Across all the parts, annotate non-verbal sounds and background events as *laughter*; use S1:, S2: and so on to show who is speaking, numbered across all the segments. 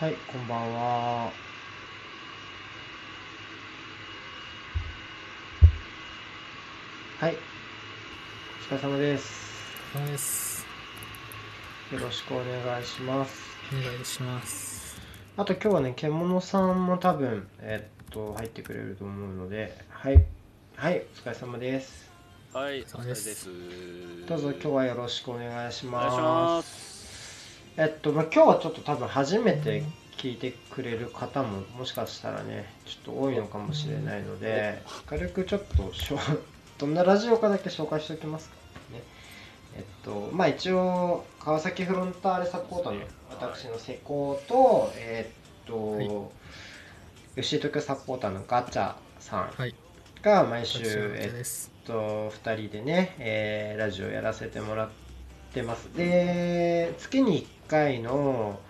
S1: はい、こんばんは。はい。お疲れ様です。
S2: お疲れ様です。
S1: よろしくお願いします。
S2: お願いします。
S1: あと今日はね、獣さんも多分、えっと、入ってくれると思うので、はい。はい、お疲れ様です。
S3: はい、お疲
S2: そう
S3: れ
S2: で
S3: ですす。
S1: どうぞ今日はよろしくお願いし
S3: お
S1: ま
S3: 願い
S1: す。
S3: します。
S1: えっと、まあ、今日はちょっと多分初めて聞いてくれる方ももしかしたらねちょっと多いのかもしれないので軽くちょっとしょどんなラジオかだけ紹介しておきますかねえっとまあ一応川崎フロンターレサポーターの私の施工とえっと、
S2: はい
S1: 吉井東京サポーターのガチャさん
S2: はい、
S1: が毎週、
S2: 私は
S1: えっと
S2: です。
S1: えっと2人でね、えーラジオやらせてもらってますで月に1回の、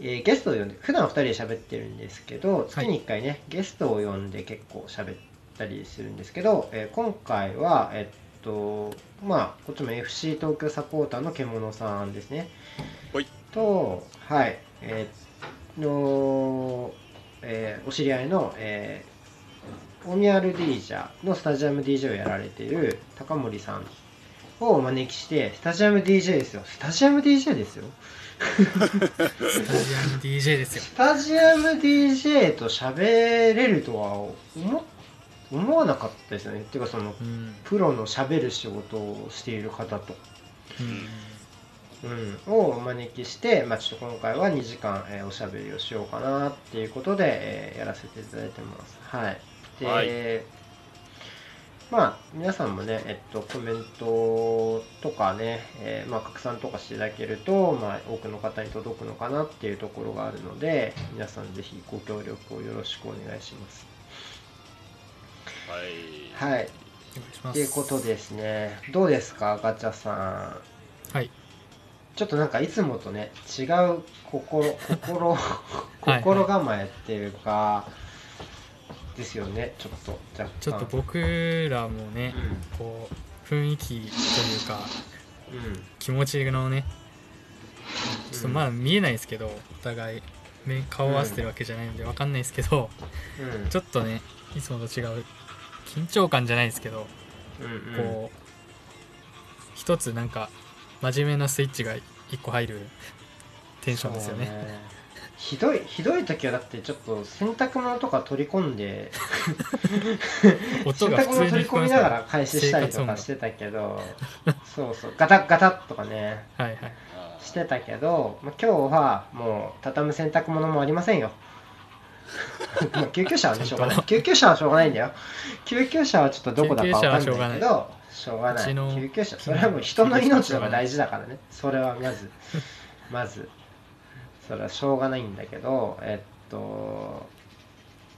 S1: えーゲストを呼んで普段2人で喋ってるんですけど月に1回ね、ゲストを呼んで結構喋ったりするんですけど、えー今回はえっとまあこっちも FC 東京サポーターの獣さんですね
S3: ほい
S1: とはいえーの、えーお知り合いの、えー大宮アルディージャのスタジアム DJ をやられている高森さんをお招きしてスタジアム DJ ですよスタジアム DJ ですよ
S2: スタジアム DJ ですよ。
S1: スタジアム DJ と喋れるとは思思わなかったですよねっていうかその
S2: うん。うん
S1: プロの喋る仕事をしている方と、
S2: うん
S1: うん、をお招きして、まあ、ちょっと今回は2時間、えーおしゃべりをしようかなっていうことで、えーやらせていただいてます。はい、で、
S3: はい
S1: まあ皆さんもね、えっと、コメントとかね、えーまあ、拡散とかしていただけると、まあ、多くの方に届くのかなっていうところがあるので皆さんぜひご協力をよろしくお願いします。
S3: は
S1: はい、
S2: お
S3: い。
S2: 願いします。
S1: ということ。ですねどうですかガチャさん。
S2: はい。
S1: ちょっとなんかいつもとね違う心心
S2: はい
S1: 心構えっていうか、ですよねちょっと若干
S2: ちょっと僕らもね、
S1: う
S2: こう、雰囲気というか、
S1: んうん
S2: 気持ちのね、ちょっとまだ見えないですけど、お互い、目顔を合わせてるわけじゃないんで、わかんないですけど、
S1: うん
S2: ちょっとね、いつもと違う、緊張感じゃないですけど、
S1: うんうん
S2: こう、一つなんか、真面目なスイッチが一個入るテンションですよね
S1: そう。ひどいひどい時はだってちょっと洗濯物とか取り込んで
S2: 音
S1: 洗
S2: が
S1: 濯
S2: 普
S1: 物
S2: 通
S1: 取り
S2: に聞こ
S1: 込
S2: えま
S1: み
S2: す
S1: なが
S2: から
S1: 開始したりと
S2: 生活音
S1: か
S2: が
S1: してたけどそうそうガタッガタッとかね
S2: らはいはい
S3: あー
S1: してたけど、まあ、今日はもう畳む洗濯物もありませ *laughs* んよまあ救急車はねしょうがない救急車はしょうがないんだよ救急車はちょっとどこだかわかんないけどしょうがな
S2: う
S1: い
S2: ちの
S1: 救急車それはもう人の命の方が大事だからねそれはま *laughs* ずまずそれはしょうがないんだけどえっと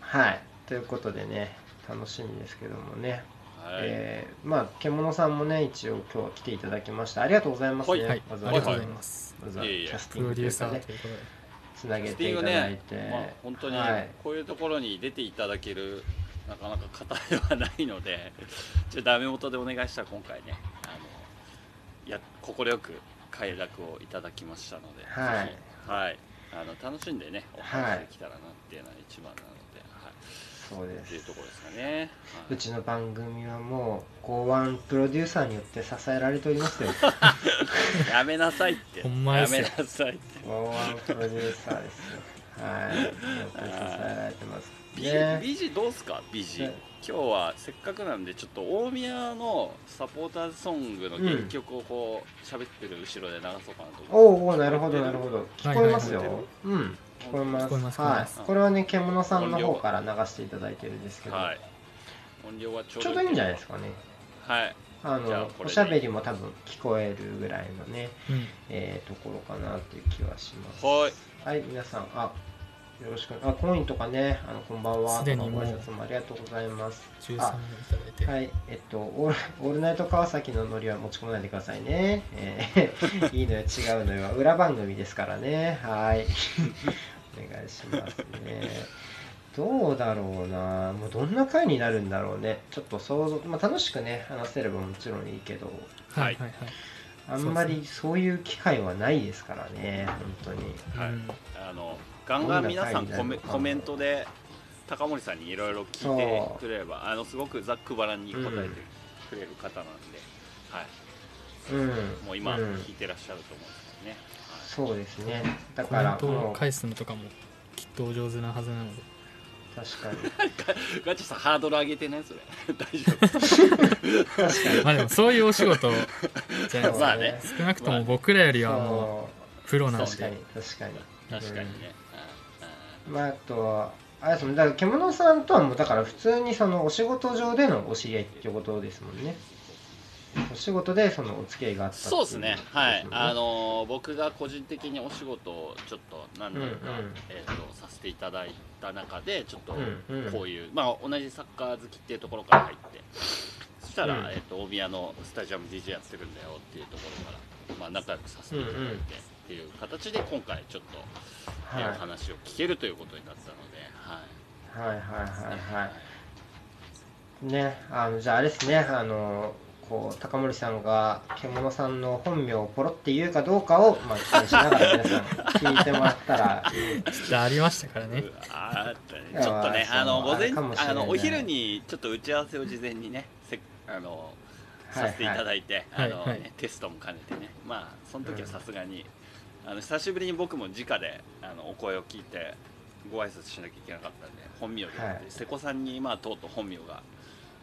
S1: はいということでね楽しみですけどもね、
S3: はい。
S1: えーまあ獣さんもね一応今日は来ていただきましたありがとうございますね、
S3: は
S2: はい
S1: わ
S2: あり
S1: ざ
S2: が
S1: わざ
S2: とうございます
S1: まずはキ
S3: いえいえ
S1: ャステ
S2: プ
S1: ィン
S2: ロ
S1: グとい
S2: デュー
S1: う
S2: サ
S1: か
S2: ー
S1: ね
S2: ということで
S1: つなげ
S3: スティ
S1: て
S3: ン
S1: い
S3: グ
S1: ただい
S3: ね
S1: て、、
S3: まあ、本当に
S1: はい
S3: こういうところに出ていただける、なかなか方ではないので、 *laughs* ちょっとダメ元でお願いしたら今回ね、あのや快く快楽をいただきましたので、
S1: はい
S3: ぜひはい。あの楽しんでね、お話できたらなっていうのが一番なので、はい。
S1: そうで
S3: っていうと
S1: す
S3: ころですかね。は
S1: う
S3: い
S1: ちの番組はもう剛腕プロデューサーによって支えられております *laughs* よ
S3: やめなさいって。
S2: ほんまで
S3: や
S2: すよ
S3: めなさいって。
S1: 剛腕プロデューサーですよはいよく支えられてます
S3: ビジ、
S1: ね
S3: ビジどうすかビジ、
S1: はい
S3: 今日はせっかくなんでちょっと大宮のサポーターズソングの原曲をこう喋ってる後ろで流そうかなと思
S1: お
S3: って、
S1: うおうなるほどなるほど聞こえますよ、
S3: はいはい
S1: うん聞こえます
S2: 聞こえます
S1: は
S2: 聞こ
S3: え
S1: い
S3: ます
S1: これはね獣さんの方から流していただいてるんですけど、
S3: はい音量はちょう
S1: ち
S3: ど
S1: ょうどいいんじゃないですかね
S3: はい
S1: あ
S3: じゃあ
S1: の
S3: これで
S1: おしゃべりも多分聞こえるぐらいのね
S2: うん
S1: えー、ところかなっていう気はします。
S3: はい。
S1: はい、皆さん、あ、よろしく、あ、コインとかね、あの、こんばんは。
S2: すでに
S1: ご
S2: もう
S1: 挨拶もありがとうございます。
S2: 13名いただいて、
S1: はい、えっと、オール、オールナイト川崎のノリは持ち込まないでくださいね。え
S2: *laughs*
S1: ーいいのよ、違うのよは裏番組ですからね。はい。お願いしますね。どうだろうな、もうどんな回になるんだろうね。ちょっと想像、まあ、楽しくね、話せればもちろんいいけど。
S2: はいはい
S1: あんまりそういう機会はないですからね、本当に。
S2: はい、うん
S3: あのガンガン皆
S1: ど
S3: さん
S1: んな回になる
S3: コメ
S1: のかな
S3: コメントで高森さんにいろいろ聞いてくれればあのすごくざっくばらんに答えてくれる方なんで、はい、
S1: うん、
S3: もう今
S1: うん
S3: 聞いてらっしゃると思うんですけどね、
S1: そうですねだ
S2: コ
S1: か
S2: メ
S1: ら
S2: ントを
S1: もう確
S2: 返すのとかもきっとお上手なはずなので
S1: かに
S3: はい、ガチャさんハードル上げてねそれ *laughs* 大丈夫
S2: まあでもそういうお仕事じゃないです
S3: *laughs* ま
S2: か
S3: あね
S2: 少なくとも僕らよりはも
S1: そう
S2: プロ
S1: う
S2: なん
S1: 確かに
S2: で
S1: 確かに
S3: 確かにね、
S1: うんまああとはあれですもんだから獣さんとはもうだから普通にそのお仕事上でのお知り合いっていうことですもんねお仕事でそのお付き合いがあっ
S3: うん
S1: たってい
S3: そうですねはいあ
S1: の
S3: のー僕が個人的にお仕事をちょっと何年か、
S1: うんうん
S3: えー、とさせていただいた中でちょっと、
S1: うんうん
S3: こういう、まあ、同じサッカー好きっていうところから入ってそしたら、
S1: うん
S3: えっと大宮のスタジアム DJ やってるんだよっていうところから、まあ、仲良くさせていただいてっていう形で今回ちょっと、
S1: はい
S3: え
S1: は
S3: お話を聞けるということになったので、はい
S1: いはいはいはいねあのじゃああれですねあのこう高森さんが獣さんの本名をポロって言うかどうかを、まあ、気にしながら皆さん聞いてもら
S3: *laughs*
S1: ったら
S2: ちょっとありましたからね
S3: うわあったねちょっとね
S1: いやー
S3: あの
S1: そう
S3: 午前
S1: あれかもしれな
S3: あ
S1: い
S3: のお昼にちょっと打ち合わせを事前にねせあの
S1: はいはい
S3: させていただいて、あの
S2: はいはい
S3: ねテストも兼ねてねまあその時はさすがに、あの久しぶりに僕も直であのお声を聞いてご挨拶しなきゃいけなかったんで本名で、
S1: はい
S3: 瀬古さんにまあとうとう本名が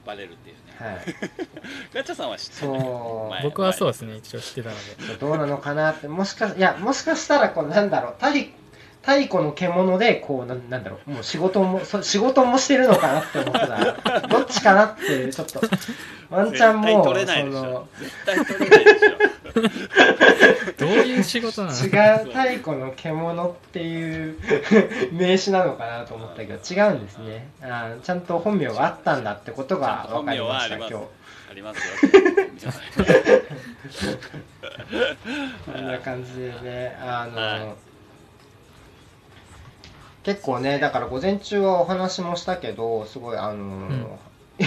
S3: バレるっていうね、
S1: はい
S3: ガチャさんは知ってる
S1: そう
S3: 前
S2: 僕はそうですね一応知ってたので
S1: どうなのかなってもしかいやもしかしたらこうなんだろう太太古の獣でこうなんなんだろうもう仕事もそ仕事もしてるのかなって思ってたらどっちかなっていうちょっとワンちゃんもそ
S3: 絶対取れないでし
S1: の
S3: ょ絶対取れないでしょ
S2: どういう仕事なの
S1: 違う太古の獣っていう名詞なのかなと思ったけど違うんですねあーちゃんと本名があったんだって *laughs* ことが分かりました
S3: ちゃんと本名はありま
S1: 今
S3: す
S1: 日
S3: ありますよ皆さん
S1: こんな感じでね、あの、
S3: はい
S1: 結構ね、だから午前中はお話もしたけど、すごい、あの、
S2: ん
S1: *laughs*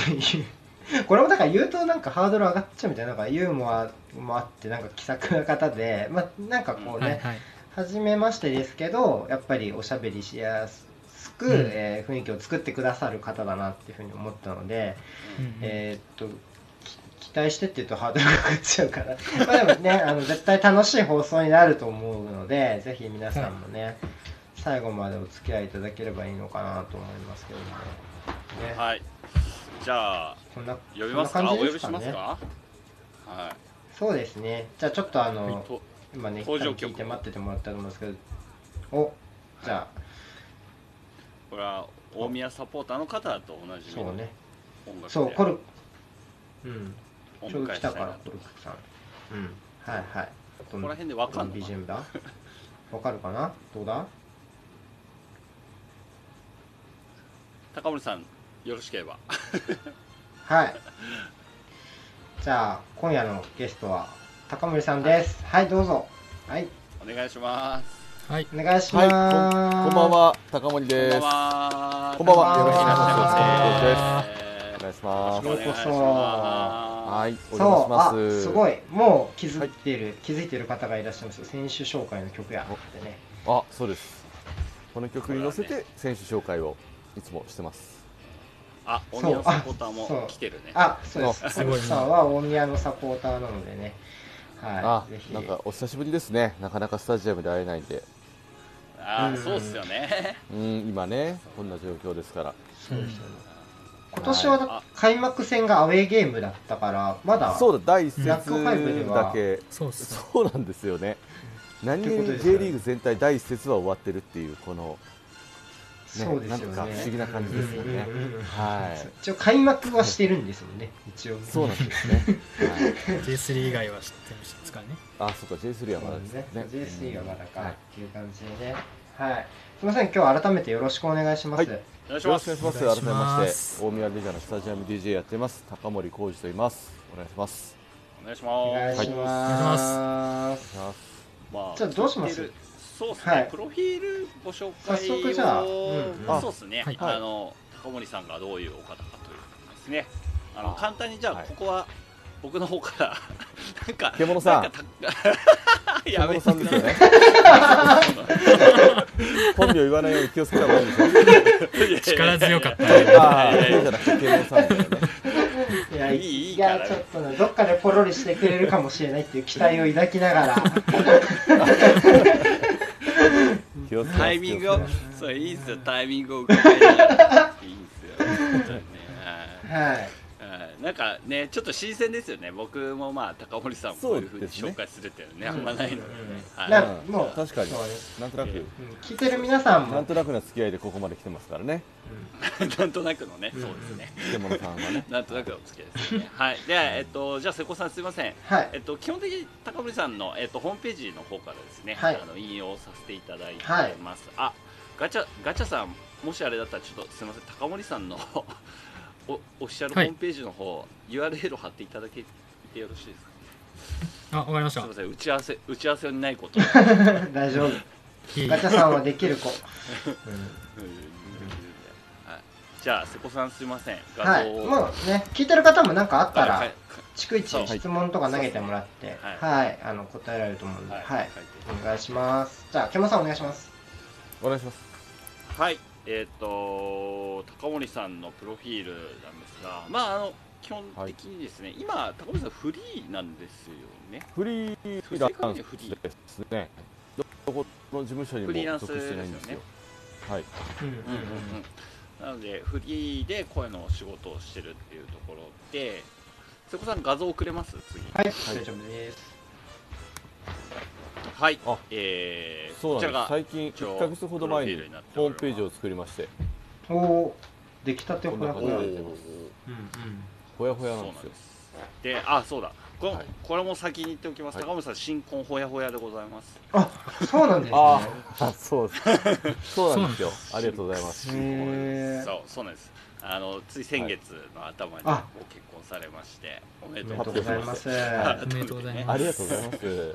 S1: これもだから言うとなんかハードル上がっちゃうみたいな、なんかユーモアもあって、なんか気さくな方で、まあ、なんかこうね、
S2: はいはい
S1: 初めましてですけどやっぱりおしゃべりしやすく、
S2: うん
S1: えー雰囲気を作ってくださる方だなっていうふうに思ったので、
S2: うんうん
S1: えーっとき期待してって言うとハードルが上がっちゃうから *laughs* まあでもねあの絶対楽しい放送になると思うのでぜひ皆さんもね、最後までお付き合いいただければいいのかなと思いますけどもねね
S3: はいじゃあ
S1: こんな
S3: 呼びますか
S1: こんな
S3: お
S1: 感
S3: 呼
S1: じ
S3: び
S1: です
S3: し
S1: かね
S3: ますかは
S1: そうですねじゃあちょっとあの、
S3: いと
S1: 今ね
S3: 登場曲
S1: 聞いて待っててもらったと思うんですけどおじゃあ
S3: これは大宮サポーターの方と同じ
S1: そうね
S3: 音楽で
S1: そうコルうん
S3: お
S1: ちょう
S3: 迎
S1: ど来
S3: えした
S1: た
S3: い
S1: か
S3: な
S1: らコルクさんうんはいはいど
S3: こ
S1: ん
S3: こら辺でわかん
S1: ど
S3: の
S1: ビ
S3: か
S1: ジ
S3: な
S1: ュンだわかるかなどうだ
S3: 高森さんよろしければ
S1: はい *laughs* じゃあ今夜のゲストは高森さんですはい、どうぞはい
S3: お願いします
S2: はい
S1: お願いしま
S4: は
S1: す
S4: い、こんこんばんは、高森
S3: こん
S4: で
S3: ば
S4: す。
S3: んは
S4: こんばんは
S1: よろしくお願いし
S4: ます
S3: す
S4: お願いしま
S1: こんばんは
S4: す。
S3: よろしくお願いします
S4: はい、お
S1: そう
S4: 邪魔しま
S1: あ
S4: す。
S1: すごいもう気づいてる、気づいてる方がいらっしゃいますよ選手紹介の曲やってね
S4: あ、そうです。この曲に乗せて選手紹介をいつもしてます。
S3: あ大宮のサポーターも来てるね
S1: あそうです
S4: あ
S1: 高
S2: すごい
S1: 森
S2: な
S1: さんは大宮のサポーターなのでねは
S4: あ
S1: いぜ、ひ
S4: なんかお久しぶりですね。なかなかスタジアムで会えないんで、
S3: あ
S1: うん
S3: そうっすよね
S4: うん、今ね、こんな状況ですから。
S1: そうですよね今年はだ開幕戦がアウェーゲームだったからまだ
S4: そうだ、第一
S1: ラ
S4: 節
S1: ックファイブでは
S4: だけ。
S2: そうっすね
S4: そうなんですよね。何気
S1: ってこと
S4: に
S1: ですよね
S4: J リーグ全体第一節は終わってるっていうこの、
S1: そうですよね
S4: なんか不思議な感じですよね
S1: うんうんうんうん *laughs*
S4: はい、
S1: 一応開幕はしてるんですもんね一応ね
S4: そうなんですね。はい
S2: J3 以外は知ってるんですからね
S4: あ、そっか、J3 はまだです
S1: ね
S4: ね。
S1: J3 がまだ
S4: は
S1: か
S4: い
S1: っていう感じでねはいすみません今日改めてよろしくお願いします
S4: はい
S3: お願いし
S4: よろ
S3: ま
S4: しくお願
S3: す
S4: いしま
S2: お願
S4: す。
S2: い
S4: 改
S2: し
S4: め
S2: ます
S4: まして、大宮レジャーのスタジアム DJ やってます。高森浩二と言います。お願いします。
S3: お願いし
S1: お願い
S3: ます
S1: します
S4: お願いし
S3: ま
S1: じゃあどうします
S3: 聞いてるそうっすね、
S1: はい
S3: プロフィールご紹介を
S1: 早速じゃあうん
S4: うん
S3: そうっすね、
S2: はい
S3: あの高森さんがどういうお方かということですねあの
S4: あー
S3: 簡単にじゃあ
S4: はい
S3: ここは僕の方から *laughs* なんか
S4: 獣さん
S3: なんかたやめ
S4: 小
S3: てく
S4: 室さ
S3: だ
S4: んです
S3: さ
S4: よ
S3: い
S4: ね。 *laughs* 本名言わないように気をつけた方がいいんですよ。
S2: 力強かった
S4: ああ、
S3: いやいやいや
S4: そうじゃなくて、ケモンさんだよね。
S1: いや
S3: いいいいから
S1: やちょっとねどっかでポロリしてくれるかもしれないっていう期待を抱きながら
S4: 気をつけま
S3: *laughs*
S4: す
S3: タイミングを
S4: 気をつけます
S3: そういいですよタイミングを伺いながらいいですよ本当にねはい
S1: はい
S3: はいなんかねちょっと新鮮ですよね僕もまあ高森さんをこういうふうに紹介するっていうのはねあんまないのでねはい
S1: な
S4: うん
S1: もう
S4: 確かに
S1: そうね。
S4: なんとなく、
S1: うん聞いてる皆さん
S4: な
S1: も
S4: んとなくの付き合いでここまで来てますからね。
S3: なんとなくのね
S1: う
S3: そ
S1: ん
S3: うですね
S4: ケモンさんはね。
S3: なんとなくのお付き合いですねはいでえっとじゃあ瀬古さんすいません
S1: はい
S3: えっと、基本的に高森さんの、えっと、ホームページの方からですね、
S1: はい
S3: あの引用させていただいてます、あガチャガチャさんもしあれだったらちょっとすみません高森さんのおオフィシャルホ
S2: はい
S3: ームページの方、URL を貼っていただけてよろしいです
S2: あ
S3: か
S2: わかりまし
S3: す
S2: た
S3: みません打ち合わせ打ち合わせにないことを
S1: *laughs* 大丈夫
S2: いい
S1: ガチャさんはできる子
S3: はいじゃあ瀬古さんすみません
S1: は
S3: 画
S1: い
S3: 像を、
S1: もうね聞いてる方も何かあった
S3: はい
S1: ら
S3: か
S1: 逐一質問とか投げてもらって
S3: はい
S1: はいあの答えられると思うんで
S3: はい
S1: はい
S3: 書いて
S1: お願いしますじゃあケモさんお願いします
S4: お願いします。
S3: はい、えっ、と高森さんのプロフィールなんですが、まああの基本的にですね、今高森さんフリーなんですよね。
S4: フリーランスですね。どどこの事務所に
S3: フリーラン
S4: も
S3: ス
S4: 属してないんですよ。はい。
S1: うん
S3: うんうんうん。なのでフリーで声の仕事をしてるっていうところで、瀬古さん画像送れます次。
S1: はい大丈夫です
S3: はい。
S4: あ
S3: えー、
S4: そうなん
S3: こちら
S4: で
S3: が
S4: す。最近1ヶ月ほど前にホームページを作りまして、
S1: おおー出来たてほや
S4: こ
S1: ほ
S4: んな
S1: や
S4: 感
S1: う
S4: じ
S1: ん
S4: で
S1: うん
S4: ほやほ
S3: そ
S4: や
S3: う
S4: なん
S3: なん
S4: です
S3: で
S4: よ。
S3: す。で、あ、そうだ。こ
S4: はい
S3: これも先に言っておきます。
S4: はい
S3: 高森さん新婚ほやほやでございます。
S1: あそうなんですね
S4: あ
S3: *laughs*
S4: ーあ、そうです。 *laughs* そうなんですよ。ありがとうございます。 *laughs*
S1: へ
S3: そうそうなんですあのつい先月の頭にご
S1: あ
S3: 結婚されましておめ
S1: えお
S3: で
S1: め
S3: と
S1: で
S3: う
S1: とう
S3: ご
S1: ご
S3: ざ
S1: ざ
S3: い
S1: いま
S3: ま
S1: すす
S2: おめでとうございます
S4: ありがとうございます。
S1: はい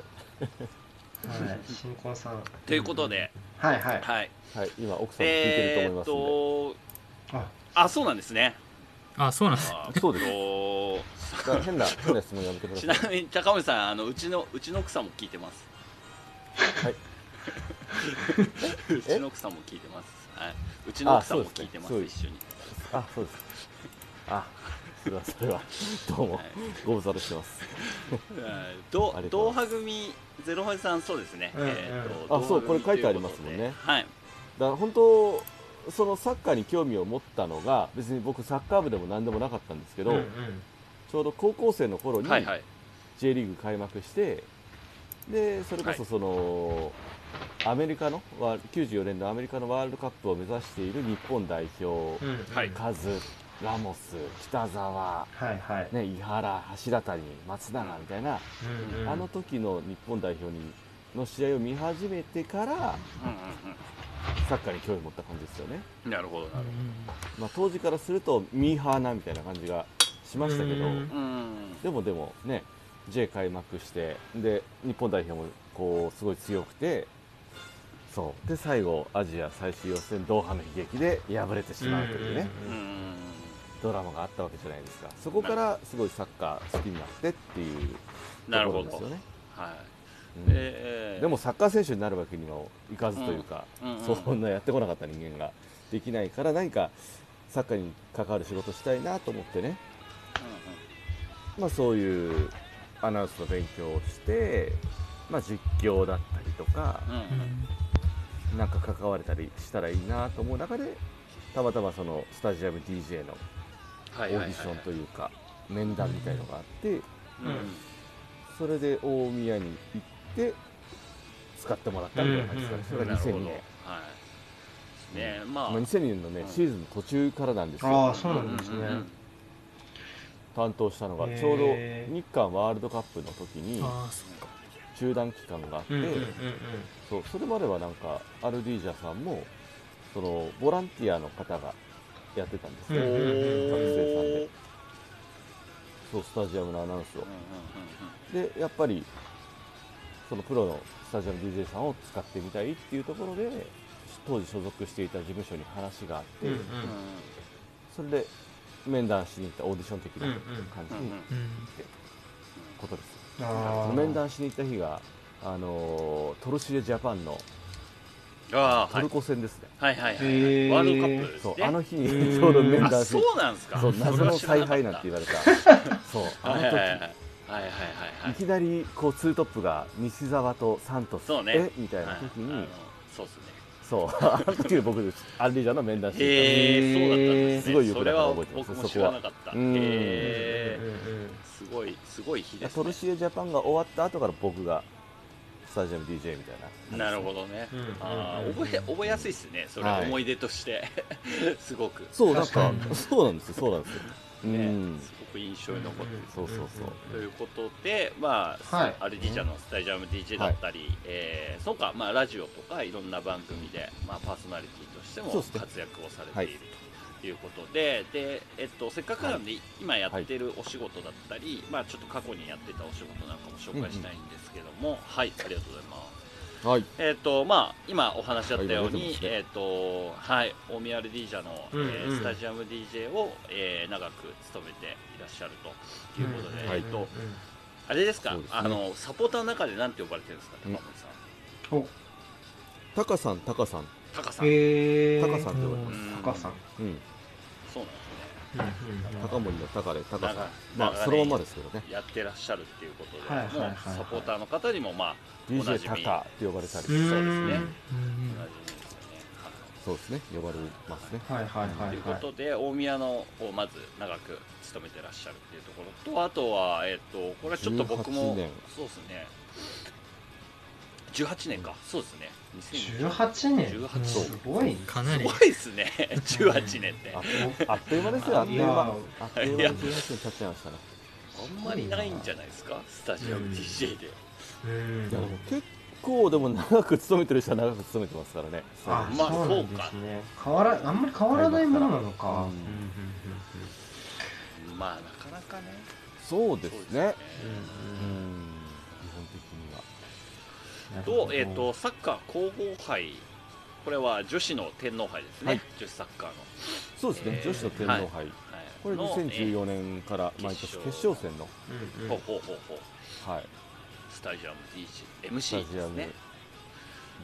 S1: 新婚さん
S3: ということで
S1: はいはい
S3: はい
S4: はい、今奥さんも聞いて
S3: え
S4: る
S3: ーっ
S4: と思い
S3: と
S1: あ
S3: あそうなんですね
S2: あそうなんです
S3: あ
S4: そうです
S3: おー
S4: ますんで、だから変な変な質問やめてくだ
S3: ち
S4: さ。
S3: ないみに高森さんあのうちのうちの奥さんも聞いてます
S4: はい
S3: うちの奥さんも聞いてますはいうちの奥さんも聞いてま
S4: あ
S3: す
S4: そうです
S3: 一緒に
S4: あ、そうです。あ、それはそれはどうも
S3: はい
S4: ご無沙汰してます。
S3: うんど
S4: ありがと
S3: 同
S4: うござ
S3: 派組ゼロハイさんそうですね
S1: うんうん
S3: えーっと
S4: あそ
S3: 同
S4: う
S3: 派組
S4: これ書いてあります
S3: とうこ
S4: もん
S3: とで
S4: ね
S3: はい
S4: だから本当そのサッカーに興味を持ったのが別に僕サッカー部でも何でもなかったんですけど、
S1: うんうん
S4: ちょうど高校生の頃に
S3: はいはい
S4: J リーグ開幕してでそれこそその、アメリカのわ94年のアメリカのワールドカップを目指している日本代表、
S1: うんうん
S3: はい
S4: カズ、ラモス、北澤、
S1: はいはい
S4: ね、井原、橋谷、松永みたいな、
S1: うんうん
S4: あの時の日本代表にの試合を見始めてから
S3: うんうん
S4: サッカーに興味を持った感じですよね。
S3: うんなるほどなるほ
S2: う
S3: ど
S2: ん
S4: まあ、当時からするとミーハーなみたいな感じがしましたけど、
S2: うん
S3: うん
S4: でもでもね J 開幕してで日本代表もこうすごい強くてそうで最後アジア最終予選ドーハの悲劇で敗れてしまうというね、
S3: う
S1: うんうんうん
S3: ん
S4: ドラマがあったわけじゃないですかそこからすごいサッカー好きになってっていうと
S3: なるほ
S4: ころ
S3: ど
S4: ですよね、
S3: はい
S4: うん
S3: えー
S4: でもサッカー選手になるわけにもいかずというか、
S3: うんうん
S4: そんなやってこなかった人間ができないから何かサッカーに関わる仕事したいなと思ってね
S3: う
S4: まあ、そういうアナウンスの勉強をして、まあ、実況だったりとか
S3: んうんうんうん
S4: なんか関われたりしたらいいなと思う中でたまたまそのスタジアム DJ の
S3: は
S4: オー
S3: いはい
S4: デ
S3: はいはい
S4: ィションというか面談みたいのがあって
S3: うんうん
S4: それで大宮に行って使ってもらったみたいな感じですかね、
S1: うん
S3: なる
S4: そ
S3: ほ
S4: れ
S3: ど
S4: が2002
S3: はい
S4: 年、
S3: ねま
S4: ま
S3: あ
S4: あ、2002年のねシーズンの途中からなんです
S1: あ
S4: よ
S1: あそうなんですね
S3: ううん
S4: 担当したのが
S1: へー
S4: ちょうど日韓ワールドカップの時に
S2: ああそうか
S4: 中断期間があって、
S1: うんうんうんうん
S4: そうそれまではなんかアルディージャさんもそのボランティアの方がやってたんで
S1: う
S4: すね、
S1: んうんうん
S4: 学生さんで
S3: おー
S4: そうスタジアムのアナウンス
S3: うん
S4: を
S3: うん
S4: でやっぱりそのプロのスタジアム DJ さんを使ってみたいっていうところで当時所属していた事務所に話があって、
S1: うんうん
S3: うんうん
S4: それで面談しに行ったオーディション的な
S1: うんうん
S4: 感じ
S3: うんうん
S4: に
S3: うん
S2: うん
S4: ことです、
S1: あー
S4: 面談しに行った日があのートルシエジャパンの
S3: ああ
S4: ト
S3: はい
S4: ルコ戦ですね、
S3: はいはいはい、
S1: へー
S3: ワールドカップです
S4: そう
S3: ね
S4: あの日
S1: へー
S4: にちょうど面談
S3: あ
S4: して
S3: そうなんですか
S4: そう
S3: そ
S4: 謎
S3: れは
S4: の
S3: 知ら
S4: 采
S3: なかっ
S4: 配
S3: た
S4: なんて言われたそうあ
S3: はい
S4: の
S3: はいはいはいはい
S4: 時
S3: はいはいはい
S4: いきなりこうツートップが西澤とサントス
S3: そうね
S4: えみたい
S3: は
S4: ない時
S3: あ
S4: に
S3: のそうですね
S4: そうあの時に僕アンリージャーの面談して
S3: へえ *laughs* そうだったん
S1: へー
S3: ですね
S4: すごいよ
S3: そ
S4: く
S3: れ
S4: だから
S3: は
S4: 覚えてます
S3: 僕も
S4: そ
S3: 知
S4: こは
S3: らなかったへ
S4: うん
S3: え
S1: うんうん
S3: すごいすごい日
S4: た
S3: です
S4: ト
S3: ね
S4: ルシエジャパンが終わった後から僕がスタジアム DJ みたいな
S3: なるほどね、
S1: うんうんうん
S3: あー覚え覚えやすいですねそれ
S4: はい
S3: 思い出として、 *laughs* すごく
S4: そうなん
S1: 確
S4: か
S1: か
S4: そうなんですよそうなんですよう
S3: ね、
S4: ん
S3: すごく印象に残ってる、
S4: そうそうそう
S3: ということで、まあ、
S1: はい
S3: アルディジャのスタジアム DJ だったり、えーそうか、まあ、ラジオとかいろんな番組で、まあ、パーソナリティとしても
S4: そうですね
S3: 活躍をされているということで,、でえっと、せっかくなんで、今やってるお仕事だったり、まあ、ちょっと過去にやってたお仕事なんかも紹介したいんですけども、はいありがとうございます。
S4: はい
S3: えっとまあ、今お話しあったように、
S4: はい今出てますね
S3: えっとはい、大宮アルディージャの、
S1: うんうん
S3: えースタジアム DJ を、えー長く務めていらっしゃるということで、
S4: はい
S3: えっとあれですか
S4: そうですね
S3: あのサポーターの中でなんて呼ばれてるんですか、高森さん。
S1: お
S4: タカさんタカさん
S3: タカさん。
S1: え
S4: タ
S1: ー、
S4: カさんって呼ばれて
S3: う
S4: ます
S3: ん
S1: 高さん。
S4: うん
S3: そうなんで
S4: 高森の高で高さん
S3: 長い
S4: ま
S3: 長い
S4: あそのまんまですけどね
S3: すね。やってらっしゃるっていうことで、
S1: はいはいはいはい
S3: もうサポーターの方にもまあおなじ
S4: DJ
S3: み
S4: タカって呼ばれたり
S3: うんそうです
S2: うん
S3: ねおなじみですよね。はい
S4: そうですね呼ばれますね
S1: はいはいは
S3: と
S1: い
S3: いう
S1: は
S3: こ
S1: い。
S3: とで、大宮のをまず長く務めてらっしゃるっていうところとあとは、えっとこれはちょっと僕も
S4: 18年
S3: そうですね18年かそうですね
S1: 18年
S3: 18
S2: そう
S1: すごいね。
S2: かな
S3: す
S2: り
S3: ごいですね18年って
S4: あ
S3: あ
S4: あっという間ですよあっという
S1: い
S4: 間
S1: や
S4: あっという間に18年経っちゃいましたね
S3: んまりないんじゃないですかスタジアム DJ で、
S1: うん
S4: いやでも結構でも長く勤めてる人は長く勤めてますからね
S1: あ、
S3: まあ
S1: そうなんですね。変わらあんまり変わらないものなのか。
S3: まあなかなかね
S4: そう
S3: そ
S4: で
S3: うですすね
S4: ねうん基本的には
S3: と,、えっとサッカー皇后杯これは女子の天皇杯ですね、
S4: はい
S3: 女子サッカーの、
S4: そうですね
S3: えー
S4: 女子の天皇杯
S3: はい
S4: これ
S3: のえー
S4: 2014年から毎年
S3: 決
S4: 決
S3: 勝
S4: 勝戦の
S1: うんうん
S3: ほうほうほうほう
S4: はい
S3: スタジアム DJ
S4: ス
S3: MC
S4: タジ
S3: で
S4: ア
S3: す
S4: ム
S3: ね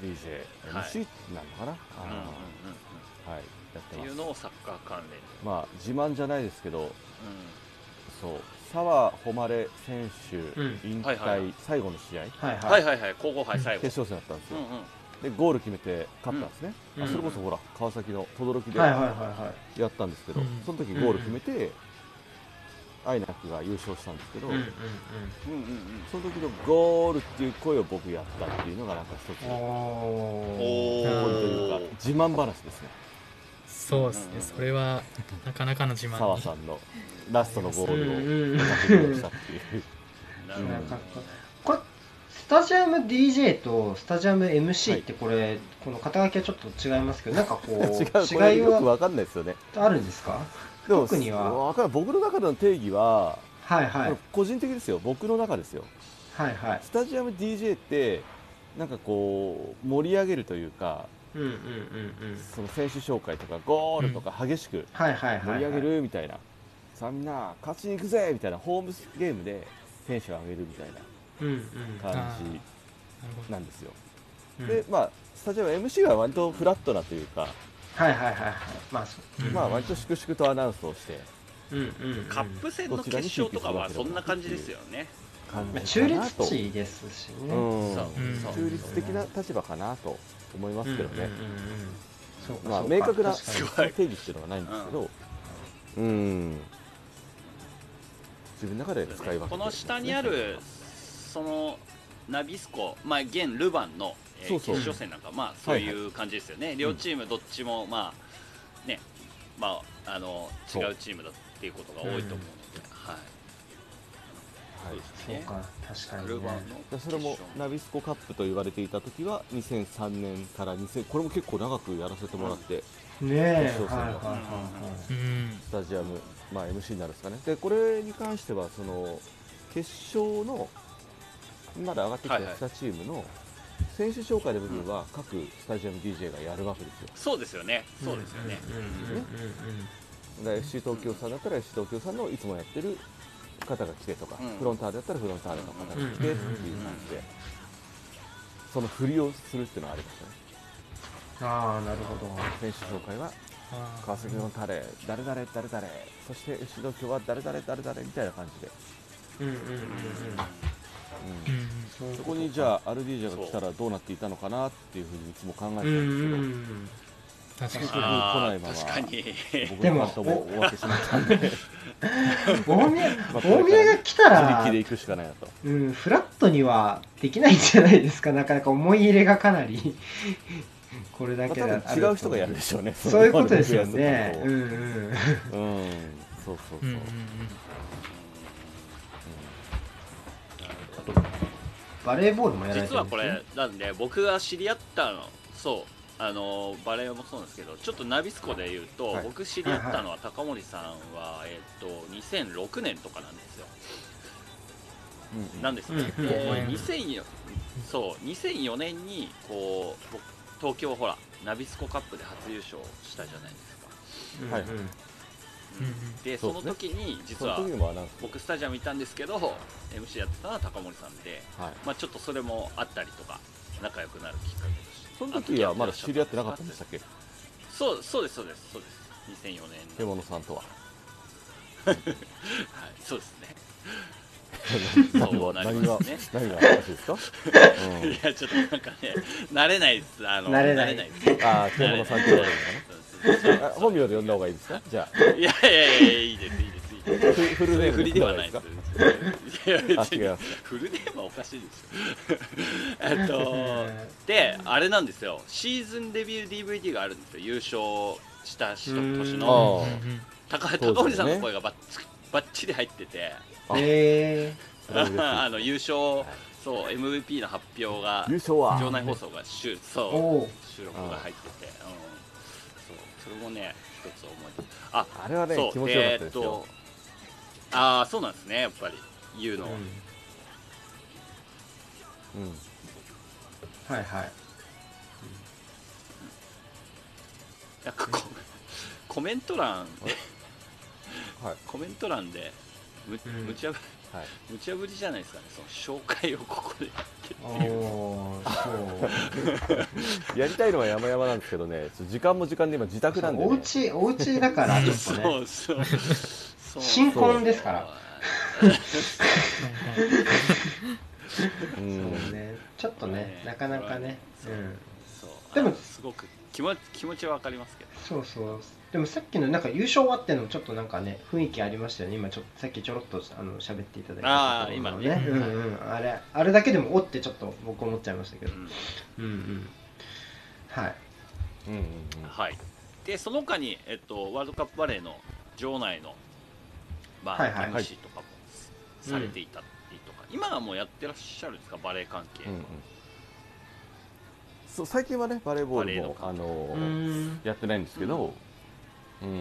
S4: DJ
S3: はい
S4: MC なの
S3: うんうん
S4: かな
S3: うんうん
S4: あーはいやって
S3: っていう
S4: ます
S3: のをサッカー関連で、
S4: まあ自慢じゃないですけどそう澤穂希選
S1: う
S4: 手引
S3: はいはいはい
S4: 退最後の試合
S1: はい
S3: うんは
S1: はいい。
S3: はいはい皇后杯最後
S4: 決勝戦だったんです
S3: う
S4: よ
S3: んうん
S4: でゴール決めて勝ったんですね、
S1: うん
S4: あそれこそほら川崎の轟で
S1: はいはい
S4: は
S1: は
S4: やったんですけど、
S2: うん
S4: その時ゴール決めて、アイナックが優勝したんですけど、
S1: いはい。うんうん
S3: うんうん
S4: その時のゴールっていう声を僕やったっていうのがなんか一つ
S1: うん。
S4: の
S1: お
S3: うん
S1: お。
S3: お
S4: ポイントというか
S3: ー
S4: 自慢話ですね
S2: そうですねそれはなかなかの自慢
S4: 澤
S2: に
S4: さんのラストのゴー
S1: うん
S4: ルを
S1: うんうん
S4: 披露したっていう
S3: なるほど
S1: なんかこれスタジアム DJ とスタジアム MC ってこれ、この肩書きはちょっと *laughs* 違いますけどなんかこう
S4: 違うこ
S1: *laughs* 違
S4: れ
S1: い
S4: よく
S1: は
S4: わかんないですよね
S1: あるんですか
S4: でも
S1: 特には
S4: わかんない僕の中での定義は、
S1: はいはい
S4: これ個人的ですよ僕の中ですよ
S1: はいはい
S4: スタジアム DJ ってなんかこう盛り上げるというか
S1: うんうんうんうん
S4: その選手紹介とかゴールとか激しく
S1: はいはいはい、は
S4: 盛
S1: い、
S4: り上げるみたいな、さあみんな勝ちに行くぜみたいなホームゲームでテンション上げるみたいな
S1: うんうん
S4: 感
S2: なるほ
S4: じなんですよ、
S1: うん
S4: でまあスタジアム MC は割とフラットなというか、
S1: はいはいはいはいまあそ
S2: どうん
S4: まあ割と粛々とアナウンスをして
S1: ううんうん、うん、
S3: カップ戦の決勝とかはそんな感じですよね
S4: 感
S1: まあ
S4: じ
S1: 中
S4: かな
S1: 立
S4: と、
S1: 地ですしね、
S4: う、
S1: うん
S3: そう
S2: そう
S4: 中立的な立場かなと思いますけどね、
S1: うんうんうんそうか
S4: まあ
S1: そうか
S4: 明確な
S1: 確かに
S3: すごい
S4: 定義っていうのはないんですけど、うん、自分の中で使い分けてるんですね
S3: この下にあるそのナビスコ、まあ、現ルヴァンの、えー
S4: そうそう
S3: 決勝戦なんか、まあ、そういう感じですよね、両チームどっちも、まあねまあ、あの違
S4: そう
S3: うチームだっていうことが多いと思うので、はい
S4: はい
S1: そうか確かに、ね、
S3: ルヴァンの
S4: でそれも
S3: 決勝
S4: ナビスコカップと言われていた時は2003年から2000これも結構長くやらせてもらって、
S1: ねえ
S4: 決勝戦
S1: はい
S4: は
S1: はいはいはい
S2: うん
S4: スタジアム、まあ、MC になるんですかねでこれに関してはその決勝のまだ上がってきた
S3: はいはい
S4: 2チームの選手紹介の部分は各スタジアム DJ がやるわけですよ、
S3: そうですよねそうですよね、
S1: うんうんうんうん
S4: で FC 東京さんだったら FC 東京さんのいつもやってる方が来てとか、
S3: うん
S4: フロンターレだったらフロンターレの方が来てっていう感じでそのふりをするっていうのはありますね
S1: ああなるほど
S4: 選手紹介は
S2: あ
S4: 川崎の誰誰誰誰誰そして後ろ今日は誰誰誰誰みたいな感じで、
S1: うんうんうんうん
S2: う
S4: うんん
S2: うん
S1: そういう
S4: そ
S1: と
S4: こにじゃあアルディージャが来たらどうなっていたのかなっていうふうにいつも考えてた
S1: うんうん
S4: んです
S1: ん
S2: 確か
S4: 結
S2: に
S4: 局
S3: あ
S4: 来ないまま
S3: ー確かに
S4: けど、
S1: で
S4: 僕
S1: も
S4: の後も終わってしまったんで
S1: 大宮
S4: まあ
S1: 大宮が来た
S4: 自
S1: ら
S4: 力で、行くしかないなと
S1: うん、フラットにはできないんじゃないですかなかなか思い入れがかなりこれだけ
S4: まあ
S1: だ
S4: 多分違う人がやるでしょうね
S1: そういうことですよ
S4: そういう
S1: ね
S4: こと
S1: うん
S4: を
S1: うん
S4: うんそう
S2: うん
S4: そうそう、
S2: うんうん
S1: バレーボールもやられてる
S3: 実は
S1: んで
S3: こ
S1: す、ね、
S3: れなんで僕が知り合ったのそうあのバレエもそうなんですけどちょっとナビスコで言うと、
S4: はい
S3: 僕知り合ったのは高森さんは、えっと2006年とかなんですよ
S4: うんうん
S3: なんですね、
S1: うん
S3: で
S2: うん
S3: 2004, そう2004年にこう僕東京ほらナビスコカップで初優勝したじゃないです
S1: う
S3: か、
S1: ん
S4: はい
S2: うんうん
S3: で
S4: そ
S3: そう
S4: で
S3: の
S4: すね
S3: 時に
S4: そ
S3: 実
S4: の
S3: は
S4: 時もアナウンス
S3: 僕スタジアム行ったんですけど *laughs* MC やってたのは高森さんで、
S4: はい
S3: まあ、ちょっとそれもあったりとか仲良くなるきっかけとして
S4: その時はまだ知り合ってなかったんでしたっけ
S3: そうそうですそうですそうです2004年の
S4: 獣さんとは
S3: はい、そうですね
S4: 何
S3: *laughs* そう
S4: が
S3: なり
S4: 何
S3: ま
S4: が
S3: すね
S4: 何が話ですか、
S3: いやちょっとなんかね *laughs* 慣れないですあの
S1: 慣れない
S3: です
S4: うん、
S3: *laughs*
S4: ああ獣さんって呼ばれる
S3: そうそうそう
S4: のかなあ本名で呼んだ方がいいですかじゃあ
S3: いやいやいやいいですいいですいいです
S4: フフル
S3: そうい
S4: ネ
S3: う
S4: ー
S3: 振
S4: ム
S3: り
S4: で
S3: で
S4: 呼
S3: は
S4: んだ方が
S3: ない
S4: い
S3: い
S4: い
S3: で
S4: ですす
S3: いや別に
S4: あ違います
S3: *laughs* フルネームはおかしいでしょ *laughs* えっとであれなんですよシーズンレビュー DVD があるんですよ優勝したし
S1: うーん
S3: 年
S4: か
S3: の
S2: う
S4: あ
S2: んうん
S3: 高
S4: 当時
S3: 高森さ
S4: のね
S3: んの声がばっちばっちり入ってて
S4: あ
S1: え
S4: それは嬉しい
S3: *laughs* あの優勝そう MVP の発表が
S4: あ優勝は
S3: 場内放送が収
S1: ー、
S3: そう
S1: おお
S3: 収録が入ってて、うん、そうそれもね一つ思い出あ
S4: あれはね
S3: そう
S4: 気持ちよかったですよ、
S3: えーっとああそうなんですねやっぱり言うのは、
S4: うん
S1: はいはい
S3: なんか
S4: *laughs*
S3: こコメント欄
S4: はい
S3: コメント欄でむ
S1: うん
S3: むちゃぶ
S4: はい
S3: むちゃぶりじゃないですかねその紹介をここで
S1: おー
S4: *laughs* やりたいのは山々なんですけどね、ちょっと時間も時間で今自宅
S1: そ
S4: なん
S1: う
S4: で、
S1: お
S4: ね
S1: う、ちおうちだからちょっと
S3: そ
S1: ね *laughs*
S3: うそうそう
S1: 新婚ですから
S2: はいはい
S4: うん
S1: そうねちょっとね
S3: ね
S1: なかなかね
S3: そう
S1: うん
S3: そう
S1: で
S3: で
S1: も
S3: もすごく気持ち気持ちはわかりますけど
S1: そうそうでもさっきのなんか優勝終わってのもちょっとなんかね雰囲気ありましたよね今ちょっとさっきちょろっとあの喋っていただいた
S3: あー今ね
S1: うんうんあれあれだけでもおってちょっと僕思っちゃいましたけど
S3: うん
S1: うんうんはい
S4: うんうん
S3: はい、でその他に、えっと、ワールドカップバレーの場内の、まあ
S1: はいはい
S3: MC とかもされていたりとか、今はもうやってらっしゃるんですかバレー関係、
S4: うんうんうんそう最近はね、バレーボールも
S3: バ
S4: あ
S3: レー
S4: の
S1: うーん
S4: やってないんですけど、うん
S2: うん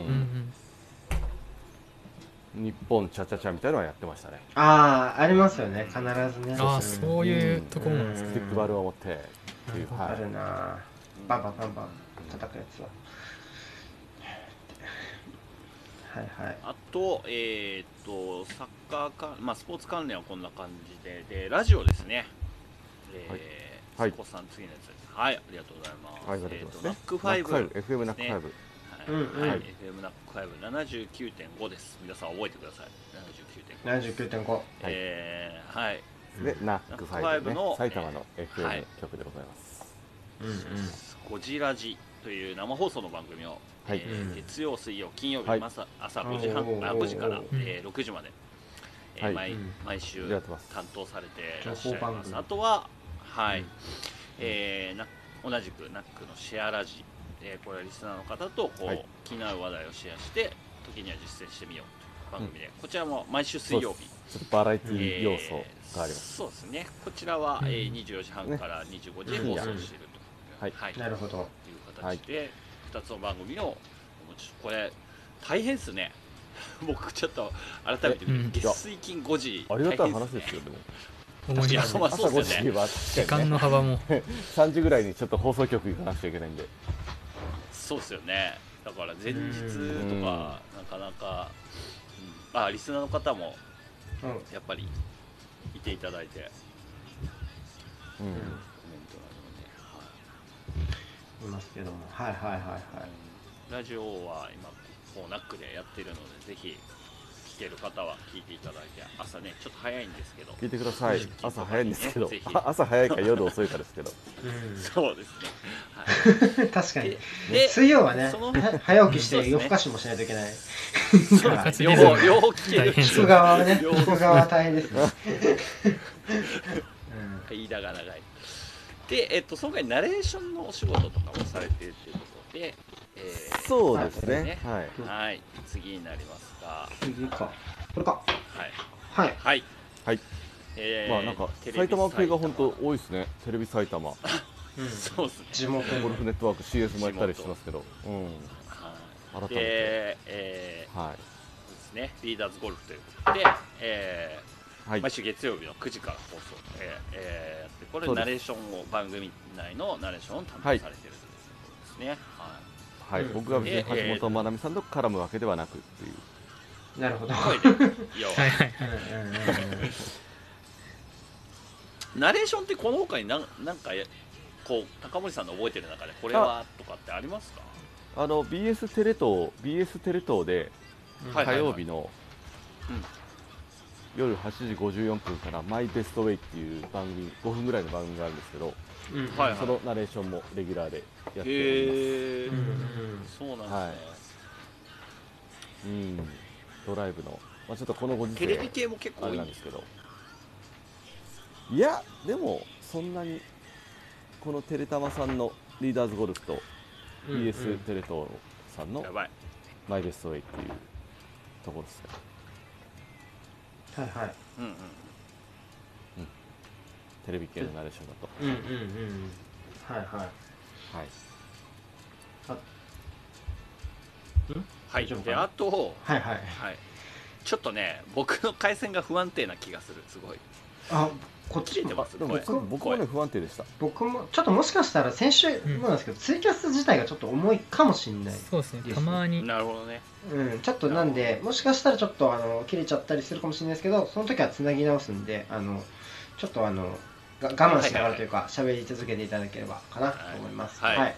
S2: うん
S4: 日本チャチャチャみたいなのはやってましたね、
S1: ああありますよね必ずね
S2: ああ
S1: ん
S2: そういうとこもなんです
S1: うん
S4: スティックバルを持ってっていう、は
S1: あ
S4: い
S1: るなあ
S3: うん
S1: バンバンバンバン叩くやつははいはい
S3: あと,、えーっとサッカーか、まあ、スポーツ関連はこんな感じででラジオですね、えー
S4: はい
S3: 瀬古さん次のやつですはいありがとうございます、
S4: はい、ありがとう
S3: えー
S4: ございます、
S3: っとナックファイブ
S4: FM ナックファイ
S3: は
S4: ブ、
S3: い
S1: うんうん
S3: はい FM ナックファイブ79.5です皆さん覚えてください79.5、
S1: 79.5
S3: えーはい
S4: で、ナックファイブ、
S3: ナックファイブ
S4: ね
S3: の、
S4: 埼玉の
S3: は
S4: FM
S3: い
S4: 局でございます。
S1: うんうん
S3: ゴジラジという生放送の番組を、
S4: はい
S3: えー
S1: うん
S3: 月曜、水曜、金曜日、
S4: はい
S3: 朝朝5時半
S1: おー
S3: あ5時から
S1: うん、
S3: えー6時まで、えー
S4: はい
S3: 毎
S1: うん
S3: 毎週
S4: やってます
S3: 担当されていらっしゃい
S1: 情報番
S3: ます。
S1: 組
S3: あとは、はい
S1: うん
S3: えーな同じくナックのシェアラジ、えーこれはリスナーの方とこう、
S4: はい
S3: 気になる話題をシェアして時には実践してみようという番組で、こちらも毎週水曜日。
S4: ちょっとバラエティ
S3: えー
S4: 要素があります。
S3: そうですね、こちらは、えー24時半から25時に放送していると、
S4: はい
S3: はい、
S1: なるほど
S3: という形で、2つの番組をお持ちこれ大変っすね *laughs* 僕ちょっと改めて見
S2: うん
S3: て月水金5時
S4: ありがたい
S3: 大変
S4: 話
S3: っすね
S4: ですよ、でも。
S2: 思い
S3: い
S2: 出
S3: や
S2: す
S3: まあ
S4: 朝
S3: そうですよ
S4: 5時
S3: ね
S4: は
S2: 時
S4: 確かに
S2: 間
S4: ね
S2: の幅も
S4: 3時ぐらいにちょっと放送局行かなくちゃいけないんで、
S3: そうっすよねだから前日
S4: う
S3: と
S4: ん
S3: かなかなか、うんあリスナーの方も
S1: うん
S3: やっぱりいていただいて
S4: うん
S3: コメント
S1: いますけどもはいはいはいはい
S3: ラジオは今コーナックでやってるのでぜひ聞ける方は聞いていただいて朝ねちょっと早いんですけど
S4: 聞いてください
S3: うん
S4: 朝早いんですけど
S3: ぜひ
S4: あ *laughs* 朝早いか夜遅いかですけど
S1: う
S3: そうですね、は
S1: ん、確か
S3: い、
S1: に
S3: でで
S1: 水曜はね
S3: その
S1: は早起きし
S3: そうで
S1: て
S3: すね
S1: 夜更かしもしないといけない
S2: そうか
S4: *laughs*
S3: 両方両方聞け
S2: 大
S3: る
S2: 変
S1: 聞く側はね
S3: 両
S1: 聞
S3: 方
S1: く側は大変ですね、うん
S3: 間が長い。で、えっと、その回ナレーションのお仕事とかもされているということで、えー
S4: そうですね
S3: そ
S4: はい
S3: はい、次になりますが、は
S1: 次かこれか
S3: い、
S1: はい
S3: はい、
S4: はい
S3: えー
S4: まあなんか
S3: テレビ
S4: 埼玉系が本当
S3: 埼
S4: 多いですねテレビ埼玉ゴ
S1: うん
S3: 玉そうですね。
S1: 地元
S4: ルフネットワーク CS もやったりしてますけどうん
S3: は
S4: 改め
S3: い、
S4: て
S3: で、え
S4: は
S3: ー、そうですね、リーダーズゴルフということで、えー
S4: いはい
S3: 毎週月曜日の9時から放送、えーえーやって、これ
S4: そうで
S3: ナ
S4: す
S3: レーションを番組内のナレーションを担当されているということですね。はい
S4: はい
S1: うん
S4: 僕が別に
S3: え
S4: 橋本まなみさんと絡むわけではなくっていう
S1: なるほど
S3: 声で要は
S2: はいはい
S1: うんうんうんうん
S3: *laughs* ナレーションってこの他に何なんかやこう高森さんの覚えてる中でこれはとかってありますか
S4: あの BS テレ東 BS テレ東で
S3: はい
S4: 火曜日の
S3: うん
S4: 夜8時54分から「マイベストウェイ」っていう番組5分ぐらいの番組があるんですけど
S1: うん
S3: はい
S4: そのナレーションもレギュラーでやっており
S3: へえ
S1: うんうん
S3: そうなんですね、
S4: はいますうんドライブの、まあ、ちょっとこのご時
S3: テレビ
S4: 世
S3: 系も結構
S4: あ
S3: 多
S4: れ
S3: い
S4: なんん
S3: で
S4: ですす
S3: け
S4: け
S3: ど
S4: どいやでもそんなにこのテレタマさんのリーダーズゴルフと
S1: うん
S4: BS テレ東さんの
S3: やばい
S4: 「マイベストウェイ」っていうところですね
S1: はいはい
S3: うんうん
S4: テレビ系のナレーションだと
S1: うんうんうんはいはい
S4: はい
S3: は
S1: 大丈夫
S3: い
S1: か
S3: で
S1: な
S3: あと
S1: はいはい
S3: はいちょっとね僕の回線が不安定な気がするすごい
S1: あこっ
S3: 切
S1: ち
S3: れて
S4: あ
S3: ます
S4: でも
S3: 声
S4: 僕僕もね
S3: 声
S4: 不安定でした
S1: 僕もちょっともしかしたら先週もなんですけど、ツイキャス自体がちょっと重いかもしれない、
S2: そうですねたまに
S3: なるほどね
S1: うん、ちょっとなんでもしかしたらちょっとあの切れちゃったりするかもしれないですけどその時はつなぎ直すんであのちょっとあのが我慢しながらというか喋、り続けていただければかなと思います
S3: はい
S1: はい、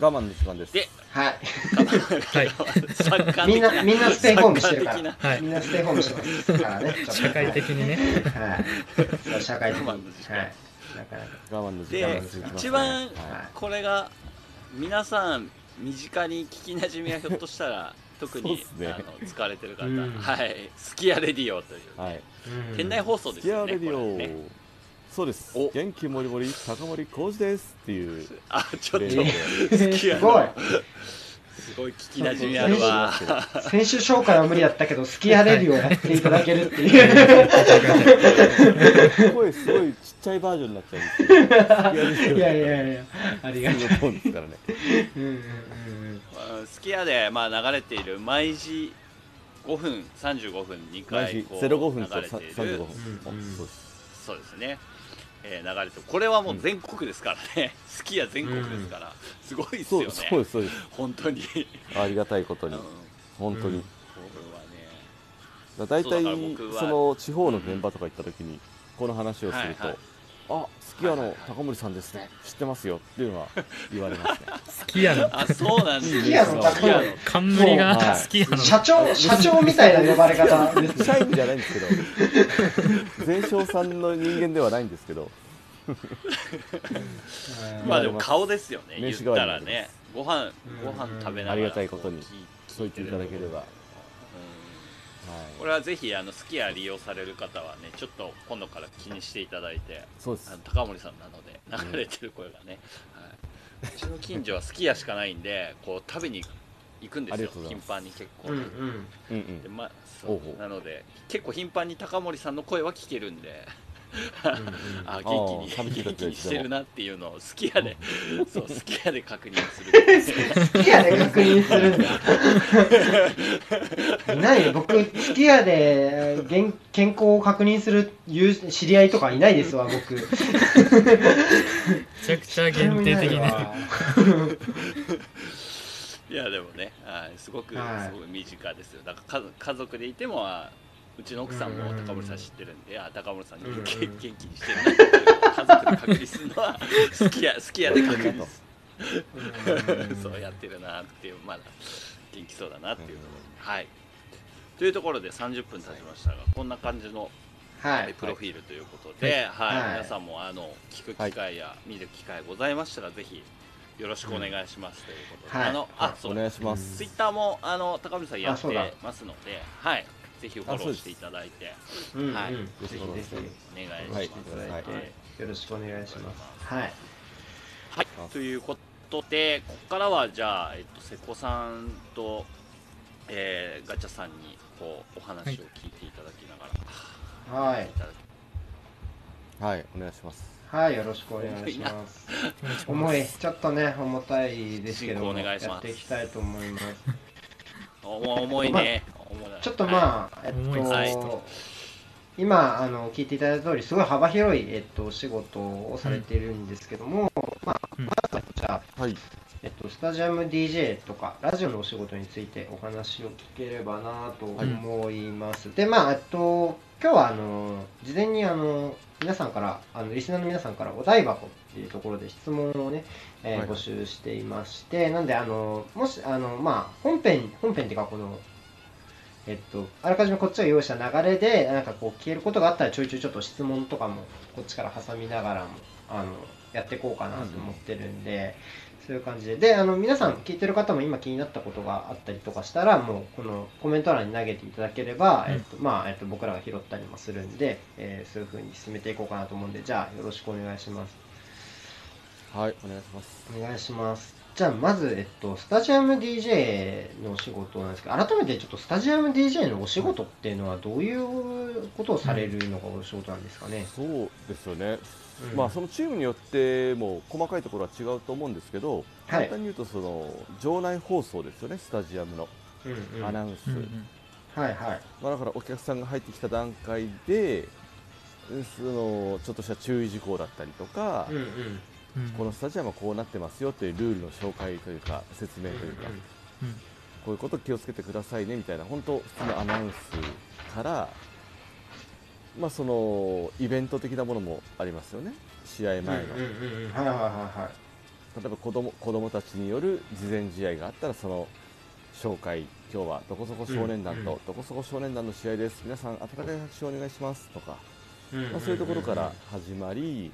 S4: 我慢の時間です
S3: で
S1: はい
S2: い
S3: 作家
S1: みん
S3: 的
S1: なみんなステイホームしてるか
S3: 作家的
S1: ら、
S2: はい
S1: みんなステイホームしてますから *laughs* ねちょっと
S2: 社会的にね
S1: はいそう社会的に
S3: 我
S1: は
S3: 慢
S1: い
S3: の時間
S1: なかなか
S4: 我慢の時間
S3: で
S4: が続きますね
S3: 一番
S4: は
S3: これが皆さん身近に聞きなじみはひょっとし
S1: *laughs*
S3: たら特に、
S4: そうっすね
S3: あの使われてる方、
S1: うん
S3: はい「すきやレディオ」という、
S4: い、はい、
S1: うん
S3: 店内放送で
S4: ス
S3: す
S4: キア
S3: よ
S4: レ
S3: ね
S4: ディ
S3: こ
S4: オ、
S3: れね
S4: そうです
S3: お
S4: 元気もりもり高森浩二ですっ
S3: *laughs*
S4: ていう
S3: あちょ
S4: フ
S3: っ
S4: レ
S3: と
S4: ーズ
S1: え
S4: で
S1: ーすごい
S3: すごい聞きなじみあ
S1: *laughs*
S3: るわ
S1: 先週紹介は無理だったけど、スキアレディをやっていただけるって *laughs* いう。
S4: 声すごいちっちゃいバージョンになっちゃうん
S3: *laughs*
S4: ですけど
S1: いやいやいや、ありがとう。
S4: そうですからね
S1: うんうんうん
S3: うんすき家で、まあ、流れている毎時5分35分2
S4: 毎
S3: 回
S4: 日
S3: こう
S4: 05分と
S3: 流れてい
S4: 35分
S1: う
S3: る
S1: んうん
S4: あそうです
S3: そうですね、えー流れてるこれはもう全国ですからね *laughs* すき家全国ですから、すごいですよ
S4: そう
S3: ね
S4: そうですそうです
S3: 本当に、
S4: ありがたいこと
S3: うん、
S4: に
S3: こ
S4: 本当に、
S1: うん
S3: れはね
S4: だ大体
S3: そうだから僕は
S4: その地方の現場とか行った時にこの話をすると、
S3: はいはい
S4: あすき家の高森さんですね知ってますよっていうのは言われま
S3: *laughs*
S4: すね
S2: 好きやの
S3: あ、そうなんですね。
S1: すき家の
S4: 高
S3: すき家の
S2: 冠
S4: もう
S2: が
S4: はい
S2: 好きやの
S1: 社長、社長みたいな呼ばれ方ですね。
S4: 社員じゃないんですけど全勝さんの人間ではないんですけど
S1: うん
S3: まあでも顔ですよね。言
S4: 名
S3: っ
S4: 刺代わ
S3: た
S4: り
S3: ら
S4: になり
S3: ね
S4: ま、
S3: ご飯
S1: うん
S3: ご飯食べながら
S4: ありがたいことに
S3: こ
S4: そう言っていただければ、
S3: う
S4: は
S3: ん
S4: い、
S3: これはぜひあのスキヤ利用される方はね、ちょっと今度から気にしていただいて、
S4: そうです
S3: あの高森さんなので流れてる声がね、はい。うちの近所はスキヤしかないんで、こう食べに行くんで
S4: あ
S3: す
S4: り
S3: よ
S4: がとう。ござい
S3: 頻
S4: ます
S3: 繁に結構。
S1: うんうん
S4: うんう
S3: で
S4: ん
S3: まあ、そう
S4: おうおう
S3: なので結構頻繁に高森さんの声は聞けるんで、あ
S4: あー
S3: 元気
S4: 寂し
S3: に
S4: い時
S3: *laughs*
S4: は
S3: 元気
S4: 一度も
S3: にしてるなっていうのを好きやでそう好きやで確認す
S1: *laughs*
S3: る
S1: スキアで確認するんだ。いないよ、僕、スキアで健健康を確認する友知り合いとかいないですわ、僕。
S2: めちゃくちゃ限定的
S1: いない
S2: な
S1: わ
S3: いやでもねはいすごく、
S1: はい
S3: すごく身近ですよだから家家族でいてもあうちの奥さんも高森さん知ってるんで、あ高森さんに
S1: うんうん
S3: 元気にしてるなっていうのを家族で確認するのは好きや好きやで確認
S1: うん
S3: *laughs* そうやってるなっていうまだ元気そうだなっていうところで、はいというところで30分経ちましたがこんな感じの
S1: は
S3: はい
S1: い。
S3: プロフィールということで、はい
S1: はい
S3: 皆さんもあの聞く機会や見る機会ございましたら、ぜひよろしくお願いしますということで、
S1: はい
S3: あのあそ
S4: お
S3: う
S4: 願いします
S3: ツイッターもあの高見さんや
S1: あ
S3: っ
S1: そうだ
S3: てますので、はい、ぜひフォ
S4: あ
S3: ロ
S4: そう
S3: ー
S4: です
S3: していただいて、
S1: うんうん
S3: はい
S1: ぜひぜ
S4: ぜ
S1: ひ
S3: お願いし
S1: お
S3: ます。
S4: は
S1: 越
S4: い
S1: しいただいて、
S4: はい
S1: よろしくお願いします。はい。
S3: はい、ということで、ここからはじゃあ、えっと、瀬古さんと、えーガチャさんにこうお話を聞いていただきながら、
S1: はいい。
S3: ただき
S4: はいお願いします
S1: はい、よろしくお願いします。重い、ちょっとね、重たいですけども、
S3: 進行お願いします
S1: やっていきたいと思います。
S3: お重いね、重い
S1: ちょっと
S3: はい
S1: まあ、えっと、
S3: はい
S1: 今あの聞いていただいた通り、すごい幅広い、えっと、お仕事をされているんですけども、
S2: うん
S1: まあ、まずはじゃあ、
S4: はい
S1: えっと、スタジアム DJ とかラジオのお仕事についてお話を聞ければなと思います。で、まあ、えっと、今日はあの事前にあの皆さんから、あのリスナーの皆さんからお台箱っていうところで質問をね、えー
S4: はい
S1: 募集していまして、なんで、あのもし、あのまあ、本編、本編っていうか、この、えっと、あらかじめこっちが用意した流れで、なんかこう、消えることがあったら、ちょいちょいちょっと質問とかも、こっちから挟みながらも、あの、やっていこうかなと思ってるんで、そういう感じで。で、あの、皆さん聞いてる方も今気になったことがあったりとかしたら、もう、このコメント欄に投げていただければ、
S2: うん
S1: えっと、まあ、えっと、僕らが拾ったりもするんで、えーそういう風に進めていこうかなと思うんで、じゃあ、よろしくお願いします。
S4: はいお願いします
S1: お願いします。じゃあ、まず、えっと、スタジアム DJ のお仕事なんですけど、改めてちょっとスタジアム DJ のお仕事っていうのは、どういうことをされるのがお仕事なんですかね。
S4: そうですよね、
S1: うん
S4: まあそのチームによっても細かいところは違うと思うんですけど、
S1: は
S4: 簡
S1: い
S4: 単。に言うとその場内放送ですよねスタジアムの
S1: うんうん
S4: ア
S1: は
S4: ナ
S1: い
S4: ウンス、
S2: うんうん
S1: はい。
S4: まあ、だからお客さんが入ってきた段階でうんそのちょっとした注意事項だったりとか、
S1: うんうん。
S2: うん
S4: このスタジアムはこうなってますよというルールの紹介というか説明というか、
S1: うんうん
S2: うん
S4: こういうこと気をつけてくださいねみたいな本当普通のアナウンスから、まあ、そのイベント的なものもありますよね試合前
S1: うん
S4: の、
S1: うんうん。はいはいはいはい。
S4: 例えば子供子供たちによる事前試合があったらその紹介今日はどこそこ少年団
S1: うんう
S4: と
S1: ん
S4: どこそこ少年団の試合です皆さん温かい拍手をお願いしますとか、
S1: うんんん
S4: まあ、そういうところから、始まり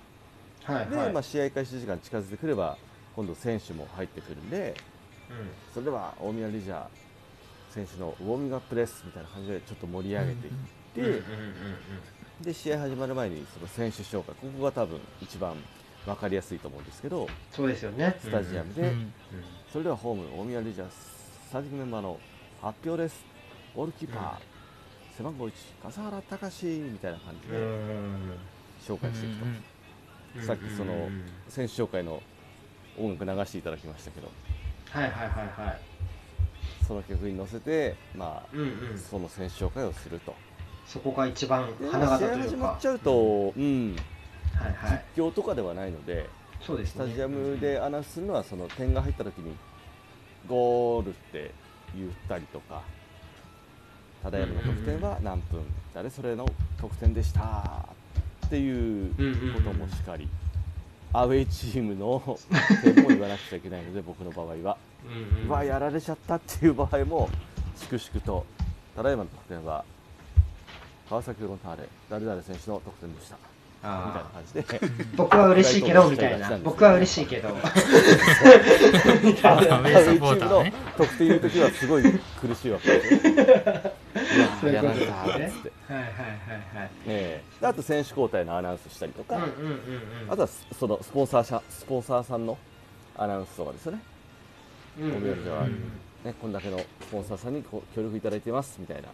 S1: はい
S4: で、
S1: はい
S4: まあ、試合開始時間近づいてくれば今度選手も入ってくるんで
S1: う
S4: それでは大宮レジャー選手のウォーミングアップですみたいな感じでちょっと盛り上げていって、
S1: んうんうんうん
S4: で試合始まる前にその選手紹介ここが多分一番分かりやすいと思うんですけど
S1: そうですよね。
S4: スタジアムで、
S2: うん
S1: うん
S4: それではホーム大宮レジャースタジアムメンバーの発表ですゴールキーパー、
S1: うん
S4: 背番号1笠原隆みたいな感じ
S1: うん。
S4: で紹
S2: う
S4: 介していくと、
S2: ん
S1: うん
S4: さっきその
S1: うんうん
S4: 選手紹介の音楽流していただきましたけど
S1: はいはいはいはい。
S4: その曲に乗せて、まあ
S1: うんうん。
S4: その選手紹介をすると。
S1: そこが一番
S4: で
S1: 花形と
S4: 試合
S1: い
S4: 始
S1: う
S4: ま
S1: か
S4: っちゃう、と、うん
S1: はいはい、
S4: 実況とかではないので、
S1: そうです
S4: ス
S1: ね
S4: タジアムでアナウンスするのは、その点が入った時に、ゴールって言ったりとか、ただいまの得点は何分、誰それの得点でしたっていう
S1: うんうんうん
S4: こともしかり、アウェイチームの点も言わなくちゃいけないので、僕の場合は。
S1: うんうん
S4: うわ、やられちゃったっていう場合も、粛々と、ただいまの得点は、川崎フロンターレ、誰々選手の得点でした。みたいな
S1: あ
S4: 感じで、
S1: ー僕は嬉しいけどみたい
S4: し
S1: なん
S4: たですよ
S1: 僕は嬉しいけど
S2: アウェイ
S4: アウェ
S2: サ
S4: イチ
S2: ポータ
S4: ーム
S2: ー
S4: の
S2: ね
S4: 得点の時はすごい苦しいわけ *laughs* ですよ。
S1: そういう
S4: や
S1: こ
S4: ら
S1: とで
S4: れ
S1: す
S4: たーっ
S1: ね
S4: つって。
S1: はいはいはいはい
S4: ええであと選手交代のアナウンスしたりとか、
S1: うんうんうんうん
S4: あとはスそのスポンサー社スポンサーさんのアナウンスとかですよね。
S1: うんうん
S4: お見合いじゃあ
S2: うん
S4: ねこんだけのスポンサーさんにこう協力いただいてますみたいな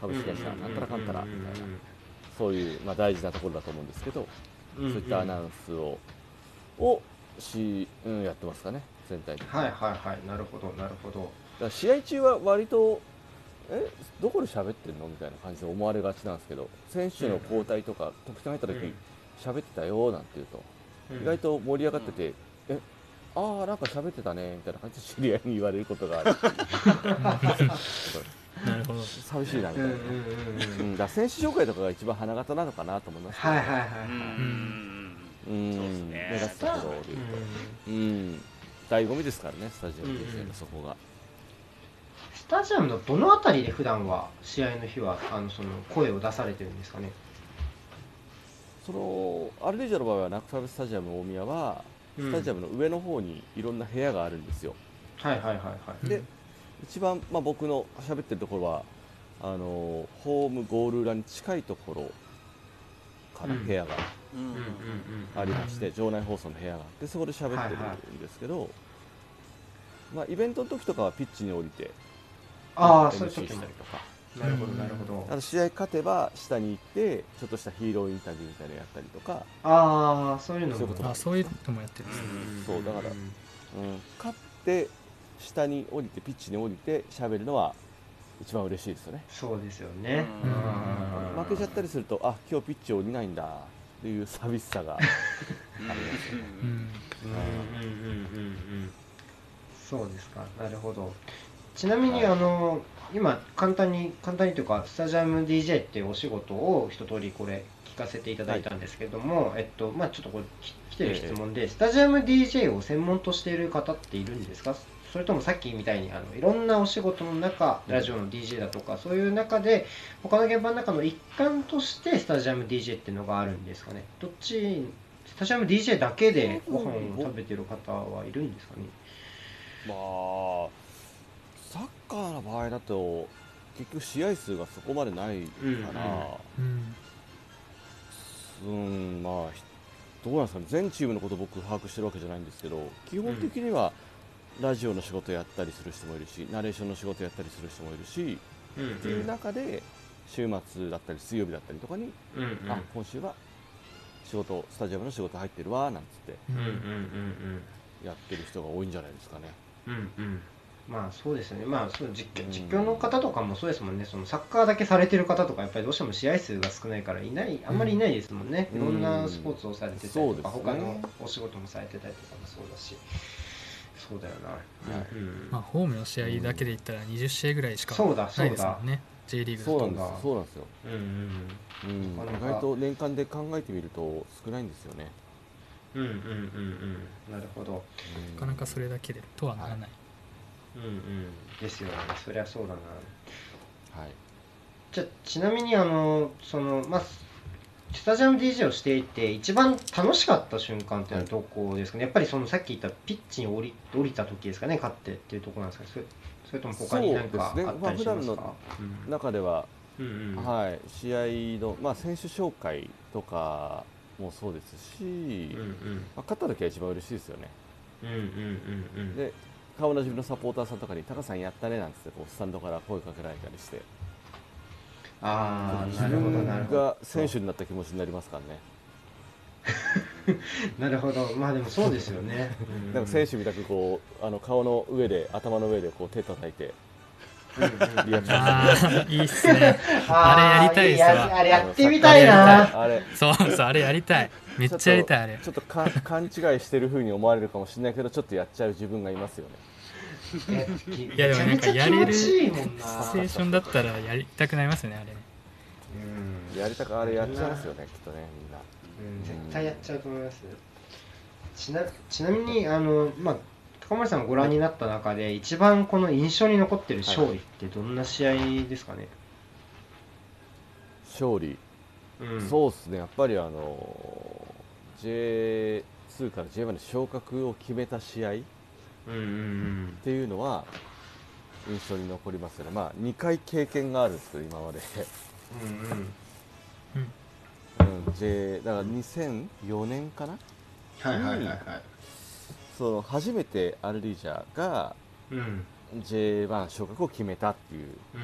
S4: 株式会社なんたらかんたらみたいなそういうまあ大事なところだと思うんですけど、
S1: うんうん
S4: そういったアナウンスををし、うん、やってますかね全体的に。
S1: はいはいはいなるほどなるほど
S4: だから試合中は割とえどこで喋ってんのみたいな感じで思われがちなんですけど選手の交代とか得点入った時
S1: うん
S4: 喋ってたよなんて言うと、
S1: うん
S4: 意外と盛り上がってて、えああなんか喋ってたねみたいな感じで知り合いに言われることが
S1: *laughs*
S4: ある
S2: なるほど
S4: 寂しいな
S1: う
S4: みた
S1: んうんうん
S4: いな、
S1: う
S4: うんん、だから選手紹介とかが一番花形なのかなと思いますけど
S1: はいはいはいはい
S3: うん
S4: うん
S3: そうですね
S4: 目立つところで言うと、うん醍醐味ですからねスタジアムで
S1: う
S4: すよ
S1: んう
S4: ね
S1: ん
S4: そこが
S1: スタジアムのどのあたりで普段は試合の日はあのその声を出されてるんですかね。
S4: そのアルディージャの場合はナクサルスタジアム大宮はスタジア
S1: ム。
S4: ムの上の方にいろんな部屋があるんですよ
S1: はいはいはいはい。
S4: で一番、まあ、僕の喋ってるところはあのホームゴール裏に近いところから
S1: うん
S4: 部屋が
S3: うんうん
S1: うんうんうん。
S4: ありまして、
S2: うん
S4: 場内放送の部屋があってそこで喋ってるんですけど、まあ、イベントの時とかはピッチに降りて
S1: ああ
S4: MC
S1: そういう時
S4: し
S1: も
S4: たり。とか
S1: なるほどなるほど
S4: あ。と試合勝てば下に行ってちょっとしたヒーローインタビューみたいなのやったりとか、
S1: ああそういうの
S4: そうい
S1: も
S4: うこ。と
S2: あそういうのもやってるんですね
S1: ん
S4: そうだか
S1: ん
S4: らうん、勝って下に降りてピッチに降りて喋るのは一番嬉しいですよね
S1: そうですよね。
S3: う
S1: う
S3: ん
S1: ん
S4: 負けちゃったりするとあ今日ピッチ降りないんだっていう寂しさが
S2: う
S3: うん
S2: ん
S1: うんうんうんうんうんそうですか、なるほど。ちなみに、
S4: はい
S1: あの今簡単に簡単にというかスタジアム DJ っていうお仕事を一通りこれ聞かせていただいたんですけども、えっとまあちょっとこれき来てる質問で、スタジアム DJ を専門としている方っているんですか？それともさっきみたいにあのいろんなお仕事の中、ラジオの DJ だとかそういう中で他の現場の中の一環としてスタジアム DJ っていうのがあるんですかね。どっちスタジアム DJ だけでご飯を食べてる方はいるんですかね。
S4: まあサッカーの場合だと結局試合数がそこまでないから、
S2: うん
S4: うんまあひどうなんですかね全チームのこと僕把握してるわけじゃないんですけど基本的にはラジオの仕事やったりする人もいるしナレーションの仕事やったりする人もいるし、
S1: うん
S4: っていう中で週末だったり水曜日だったりとかに、
S1: うんうん
S4: あ今週は仕事スタジアムの仕事入ってるわなんつっ
S2: う
S1: うんうんうん
S2: ん
S4: てやってる人が多いんじゃないですかね。
S1: うんうんうんまあそうですよね、まあ、そう実況
S4: うん
S1: 実況の方とかもそうですもんね、そのサッカーだけされてる方とか、やっぱりどうしても試合数が少ないから、いないあんまりいないですもんね、
S4: うん
S1: いろんなスポーツをされてたりとか、
S4: そうで
S1: 他
S4: すね
S1: のお仕事もされてたりとかもそうだし、そうだよな、
S4: はい
S1: うん
S2: まあ、ホームの試合だけで言ったら20試合ぐらいしか
S1: そうだそう
S2: な
S1: だ
S2: いですもんね J リーグだ
S4: そう
S2: と
S4: なんですよそうなんですよ、
S1: うんうん
S4: うん
S1: なかな
S4: 意
S1: か
S4: 外と年間で考えてみると少ないんですよね。
S1: うんうんうんうんうん、なるほど、
S4: うん
S2: なかなかそれだけでとはならない、
S1: うんうん、ですよね、そりゃそうだな。
S4: はい
S1: じゃあちなみにあのそのまあスタジアム DJ をしていて一番楽しかった瞬間っていうのはどこですかね、やっぱりそのさっき言ったピッチに降り降りた時ですかね勝ってっていうところなんですかそれそれとも他に何か
S4: そうですね
S1: あったりしますか
S4: まあ
S1: うん
S4: 中では、
S1: うんうん
S4: はい、試合の、まあ、選手紹介とかもそうですし、
S1: うんうん
S4: まあ、勝った時は一番嬉しいですよね。
S1: うんうんうんうん
S4: で顔なじみのサポーターさんとかに「タカさんやったね」なんつってこうスタンドから声かけられたりして
S1: ああ
S4: 自
S1: なるほど
S4: 分
S1: なるほど
S4: が選手になった気持ちになりますからね
S1: なるほどまあでもそうですよねうん
S4: なんか選手みたくこうあの顔の上で頭の上でこう手叩いて
S1: うんうん
S4: リアクション
S2: ああいいっすねあれやりたいですわ
S1: あーやあれやってみた *laughs* いな
S4: あれ
S2: そうそうあれやりたいめっちゃやりたいあれ
S4: ちょっとか勘違いしてる風に思われるかもしれないけどちょっとやっちゃう自分がいますよね
S1: え
S2: いやでもなんかやれ
S1: め
S2: る
S1: ちゃめちゃ気持ちいいもんな
S2: シチュエーションだったらやりたくなりますよねあれ
S1: うん
S4: やりたくあれやっちゃいますよねきっとねみんな
S1: うん絶対やっちゃうと思いますちなちなみにあの、まあ、高森さんがご覧になった中で一番この印象に残ってる勝利ってどんな試合ですかね、
S4: 勝利、
S1: うん、
S4: そうですねやっぱりあの J2 から J1 に昇格を決めた試合
S1: うんうんうん
S4: っていうのは印象に残りますよね、まあ、2回経験があるんですけど、今まで、
S1: うんうん
S4: うん、J だから2004年かな、
S1: はいはいはいはい
S4: その初めてアルリージャが
S1: うんうん
S4: J1 昇格を決めたっていう
S1: うん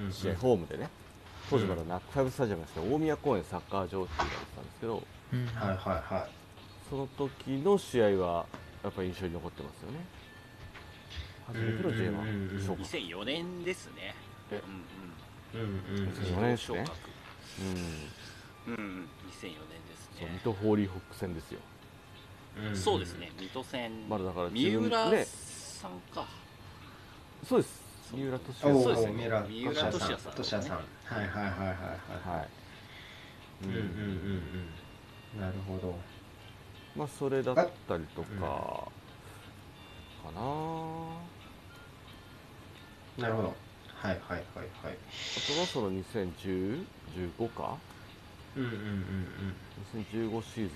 S1: うんうん
S4: 試合、ホームでね、当時まだナックファイブスタジアムですけど、大宮公園サッカー場っていうのがあったんですけど、
S2: うん、
S1: はいはいは
S4: その時の試合はやっぱり印象に残ってますよね、初めての
S1: うんうんうん
S4: J1
S3: 2004
S4: 昇格、
S3: 年ですね
S4: え
S1: いうんうん
S3: うんうん
S4: 2004年ですね
S3: 昇格
S4: うん、
S3: うんうん2004年
S4: そう水戸ホーリーホック戦ですよ。
S1: うんうん
S3: そうですね水戸戦
S4: まだだから
S3: 三
S4: 自分
S3: 浦
S4: ね
S3: さんか
S4: そうです
S3: そう
S4: 三浦
S1: お
S4: 俊
S1: お
S3: そ
S4: 也さ
S3: うです
S4: ん
S3: ね
S1: 三浦
S3: 三浦
S1: 俊也さん俊
S3: 俊也
S1: 也さ
S3: さ
S1: んは
S3: ん
S1: いはいはいはいはい
S4: は
S1: う
S4: い、
S1: んうんうんうんなるほど
S4: まあそれだったりとか、かな
S1: なるほど。はいはいはいはい。
S4: そろそろ2010 15か
S1: うんうん
S4: 2015シーズ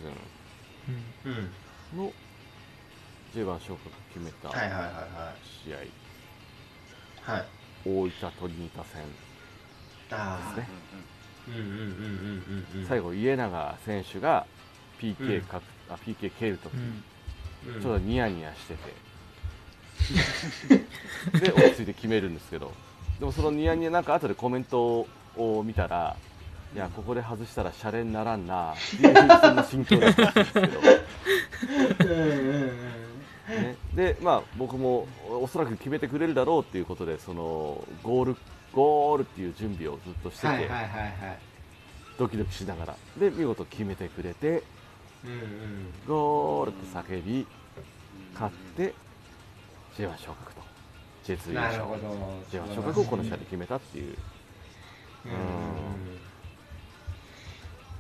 S2: うん
S1: うんうん。うん。
S4: ンの J1 昇格決めた
S1: はいはいはいは
S4: 試合、
S1: い。はい。
S4: 大分トリニータ戦、
S1: あ
S4: ですね
S1: あ。うんうんうんうんうんうん。
S4: 最
S1: 後。
S4: 後家永選手が
S1: う
S4: PK
S1: ん
S4: かく、あ PK 蹴るとき、
S2: うん
S1: うん、
S4: ちょっとニヤニヤして
S1: *laughs*
S4: てで落ち着いて決めるんですけどでもそのニヤニヤなんか後でコメントを見たらいやここで外したらシャレにならんなっていうそんな心境だったんですけど、
S1: うんうんうん。
S4: ね、でまあ僕もおそらく決めてくれるだろうっていうことでそのゴールゴールっていう準備をずっとしてて、
S1: はいはいはいはい。
S4: ドキドキしながらで見事決めてくれて
S1: うんうん。
S4: ゴールって叫び勝って J1 昇格と J2 優
S1: な
S4: 勝
S1: るほど。
S4: じゃあ、諸国をこの
S1: 素
S4: 試
S1: 晴ら
S4: 合
S1: しい
S4: で決めたっていう、
S1: うんうんうん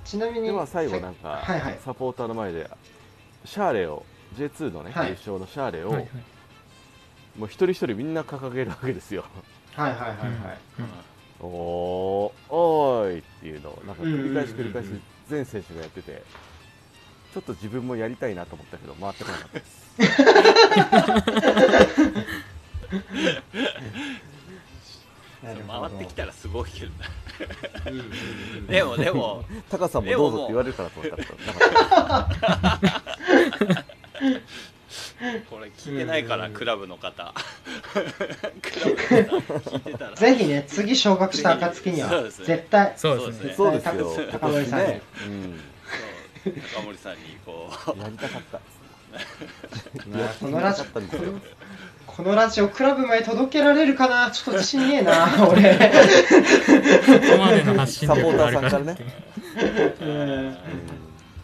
S1: ちなみに、
S4: でまあ最後、
S1: さ
S4: なんか、
S1: はいはい
S4: サポーターの前で、シャーレを、J2 のね、
S1: はい
S4: 優勝のシャーレを、
S2: はいはい
S4: もう一人一人みんな掲げるわけですよ。
S1: はいはいはいはい。
S4: おー、おーいっていうのを、なんか繰り返し
S1: うんうんうんう
S4: 繰り
S1: ん
S4: 返し、全選手がやってて、ちょっと自分もやりたいなと思ったけど、回ってこなかったです。
S1: なるほ
S3: 回
S1: ど
S3: ってきたらすごいけどな
S1: うんうんうん
S3: でもでも
S4: 高さんもどうぞって言われるかなと思ったら、なかった
S3: これ聞いてないからクラブの方クラブの方聞いてたら
S1: ぜひね、次昇格した暁に
S3: そう
S1: は、
S3: ですね
S1: 絶対、
S2: そうですね
S3: ひ
S4: そうですよ、
S1: 高森さん
S4: ね、
S3: そう中森さんにこう
S4: うん、やりたかった。
S1: まあこの
S4: や
S1: ラ
S4: り
S1: ジ
S4: たかったんですよ。
S1: *laughs* このラジオ、クラブまで届けられるかな、ちょっと自信ねえな、 *laughs* 俺。
S2: そこまでの発信力があるからっていう
S1: うん
S4: うん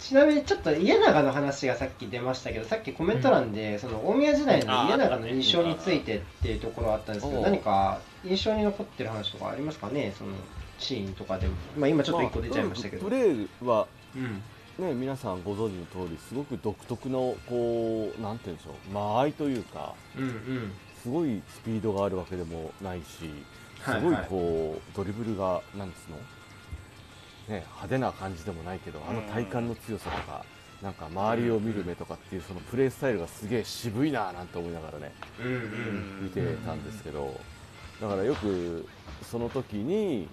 S1: ちなみにちょっと家長の話がさっき出ましたけどさっきコメント欄で、その大宮時代の家長の印象についてっていうところあったんですけど、
S4: うん
S1: 何か印象に残ってる話とかありますかねそのシーンとかでも、まあ、今ちょっと1個出ちゃいましたけど、
S4: あとにかくプレーは
S1: うん
S4: ね、皆さんご存知の通りすごく独特のこうなんて言うんでしょう間合いというか
S1: うんうん
S4: すごいスピードがあるわけでもないし
S1: は
S4: す
S1: い
S4: ごい
S1: はい
S4: こう、ドリブルがなんですの、ね、派手な感じでもないけどあの体幹の強さとか、なんか周りを見る目とかっていうそのプレースタイルがすげえ渋いなぁなんて思いながらね
S1: うんう
S3: うんん
S4: 見てたんですけどだからよくその時に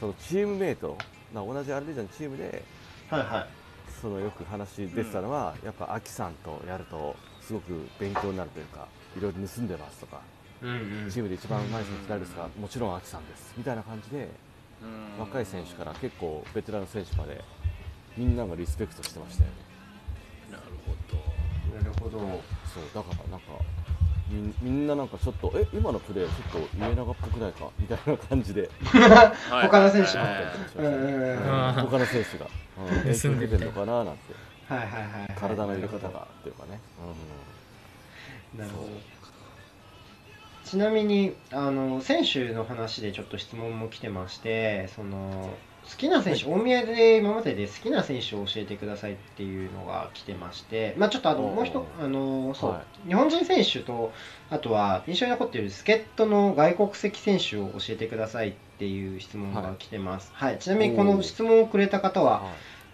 S4: そのチームメイトまあ同じアルゼンチンのチームで
S1: はいはい
S4: そのよく話出てたのは、やっぱアキさんとやるとすごく勉強になるというかいろいろ盗んでますとか
S1: うんうん
S4: チームで一番うまい選手誰ですか、もちろんアキさんですみたいな感じで
S3: うん
S4: 若い選手から結構ベテランの選手までみんながリスペクトしてましたよね
S3: なるほど
S1: なるほど
S4: そうだからなんかみんみんななんかちょっとえ今のプレーちょっと家長っぽくないかみたいな感じで
S3: はい
S1: 他の選手も
S3: え
S1: うんうんうん
S4: うん
S2: あー
S4: 他の選手が、うん、影響出てるのかなーなんて
S1: はいはいはいはい
S4: 体の入れ方
S1: なる
S4: がっていうかね、
S1: ほどなるほどちなみにあの選手の話でちょっと質問も来てましてその好きな選手、大宮で今までで好きな選手を教えてくださいっていうのが来てまして、まあ、ちょっとあの
S4: おー
S1: もう一あのそう、
S4: は
S1: 日本人選手とあとは印象に残っている助っ人の外国籍選手を教えてくださいっていう質問が来てます、はいちなみにこ
S4: お
S1: の
S4: ー
S1: 質問をくれた方
S4: うん
S1: は
S4: は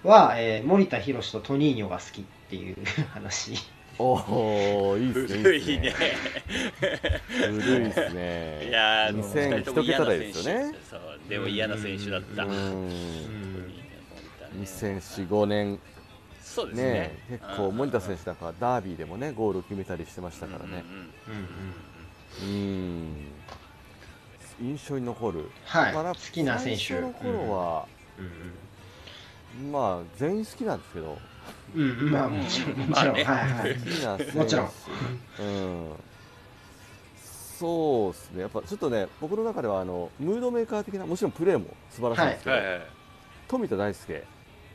S4: い
S1: は、えー森田博とトニーニョが好きっていう *laughs* 話
S4: おおいいですね
S3: 古いね
S4: 古いですね
S3: いやー
S4: 2000
S3: 二人とも
S4: 一
S3: 嫌
S4: 桁
S3: な選手
S4: 台ですよね
S3: そうでも嫌な選手だった
S4: う
S1: うんん
S4: 2004年
S3: そうです
S4: ね
S3: ね
S4: 結構森田選手なんかはダービーでもねゴールを決めたりしてました
S3: だ
S4: からね
S1: うんうん
S4: うん印象に残る、
S1: はい、
S4: ま
S1: 好
S4: あ
S1: きな選手
S4: 最初の頃は、
S1: うん
S4: まあ全員好きなんですけど
S1: うんうんうんまあもちろんもちろん、
S3: まあね
S1: はい
S4: *laughs*
S1: はい
S4: 好きな選手
S1: もちろん
S4: うんそうですねやっぱちょっとね僕の中ではあのムードメーカー的なもちろんプレーも素晴らしいんですけど、
S3: はいはい
S4: 富田大輔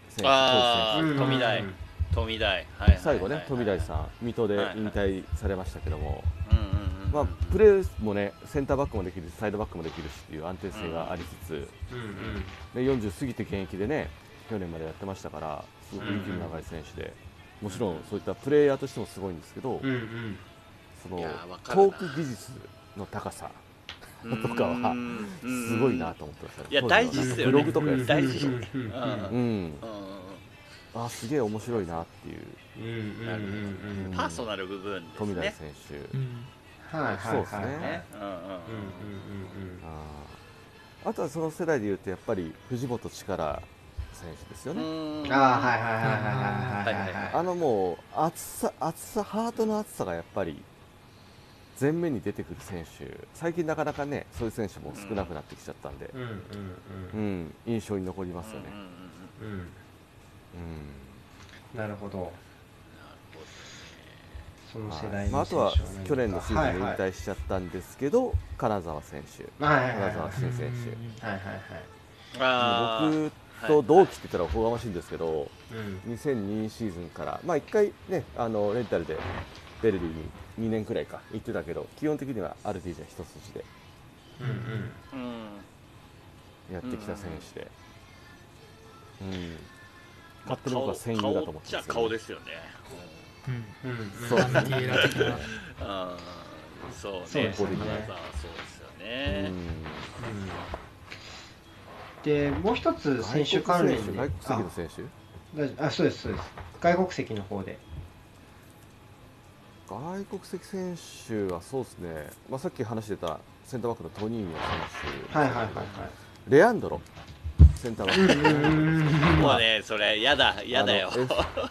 S4: 選手
S3: あ
S4: 投手選
S3: ー富大
S1: うん
S3: 富大はいはいはいはい
S4: 手最後ね富大さん水戸で
S3: はいはい
S4: 引退されましたけども、
S3: うんうんうんうん
S4: まあ、プレーもねセンターバックもできるしサイドバックもできるしっていう安定性がありつつ、
S1: うんうん
S4: で40過ぎて現役でね去年までやってましたからすごく息の長い選手で、もちろんそういったプレイヤーとしてもすごいんですけど、
S1: うんうん
S4: その
S3: いやーわかるな
S4: トーク技術の高さ
S3: うん
S4: とかは
S3: うん
S4: すごいなと思ってましたね
S3: いや
S4: 当時は
S3: 大事っすよね
S4: ブログとかやって
S3: 大事
S1: うんうん
S4: う
S3: うんうんうん
S4: あーすげえ面白いなっていう
S1: うんうん
S3: なる
S1: うん
S3: ほどパーソナル部分です
S4: 富田
S3: ね
S4: 選
S2: う
S4: 手、
S2: ん
S1: はいはいはいはい
S4: そうですね
S3: ねうんうん
S1: うんうんうん
S4: あーあとはその世代でいうとやっぱり藤本力選手ですよ
S3: う
S4: ね、
S3: ん
S1: う
S3: うんん
S1: ああはいはいはいはいはいはい
S4: あのもう厚さ厚さハートの厚さがやっぱり前面に出てくる選手最近なかなかねそういう選手も少なくなってきちゃったんで、
S1: うんうん
S4: うん印象に残りますよね
S3: うん、うんうん
S1: う
S3: うん
S1: んうん
S4: うん
S1: なるほど
S3: なるほど
S1: その世
S4: は
S1: 代
S4: いまあ、あ
S1: の
S4: と
S1: 選手は
S4: は
S1: 何か
S4: 去年のシーズンで
S1: はいは
S4: 引
S1: い
S4: 退しちゃったんですけど、金沢選手
S1: はいはいは
S4: 金
S1: い
S4: 沢新選手、
S1: はいはいはい
S3: あー
S4: 僕と同期って言ったらおこがましいんですけど、
S1: うん
S4: 2002シーズンから、まあ、1回、ね、あのレンタルでベルディに2年くらいか行ってたけど基本的にはアルディージャ一筋で
S1: うんうん
S3: うん
S4: やってきた選手で、うん
S3: ま
S4: 勝手に僕は戦友だと思って
S3: じゃ
S4: ますけど
S3: 顔ですよね
S2: うん
S1: うんうん
S4: そう
S2: ダンティーラ的な
S3: うんそうね
S1: そうです
S3: 金沢そ
S4: ね
S3: うですよ
S4: う
S3: ね
S4: ん
S1: うんでもう一つ選手関連で
S4: 外国籍の選手
S1: あ大丈夫あそうですそうです外国籍の方で
S4: 外国籍選手はそうですね、まあ、さっき話してたセンターバックのトニーニョ選手、
S1: はいはいはい
S4: レアンドロセンターバック、
S1: はいうんうんうん
S3: もうねそれやだやだよ
S4: あの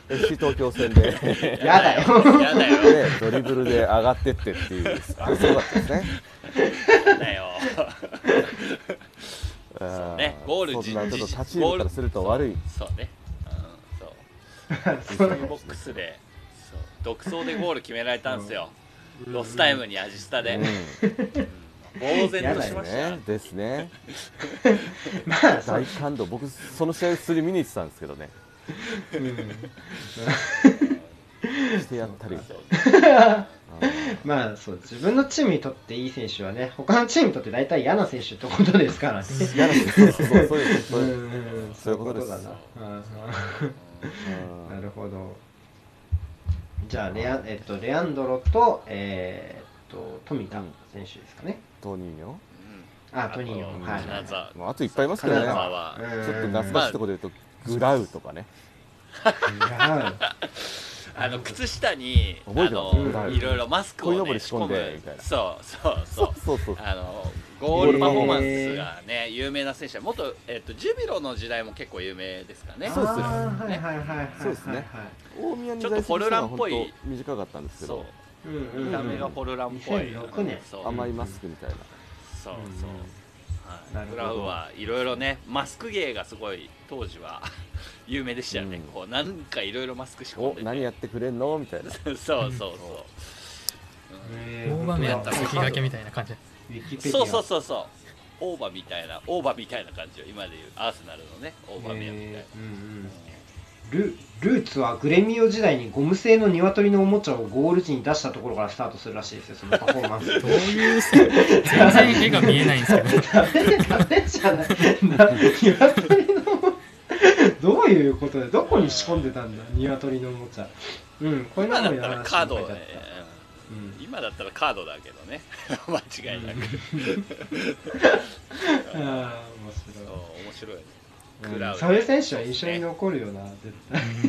S4: F- FC 東京戦で。
S3: *laughs*
S1: やだよ
S3: やだよ
S4: でドリブルで上がってってっていう、あれすごかったですね。
S3: やだ
S4: *laughs*
S3: よ
S4: そう
S3: ねゴール
S4: そ
S3: じ
S4: んなちょっと他チームからすると悪い。
S3: そうねうんそう
S1: そ
S3: そうういうボックスでそう独走でゴール決められたんですよロスタイムにアジスタで呆然とし
S4: うん
S3: ましたよ
S4: ね、ですね。
S1: まあそう
S4: 大感動。僕その試合すり見に行ってたんですけ *laughs* どね。
S1: うん
S4: してやったり。
S3: そう
S1: まあそう自分のチームにとっていい選手はね他のチームにとって大体嫌な選手ってことですからね。
S4: 嫌なんです。そうそうそういうそううい *laughs* うんそういうことです
S1: だな。
S4: う
S1: うんんなるほど。じゃあレアえっとレアンドロとえーっと富田選手ですかね。
S4: トニーニョ。
S1: あトニー
S3: う
S1: ヨ
S3: ん
S1: はい。
S3: 金沢
S4: まああといっぱいいますけど
S1: 金
S4: ね。ち
S1: 沢
S4: ょ
S3: は
S1: うん
S4: っと懐かしいところで言うとグラウとかね。
S3: あの靴下にあ
S4: 覚えてます
S3: のいろいろマスクを
S4: 鯉のぼ
S3: ね
S4: り
S3: 仕
S4: 仕
S3: 込
S4: 込んで
S3: む
S4: みたいな
S3: そうそう
S4: そ
S3: そう
S4: うそうそう。
S3: あのゴールパフォーマンスがね有名な選手は元えっとジュビロの時代も結構有名ですかね
S1: そうですね。
S3: あ
S1: あーはいはいはいはいはいはい。
S4: そうですね大宮に在籍したのは本当短かったんです
S3: ー
S4: け
S3: そう
S4: ど、
S1: うんうんうん。
S3: 見た目がフォルランっぽい
S1: 2006年
S3: そう
S4: 甘いマスクみたいな。
S3: そう
S1: うん
S3: そう、
S1: な
S3: は
S1: るほ
S3: い、
S1: ど
S3: ブラウはいろいろねマスク芸がすごい当時は *laughs* 有名でしたよね、
S4: うん
S3: こうなんかいろいろマスク仕込ん
S4: お
S3: で、て
S4: 何やってくれんのみたい
S3: *laughs*
S4: な。
S3: そうそうそう
S1: えー
S2: 大場面やったら
S1: 本当
S2: 先
S1: だ
S2: 駆けみたいな感
S1: ウ
S2: じ
S1: ィキペディア
S3: そうそうそうそうオーバーみたいなオーバーみたいな感じよ今でいうアーセナルのねオーバーみたいな、
S1: えーうんうん、ルルーツはグレミオ時代にゴム製の鶏のおもちゃをゴール時に出したところからスタートするらしいですよそのパフォーマンス
S3: *laughs*
S2: どういう全然絵が見えないんですけど
S1: ダメダメじゃないな *laughs* 鶏のおもどういうことでどこに仕込んでたんだ鶏のおもちゃうんこれ
S3: 今
S1: な
S3: だ
S1: の
S3: ったらカード、ね
S1: だった、うん
S3: うん今だったらカードだけどね *laughs* 間違いなく、
S1: ああ面白
S3: そう面白いね
S1: い
S3: クラウド
S1: そういう選手は印象に残るよな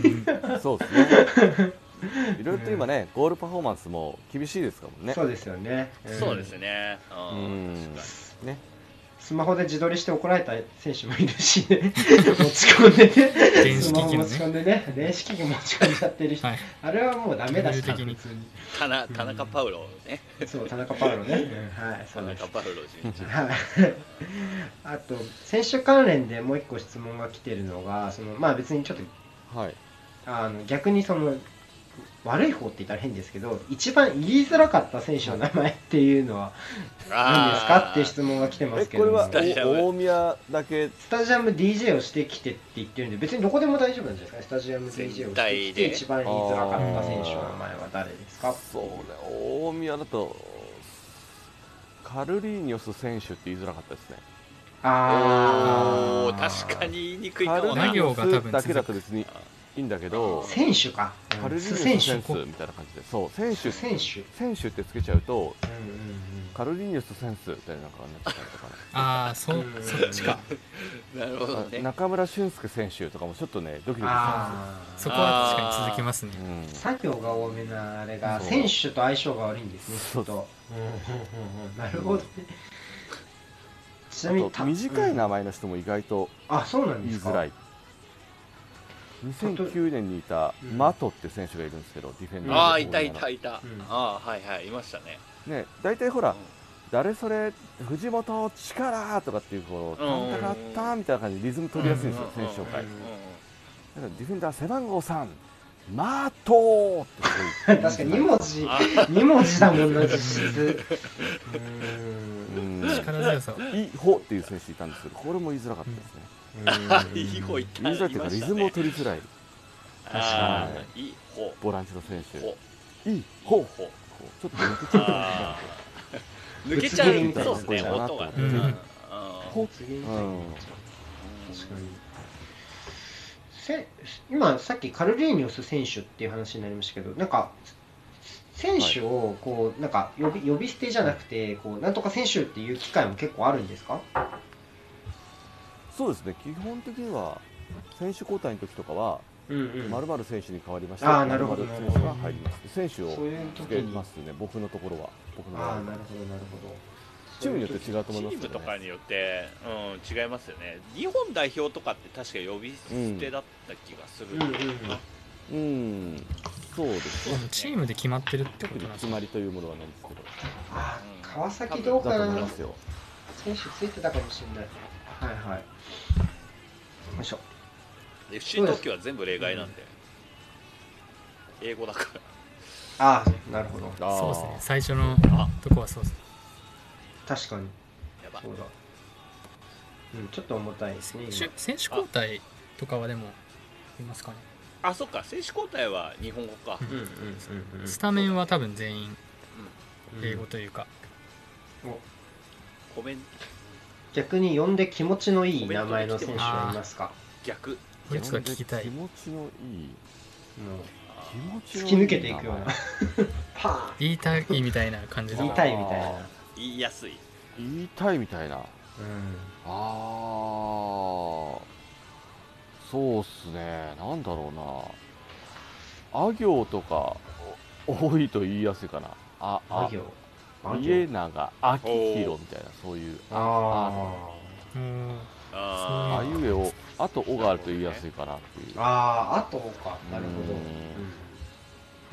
S1: 絶対
S4: そうですね。 *laughs* いろいろと今ね、ゴールパフォーマンスも厳しいですからね。
S1: そうですよね、ん
S3: そうですねう、
S4: うんん。ね。
S1: スマホで自撮りして怒られた選手もいるし
S3: *laughs*
S1: ね、持ち込んでね、
S2: 電
S1: ス
S2: 子
S1: マ
S2: 機器の
S1: ホ持
S2: ね
S1: ち込んでね、電子機器持ち込んじゃってる人、
S2: はい
S1: あれはもうダメだし、
S2: ルール的に
S1: 普通に
S3: 田中田中パウロね
S1: そう、田中パウロね、うんはい、そ
S3: 田
S1: うです
S3: 中。パウロ純一
S1: はい、あと、選手関連でもう一個質問が来てるのが、そのまあ別にちょっと
S4: はい。
S1: あの逆にその悪い方って言ったら変ですけど、一番言いづらかった選手の名前っていうのは何ですかっていう質問が来てま
S4: え、
S1: すけ
S4: こ
S1: ど
S4: れ
S1: も。
S4: は
S3: タジアム
S4: お大宮だけ。
S1: スタジアム DJ をしてきてって言ってるんで、別にどこでも大丈夫なんじゃないですか、スタジアム DJ をしてき
S3: 全体
S1: て、
S3: で
S1: 一番言いづらかった選手の名前は誰ですか
S4: そうね。大宮だと。カルリーニョス選手って言いづらかったですね。
S3: お
S1: あ
S3: ー確かに言いにくいか
S4: カルリ
S3: もな
S4: ー
S2: 何
S4: ニ
S2: を
S4: ョスだけだと別にいいんだけど
S1: 選手か。うん
S4: カルリーニ
S1: ス選
S4: ョとセ
S1: 手
S4: ン。スみたいな感じでそう選手
S1: 選手。
S4: 選手ってつけちゃうと
S1: うんうんうん。
S4: カルリーニョスとセンスみたいなのがなっちゃったりとかね
S2: ああそ
S1: うん
S2: そっちか
S3: なるほどね。
S4: 中村俊輔選手とかもちょっとねドキドキしま
S1: ああ。
S2: そこは確かに続きますね
S4: す、うん、
S1: 作業が多めなあれが
S4: そう
S1: 選手と相性が悪いんですねき
S4: そう
S1: っとうんうんうんうんなるほどねちなみに
S4: あと短い
S1: うん
S4: 名前の人も意外と
S1: あそうなんで
S4: 言い
S1: すか
S4: づらい2009年にいた
S1: うん
S4: マトって選手がいるんですけど、ディフェンダー
S3: ああ、
S4: で
S3: いたいたいた。
S1: うん
S3: ああ、はいはい、いましたね。
S4: ね大体ほ
S3: う
S4: ら、誰それ藤本力とかっていうこう
S3: うん
S4: なんたかあったみたいな感じでリズム取りやすいんですよ、
S3: んうん
S4: 選手紹介、
S1: うん
S4: だからディフェンダー背番号3マトってこう言って
S1: 確かに2文字
S3: あ
S1: 2文字だもんな実質
S4: *laughs*
S1: うー
S4: うんん
S2: 力強さを
S4: イホっていう選手いたんですけどこれも言いづらかったですね、
S1: うん
S3: *laughs* いい方いった。
S4: *laughs* 言いづらいっていうかリズムを取りづらい
S3: あ
S1: 確か
S3: あ、いい方。
S4: ボランチの選手
S3: ほ
S4: いいほう
S3: ほ
S4: こうちょっと抜けちゃってました
S3: あー抜けちゃう、そうですね、音がね。
S4: うん
S3: うん
S4: ほ
S1: 次のタイミングじゃあ確かにせ今さっきカルリーニョス選手っていう話になりましたけどなんか選手をこうなんか呼び呼び捨てじゃなくてこうなんとか選手っていう機会も結構あるんですか
S4: そうですね、基本的には選手交代の時とかは、
S1: うんうん
S4: まるまる選手に変わりまし
S1: あ
S4: た、
S1: ーなるほど
S4: 〇〇選手が入ります、選手
S1: そう
S4: を
S1: いう
S4: つ
S1: 時
S4: け
S1: に
S4: ますね、僕のところは、僕の場合
S1: ああ
S4: は
S1: なるほどなるほど
S4: チームによって違うと思います
S3: チーム
S4: けど
S3: と
S4: ね
S3: かによって、うん、違いますよね。日本代表とかって確か呼び捨てだった気がする。
S1: うんうんうん
S4: うん、そうですね、
S2: チームで決まってるってこ
S4: 特
S2: と
S4: に
S2: なんです
S4: 決
S2: ね
S4: まりというものはないんですけど、
S1: あー川崎どう
S4: だ
S1: か
S4: と
S1: な
S4: 思いますよ、
S1: 選手ついてたかもしれないはいはいよいしょ
S3: FC 東京は全部例外なんで。英語だから。
S1: ああなるほど
S4: あー
S2: そうですね最初の
S3: あ
S2: とこはそうですね
S1: 確かに
S3: やば
S1: そ。うだうんちょっと重たいですね今
S2: 選手選手交代とかはでもいますかね
S3: あ、そっか、選手交代は日本語か。
S1: うんうんうんうん
S2: スタメンは多分全員英語
S1: うん
S2: というか
S1: お
S3: コメン
S1: 逆に呼んで気持ちのいい名前の選手はいますか
S3: 逆。
S2: これちょっと聞きたい
S4: 気持ちのいい、
S1: もう
S3: あ
S4: 気持ちの
S1: 突
S4: い
S1: き
S4: い
S1: 抜けていくような
S4: 名
S1: パ
S2: 言いたいみたいな感じ
S1: ーン言
S2: の
S1: いたいみたいな
S3: 言いやすい。
S4: 前言いたいみたいな、あ
S1: うん
S4: あ、そうっすね、なんだろうな。あ行とかお多いと言いやすいかな。あ、
S1: あ
S4: あ、
S1: 行
S4: 家長、あきひろみたいな、そういう。
S1: あ
S2: うん
S4: あ
S3: あ
S4: いうえを、あとおがあると言いやすいかなっていう。
S1: あああとかなるほど
S4: う
S1: うんん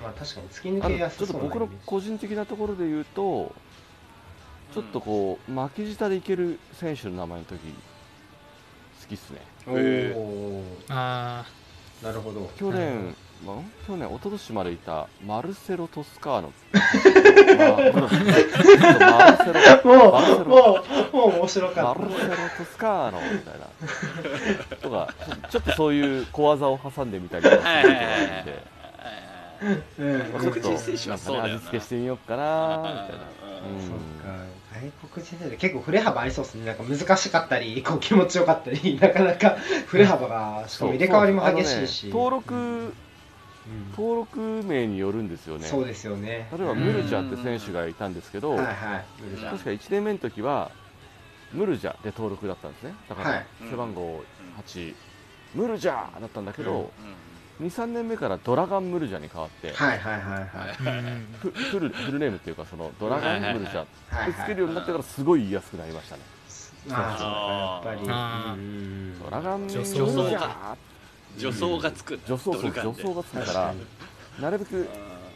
S1: まあ確かに突き抜け
S4: あの
S1: や
S4: ち
S1: す
S4: ょっ
S1: そ
S4: と
S1: うな
S4: 僕
S1: イメ
S4: の
S1: ージ
S4: 個人的なところで言うと、ちょっとこう、巻き舌でいける選手の名前の時好きっすね。
S1: おー
S2: あ
S1: なるほど
S4: 去
S2: う
S4: 年、まあ去年、一昨年までいたマルセロ・トスカーノ。まあマルセロ
S1: も
S4: *laughs* バルセロ
S1: うもうもう面白か
S4: マ
S1: っ
S4: ルセロ・トスカーノみたいなとかちょっとそういう小技を挟んでみたりとかするのがあって
S1: たうん
S4: ま
S1: う
S4: あ
S1: ん
S4: ちょっ
S3: 黒
S4: と
S3: 人選手はそうだよ
S4: な
S3: なん
S4: かね味付けしてみようかなみたいな
S3: うん
S1: そうか外国人選手結構振れ幅ありそうですねなんか難しかったりこう気持ちよかったり *laughs* なかなか振れ幅がしかも入れ替わりも激しいし、
S4: あのね登録
S1: うん
S4: 登録名によるんですよね
S1: そうですよね
S4: 例えば
S1: うん
S4: ムルジャって選手がいたんですけど
S1: はい
S4: 確
S1: はいムルジャ
S4: か1年目の時はムルジャで登録だったんですねだか
S1: は
S4: ら
S1: い
S4: 背番号8ムルジャだったんだけど
S3: う
S4: 23年目からドラガンムルジャに変わって
S1: はいはいはいはい
S2: ーうん *laughs*
S4: フフルフルネームっていうかそのドラガンムルジャ
S1: はい
S4: つ
S1: は
S4: け
S1: い
S4: るようになってからすごい言いやすくなりましたね。
S1: ああそうかやっぱ
S2: あー
S1: りうん
S4: ドラガン
S2: 女装
S4: 女装
S3: が
S4: が
S3: ん女装がつく
S4: 女装そう
S3: ドルガ
S4: 女
S3: ンで
S4: 装がつく
S1: 確
S4: か
S1: からに
S4: なるべく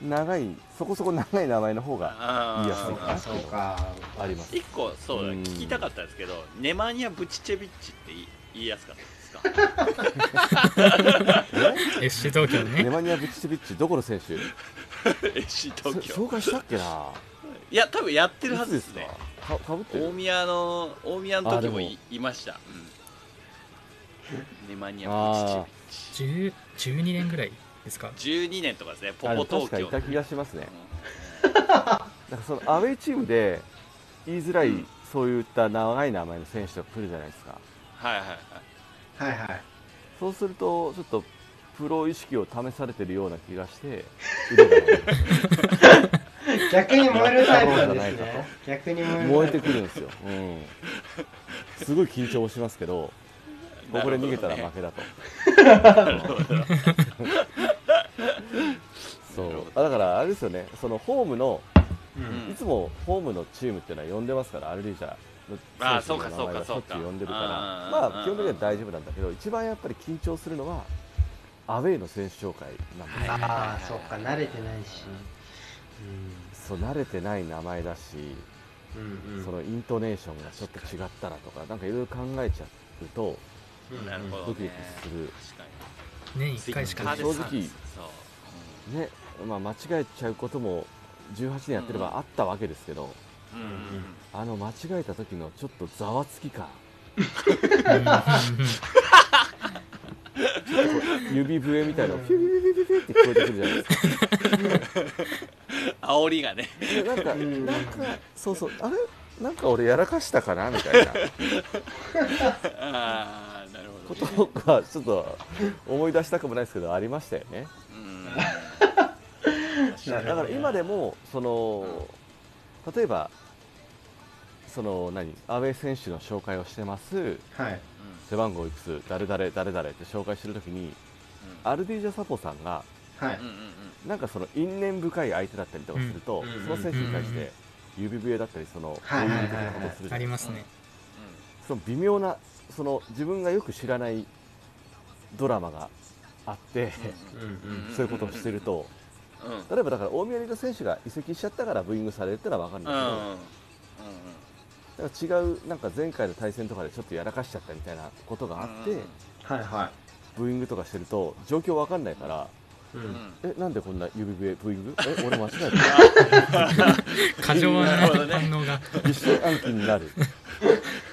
S4: 長いそこそこ長い名前の方が
S3: あ
S4: いいや
S1: そうかそうか
S4: あります。
S3: 一個そうだ
S4: うん
S3: 聞きたかったんですけどネマニア・ブチチェビッチって言い言いやすかったですか
S2: FC 東京の
S4: ネ
S2: ね
S4: マニア・ブチセビッチどこの選手
S3: *laughs* FC
S4: そ
S3: 東京
S4: 紹介したっけな。
S3: いや多分やって
S4: い
S3: るはず
S4: つ
S3: で
S4: ですす
S3: ね
S4: か。かかぶって
S3: 大
S4: る。
S3: 宮の大宮の時も
S4: あで
S3: い
S4: も
S3: いましたうんネマニア・ブチチェビッチ
S2: 10 12年ぐらいですか
S3: 12年とかですね、ポ
S4: あで
S3: ポ
S4: も確
S3: 東
S4: かい
S3: 京。
S4: た気がします
S3: う
S4: ね。
S3: ん
S4: なんかそのアウェイチームで言いづらいそういった長い名前の *laughs* 選手が来るじゃないですか。
S3: はいはいはい。
S1: はいはい
S4: そうするとちょっとプロ意識を試されてるような気がして腕が
S3: *laughs*
S4: 鳴る
S1: 逆に燃えるタイプなんですね。逆に燃
S4: 燃
S1: える
S4: えて
S1: タイ
S4: くるんですよ、うん、すごい緊張もしますけどここで逃げたら負けだと、そうあだからあれですよねそのホームの
S1: プ。うん
S3: うん
S4: いつもホームのチームっていうのは呼んでますから、アルリージャ
S3: あー
S4: の
S3: そう
S4: 選
S3: か
S4: 手の名前はし
S3: そ
S4: ょ
S3: う
S4: っ
S3: か
S4: ちゅう呼んでるから、
S3: あー
S4: まあ、基本的には大丈夫なんだけど、一番やっぱり緊張するのは、アウェイの選手紹介なんですよ、
S3: はい
S1: ああ、そっか、慣れてないし。
S4: そう慣れてない名前だし、
S1: うん。うんうん。
S4: そのイントネーションがちょっと違ったらとか、なんかいろいろ考えちゃうと、
S1: うん
S3: なるほど
S4: ドキド
S3: ね
S4: キする、
S3: 確か
S2: 年
S3: に
S2: 1回しか
S4: な
S2: ないい
S4: 正
S2: で
S4: 直
S2: す
S3: そう
S4: ねまあ、間違えちゃうことも、18年やってればあったわけですけど、
S3: うんうんうん
S4: あの間違えた時のちょっとざわつき感、指笛みたいなのが、ピュピュピュピュピュって聞こえてくるじゃないですか。
S3: 煽りがね *laughs*
S4: でなんか、
S1: うん
S4: なんか、そうそう、あれ、なんか俺やらかしたかなみたいな
S3: ああなるほ
S4: こ
S3: どね
S4: とが、ちょっと思い出したくもないですけど、ありましたよね。
S3: うん
S1: な
S4: だ
S1: るほど
S4: から今でも、その、例えば、その、何、阿部選手の紹介をしてます、
S1: はい。
S4: 背番号いくつ、誰々、誰々って紹介してるときに、
S3: あ
S4: アルディージャサポさんが、
S1: はい。
S4: なんかその因縁深い相手だったりとかすると、
S1: うん
S4: その選手に対し
S2: うんうんうん
S4: て、指笛だったり、その、
S1: はいはいはいはい
S4: 応援的なことをするじゃな
S2: あ
S4: い
S2: り
S4: ですか
S2: ますね
S4: その微妙なその自分がよく知らないドラマがあって、
S1: うんうん。
S4: そういうことをしてると
S3: うんうん
S4: 例えばだから大宮リード選手が移籍しちゃったからブーイングされるってのは分かるんだけど、なんか違うなんか前回の対戦とかでちょっとやらかしちゃったみたいなことがあって、
S3: うん
S1: はいは
S4: ブーイングとかしてると状況分かんないから、
S1: い。う
S3: うんうん
S1: ん。
S4: えなんでこんな指笛ブーイングえ俺間違えた
S2: 過剰
S3: なる
S2: な
S3: ほどね
S2: 反応が
S3: *laughs*
S4: 一瞬暗記になるす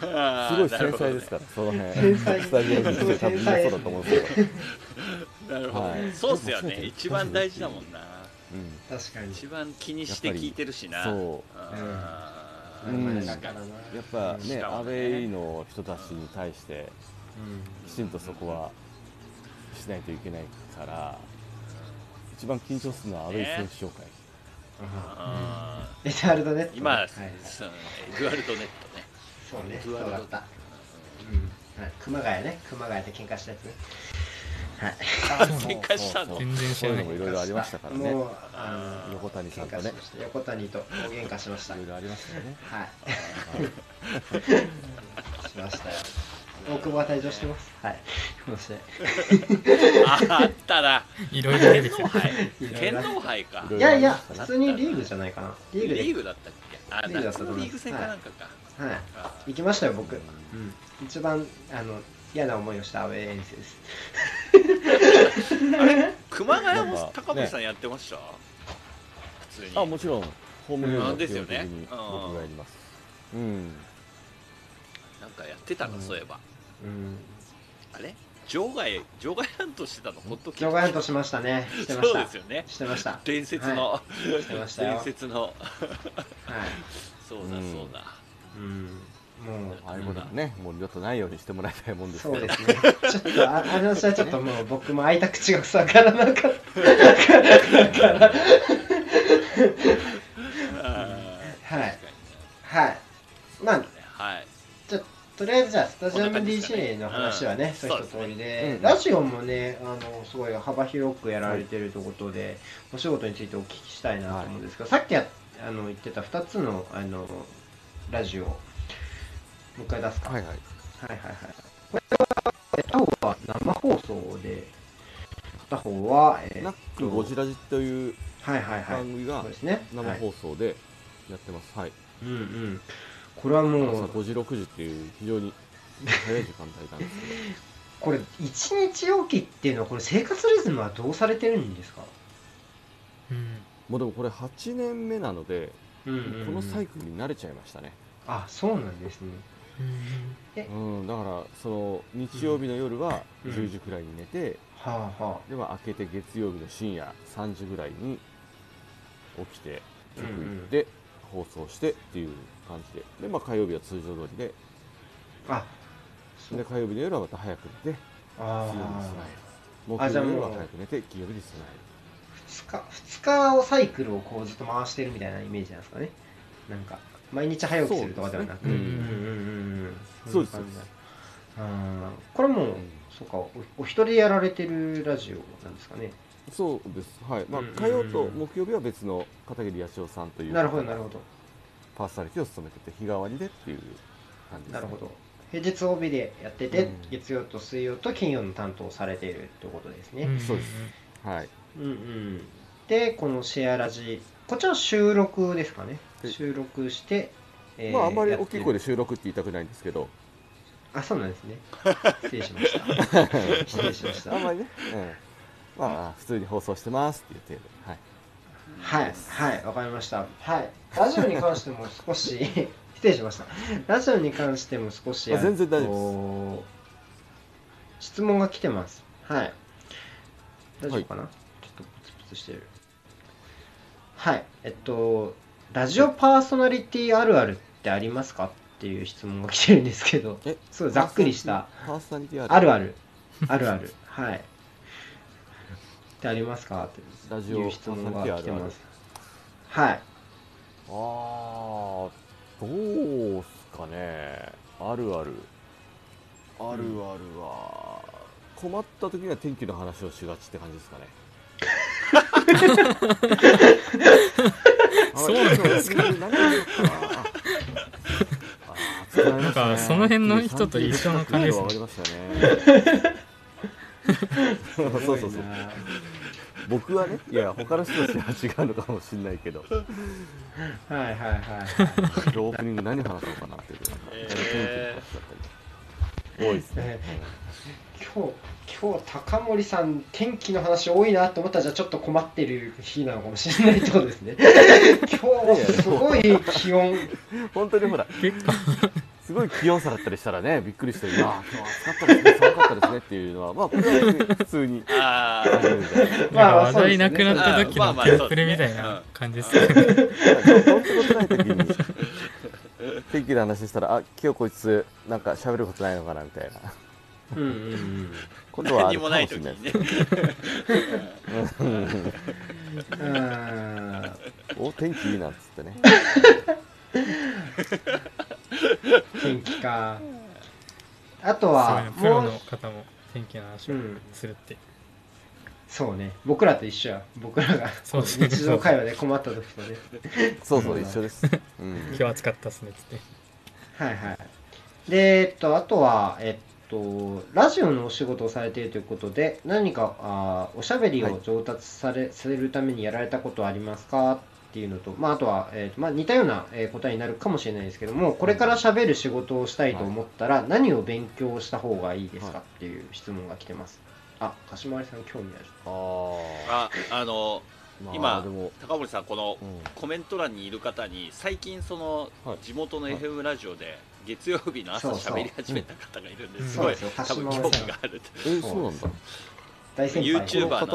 S3: あー
S4: ごい繊細ですから、その
S1: 繊
S4: 辺
S1: 細
S4: スタジオに来て多分みんなそうだと思うんですけど、
S3: なるほどねなるほ
S4: は
S3: ど
S4: い
S3: そうっすよね一番大事だもんな
S4: うん
S1: 確かに。
S3: 一番気にして聞いてるしな
S4: やっぱりそう
S3: あー
S4: うん
S1: だからな。
S4: やっぱ
S3: し
S4: ね、
S3: か
S4: ア
S3: も
S4: ウ
S3: ね
S4: ェイの人たちに対して、
S1: うん。
S4: きちんとそこはしないといけないから、一番緊張するのはアウェイ選手紹介。
S3: あ
S1: エザールドネット
S3: ー
S1: ね。は
S3: 今
S1: い
S3: そうエグアルドネットね
S1: そうね。
S3: エ
S1: そう
S3: グアルド
S1: だった。うん。はい熊谷ね。熊谷で喧嘩したやつね。はい。
S3: あ喧嘩した
S4: そ
S3: の
S4: う
S2: 全然知
S4: そう
S2: ら
S4: いう
S2: な
S4: の
S2: い
S4: もいろいろありましたからね。い
S1: も
S4: ろ
S1: うあの
S4: 横谷さんとね
S1: 喧嘩しました横谷と大喧嘩しました。はい
S4: ろありましたよね。
S1: い。 *laughs* しましたよ。大久保は退場してます。はい。この試合
S3: ああったない
S2: ろいろ出てき
S3: 天皇
S2: た
S3: 杯
S1: いろいろ
S3: 天皇杯か
S4: いろ
S1: い
S4: ろ
S1: やいや、普通にリーグじゃないかな。リーグで。
S3: リーグだったっけあ
S1: リーグだった
S3: 夏
S1: と思
S3: の
S1: います
S3: リーグ戦かなんかか
S1: はい。
S3: あ
S1: 行きましたよ、僕。うん。一番、あの、嫌な思いをしたアウェー遠征です。
S3: 熊谷
S4: な
S3: も
S4: んか
S3: 高橋さんやってました普通に
S4: あ、もちろん、ホームゲーム
S3: う
S4: は
S3: んで
S4: 基
S3: すよ
S4: 本的
S3: ね
S4: に
S3: うん
S4: 僕がやります。うん。
S3: なんかやってたのそういえば
S1: うん。
S3: あれ場外場外乱闘してたのホットキ
S1: 場外としましたね。してまし
S3: そう
S1: た。
S3: ですよね
S1: してました。はい。
S3: 伝説の
S1: してましたよ
S3: 伝説のそうだ
S4: うん
S3: そうだ
S1: うん。もう。
S4: ああいうことはね、もう二度とないようにしてもらいたいもんです
S1: そ
S4: け
S1: う
S4: ど
S1: で。すね。ちょっと、ああの試合ちょっともう僕も開いた口が塞がらなかった。
S3: あー
S1: はい
S3: 確かにね
S1: はい。まあ、
S3: はい
S1: じゃあとりあえずじゃあスタジアム
S3: こんな感じですかね
S1: DJ の話はね、
S3: うん
S1: そういうとこりで、
S4: うん
S1: ラジオもねあのすごい幅広くやられてるということで、お仕事についてお聞きしたいなと思うんですけど、さっきやあの言ってた2つのあのラジオもう一回出すか、
S4: は
S1: はい、
S4: いはい。
S1: はいはいはいこれは片方は生放送で片方は、えー
S4: ナックゴジラジという
S1: はいはいは
S4: 番
S1: い
S4: 組
S1: そ
S4: が
S1: うですね
S4: 生
S1: はい
S4: 放送でやってます。はい。
S1: うんうんこれは
S4: 朝
S1: もう
S4: 5時、6時っていう非常に早い時間帯なん
S1: *laughs*
S4: ですけど。
S1: これ一日おきっていうのはこれ生活リズムはどうされてるんですか
S2: うん
S4: もうでもこれ8年目なので、
S1: うん
S4: もうこのサイクルに慣れちゃいましたね、
S1: あそうなんですね
S2: うん
S4: うん、だからその日曜日の夜は
S1: うん
S4: 10時くらいに寝て、
S1: はあは
S4: では明けて月曜日の深夜3時ぐらいに起きて
S1: うん
S4: 局
S1: うん
S4: 行って放送してっていう感じでで、まあ、火曜日は通常通りで
S1: ああそ
S4: で火曜日の夜はまた早く寝て
S1: あ
S4: 次の日に備
S1: ー
S4: え木
S1: あじゃ
S4: 曜
S1: あ
S4: 日
S1: もう
S4: は早く寝て金曜日に備える
S1: 2日2日をサイクルをこうずっと回してるみたいなイメージなんですかねなんか毎日早起きするとかではなく
S2: そうですね
S1: うんうんうん
S4: そうんです
S1: んな感じだあーこれも、うそうかおお一人でやられてるラジオなんですかね
S4: そうですはい、まあ
S1: うんうんうん
S4: 火曜と木曜日は別の片桐八代さんという
S1: なるほどなるほど
S4: パーソナリティを務めてて日替わりでっていう感じです、ね、
S1: なるほど平日帯でやってて、
S4: うん
S1: 月曜と水曜と金曜の担当をされているってことですね、
S2: ん
S4: そうですはい
S1: うんうん、でこのシェアラジこっちは収録ですかね
S4: はい
S1: 収録して、えー
S4: まああんまり大きい声
S1: やってる
S4: で収録って言いたくないんですけど
S1: あそうなんですね失礼しました
S4: *laughs*
S1: 失礼しました
S4: あんま
S1: はい
S4: り
S1: *laughs*
S4: ね、うん、まあ普通に放送してますっていう程度はい
S1: はいわかりましたはいラジオに関しても少 *laughs* し失礼しましたラジオに関しても少し
S4: あ全然大丈
S1: 夫です質問が来てますはい大丈夫かな、ちょっとプツプツしてるはいえっとラジオパーソナリティあるあるってありますかっていう質問が来てるんですけど
S4: え
S1: そうざっくりした
S4: パーソナリティある
S1: あるあるあるあるはいってありますかって
S4: ラジ
S1: い
S4: オ
S1: う
S4: パー
S1: 質
S4: ソ
S1: 問
S4: ナリ
S1: が
S4: ティあ
S1: 来て
S4: るある
S1: ますはい
S4: あーどうっすかねあるあるあるあるは、困った時には天気の話をしがちって感じです
S2: *laughs*
S4: かね
S2: そうなんです
S4: か何があったかなあー疲れましたね
S2: なんかその辺の人と一緒の感じですね
S4: わかりましたねそうそうそう僕はねいや他の人たちは違うのかもしれないけど
S1: はいはいはい
S4: オープニング何話そうかなっていう
S3: え
S4: 多いですね
S1: え。今日今日高森さん天気の話多いなと思ったらじゃあちょっと困ってる日なのかもしれないってことですね今日すごい気温
S4: *laughs* 本当にほら、
S2: 結構
S4: すごい気温差だったりしたらね、びっくりして、いやー、今日暑かったですね、寒かったですねっていうのは、まあ、これは別に普通 *laughs* に
S3: ー、あ
S4: あ
S3: ー
S4: るんじゃないですか。
S2: なんか
S1: まあ
S2: 話題なくなった時
S3: まあ
S2: の
S3: まあ
S2: ギャップルみたいな感じですよね。
S4: どんなことない時に、天気の話したら、あ、今日こいつ、なんか喋ることないのかなみたいな
S1: うんうんうん
S4: ことは
S3: 何
S4: あるか
S3: も
S4: も
S3: ない
S4: しれ
S3: 時
S4: ない
S3: に
S4: で
S3: ね
S4: す。ね。
S1: うーん
S4: お、天気いいなっつってね。
S1: 天気かあと
S2: そう
S1: は
S2: ねプ
S1: も
S2: ロ
S1: う
S2: の方も天気の話
S1: う
S2: を
S1: ん
S2: するって。
S1: そうね僕らと一緒や僕らが
S2: そうですね
S1: 日常会話で困った時とね
S4: そうそう、一緒です。うん
S2: 今。日暑かったっすねっつって。
S1: はいはい。で、えっと、あとは、えっと、ラジオのお仕事をされているということで、何か、あーおしゃべり
S4: はい
S1: を上達され、されるためにやられたことはありますかっていうのと、まあ、あとは、えっと、まあ、似たような、えー答えになるかもしれないですけども、これからしゃべる仕事をしたいと思ったら、何を勉強した方がいいですか
S4: は
S1: っていう質問が来てます。あ、かしまりさん興味ある。
S4: あー
S3: ああの
S4: まあ、
S3: 今
S4: でも、
S3: 高森さんこの
S4: うん
S3: コメント欄にいる方に最近その
S4: はい
S3: 地元の
S4: はい
S3: FM ラジオで月曜日の朝
S1: そうそう
S3: 喋り始めた方がいるんで
S2: うん
S3: すごい
S1: そうなんです
S3: 多
S1: よ
S3: 分興味がある
S4: え、そうなんだ。
S1: 大先輩。
S4: の
S3: YouTuber
S4: 方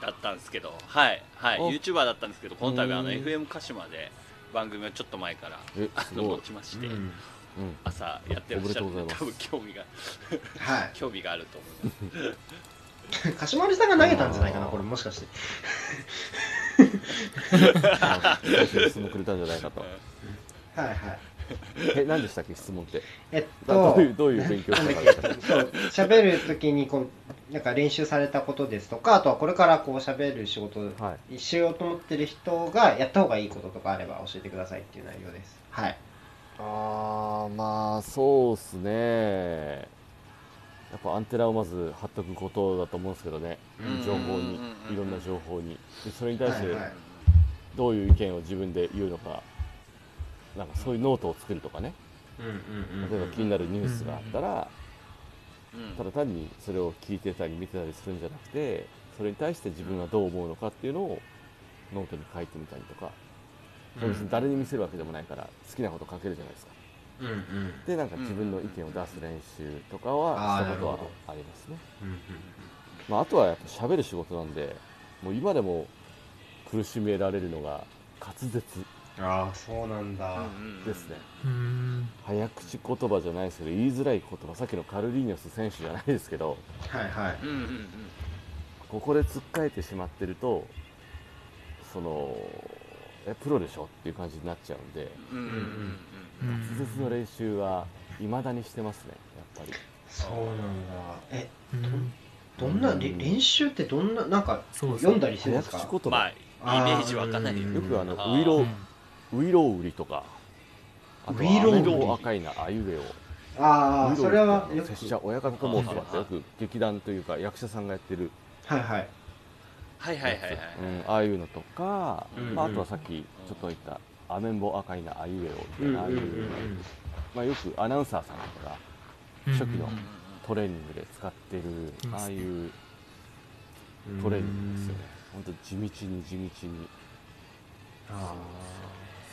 S3: だったんですけどはいはい
S4: あ
S3: YouTuber だったんですけどこの度あの
S4: うん
S3: FM 鹿島で番組をちょっと前から
S4: え、
S3: あ
S4: す
S3: の
S4: ご
S3: 持
S4: い。
S3: ちまし
S1: う
S3: て
S1: ん。
S4: うん。
S3: 朝やってらっしゃる
S4: おめでとうございます
S3: 多分興味が
S1: は
S3: 興味があると思います
S1: い。かしまりさんが投げたんじゃないかな、これ、もしかして。
S4: あ
S1: *laughs*
S4: 最初に質問くれたんじゃないかと。
S1: はいはい。
S4: え、何でしたっけ、質問 *laughs* って。
S1: えっ
S4: など
S1: と
S4: ういう、どういう勉強
S1: なんだっ
S4: したか。
S1: けそう喋る時にこうなんか練習されたことですとかあとはこれからこう喋る仕事を
S4: はい。
S1: しようと思ってる人がやった方がいいこととかあれば教えてくださいっていう内容ですはい
S4: ああ、まあ、そうっすね。やっぱアンテナをまず張っとくことだと思うんですけどね。
S3: うん
S4: 情報に
S3: うんうんうんう、ん
S4: いろんな情報に。でそれに対して
S1: はい、はい
S4: どういう意見を自分で言うのか。なんかそういうノートを作るとかね。
S1: うん
S4: 例えば気になるニュースがあったら、
S3: うん
S4: ただ単にそれを聞いてたり見てたりするんじゃなくてそれに対して自分はどう思うのかっていうのをノートに書いてみたりとか、
S1: うん
S4: 別に誰に見せるわけでもないから好きなこと書けるじゃないですか
S1: うんうんうん
S4: でなんか自分の意見を出す練習とかは
S1: うんあーな
S4: したことは
S1: るほ
S4: ありますね、
S1: うんうん
S4: まあ、あとはやっぱ喋る仕事なんでもう今でも苦しめられるのが滑舌
S1: ああそうなんだ
S3: うんうん
S4: ですね
S2: うーん。
S4: 早口言葉じゃないですけど言いづらい言葉さっきのカルリーニョス選手じゃないですけど
S1: はいはい
S3: うんうんうん
S4: ここで突っかえてしまってるとそのえプロでしょっていう感じになっちゃうんで
S3: うんうんうんうん
S2: うん
S4: 滑舌の練習はいまだにしてますねやっぱり
S1: そうなんだえ
S2: うん
S1: どんな、
S4: うん
S1: れ練習ってどんななんか
S2: そうそう
S1: 読んだりしてるんですか
S4: 早口言
S3: ま
S4: 葉、
S3: あイメージわかんないよ
S1: あー
S4: よくあの
S3: うん
S4: ウイ
S2: う
S4: ロ
S2: ん
S4: ウイロウリとかあとは
S1: ウイロウリ
S4: あの赤いなあゆえを
S1: ああそれは
S4: よ
S1: よ
S4: く
S1: く
S4: 拙者親方と申せばってよく劇団というか役者さんがやってる
S1: はいはい
S3: はいはい
S4: や
S3: はいはい
S4: つうんああいうのとか、
S1: うん
S4: まあ、あとはさっきちょっと言った「アメンボ赤いなあいうえお」みたいなああいうまあ、よくアナウンサーさんとかが初期の
S2: うんうんうん
S4: トレーニングで使ってる
S2: いま
S4: あ
S2: すね
S4: あいうトレーニングですよね本当地道に地道に
S1: あ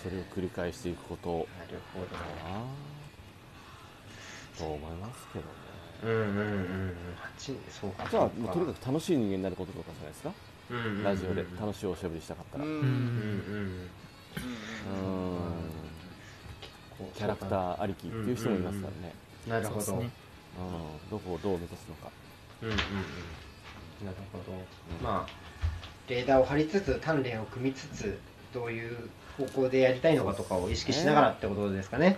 S4: それを繰り返していくこと
S1: あなるほ
S4: かなと思いますけどね
S1: どうんうんうんうん八そうか
S4: あとはもうとにかく楽しい人間になることとかじゃないですか
S1: うんうんうん
S4: ラジオで楽しいおしゃべりしたかったら、
S2: う
S1: うんうんん
S4: うん
S1: こう
S4: キャラク
S1: そうか
S4: ターありきっていう人もいますからね、
S1: なるほ
S2: そ
S1: ど
S2: う
S1: う
S2: で
S1: ん
S2: すね
S4: うんどこをどう目指すのか、
S1: うんうんなるほどまあレーダーを張りつつ鍛錬を組みつつどういう方向でやりたいのかとかを意識しながらってことですかね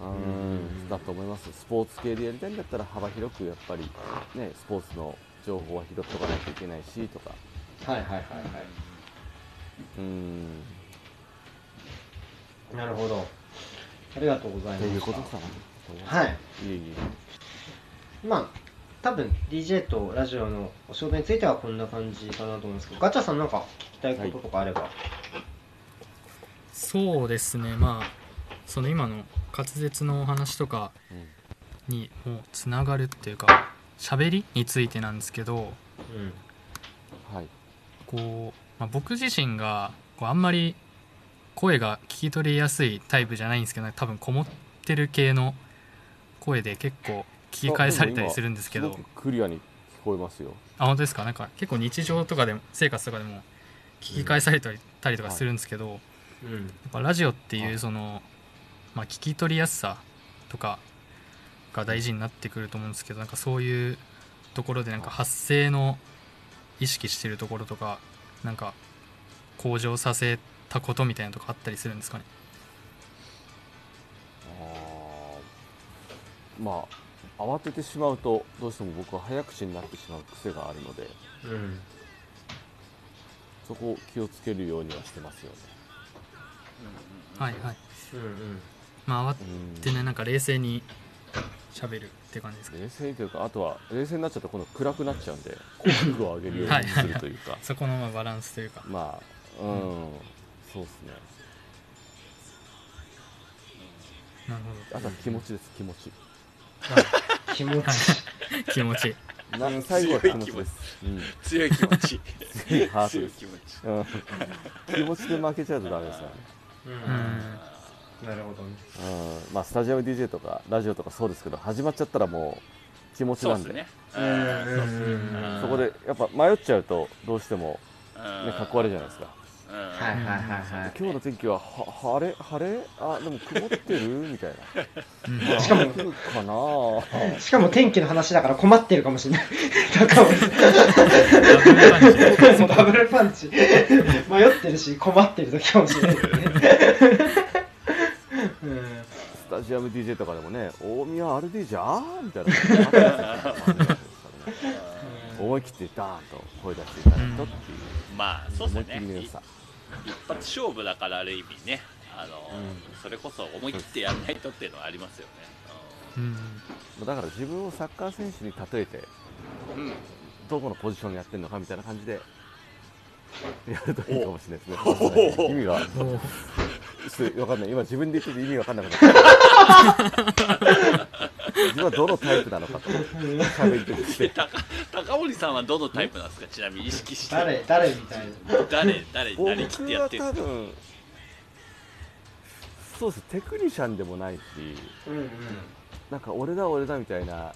S4: うんだと思いますスポーツ系でやりたいんだったら幅広くやっぱりねスポーツの情報は拾っとかないといけないしとか
S1: はいはいはいは
S4: うん
S1: いなるほどありがとうござい
S4: っ
S1: ま
S4: て
S1: す
S4: いうことかな
S1: はいい
S4: いえい
S1: まあ多分 DJ とラジオのお仕事についてはこんな感じかなと思うんですけどガチャさんなんか聞きたいこととかあれば、
S2: そうですねまあその今の滑舌のお話とか
S4: え、うん
S2: にもうつながるっていうか喋りについてなんですけど
S1: うん
S4: はい
S2: こう、まあ、僕自身がこうあんまり声が聞き取りやすいタイプじゃないんですけど多分こもってる系の声で結構聞き返されたりするんですけ
S4: あ
S2: ど
S4: でも今ごくクリアに聞こえますよ
S2: あ本当ですかなんか結構日常とかでも生活とかでも聞き返されたり,、たりとかするんですけど、
S1: う
S2: や
S1: ん
S2: っぱラジオって
S4: はいいう
S2: その、まあ、聞き取りやすさとかが大事になってくると思うんですけどなんかそういうところでなんか
S4: はい
S2: 発声の意識してるところとかなんか向上させたことみたいなとかあったりするんですかね
S4: あーまあ慌ててしまうとどうしても僕は早口になってしまう癖があるので
S1: うん
S4: そこを気をつけるようにはしてますよね
S2: はいはい、
S1: うん
S2: まあ、慌
S4: うん
S2: てないなんか冷静に喋るって感じですか
S4: 冷静にというかあとは冷静になっちゃうと今度暗くなっちゃうんで口角を上げるようにするというか
S2: そこのまあバランスというか
S4: まあうん、そうですね
S2: なるほど
S4: あとは気持ちです気持ち
S1: 気持ち
S2: 気持ちいい
S4: な最後は気持ちです、
S3: 強い気持ち
S4: 強いハート
S3: 強
S4: で
S3: い
S4: す
S3: 気持ち
S4: うんうん気持ちで負けちゃうとダメですよね
S1: うん
S2: うん
S1: なるほどね
S4: うんまあスタジアム DJ とかラジオとかそうですけど始まっちゃったらもう気持ち
S3: そう
S4: な
S3: っ
S4: ん
S3: す
S4: で
S3: ね
S1: うん
S3: そうっすね
S1: うん
S4: そこでやっぱ迷っちゃうとどうしても、ね、かっこ悪いじゃないですか
S3: うんうん
S1: はいはいはいは
S4: 今日の天気はは晴れ晴れあでも曇ってるみたいな
S2: うん
S4: まあ
S1: しかも
S4: 降るかなあ
S1: いしかも天気の話だから困ってるかもしれない高尾
S2: ダブルパンチ
S1: ダブルパンチ迷ってるし困ってる時かもしれないねうん
S4: スタジアム DJ とかでもね大宮 RD じゃんみたいなあったやつですからね思い切ってダーンと声出していただくとっていう、
S3: まあそうっす
S4: 思い
S3: よ
S4: っきり
S3: ね
S4: の良
S3: 一
S4: さ
S3: 発勝負だからある意味ねあの
S4: う
S3: それこそ思い切ってやらないとっていうのはありますよね
S2: うん
S4: だから自分をサッカー選手に例えて
S3: うんうん
S4: どこのポジションやってんのかみたいな感じでやるといいかもしれないです
S3: お
S4: ね
S3: お
S4: 意味が
S2: おー
S4: ちょっとわかんない今自分で言ってて意味わかんなくなった自分はどのタイプなのかと喋りとして
S3: 高高森さんはどのタイプなんですかちなみに意識して
S1: 誰誰みたいな
S3: 誰誰
S4: 僕
S3: なりきってやっ
S4: は
S3: てるん
S4: 多
S3: ですか。
S4: 分そうですテクニシャンでもないし
S1: うんうん
S4: なんか俺だ俺だみたいな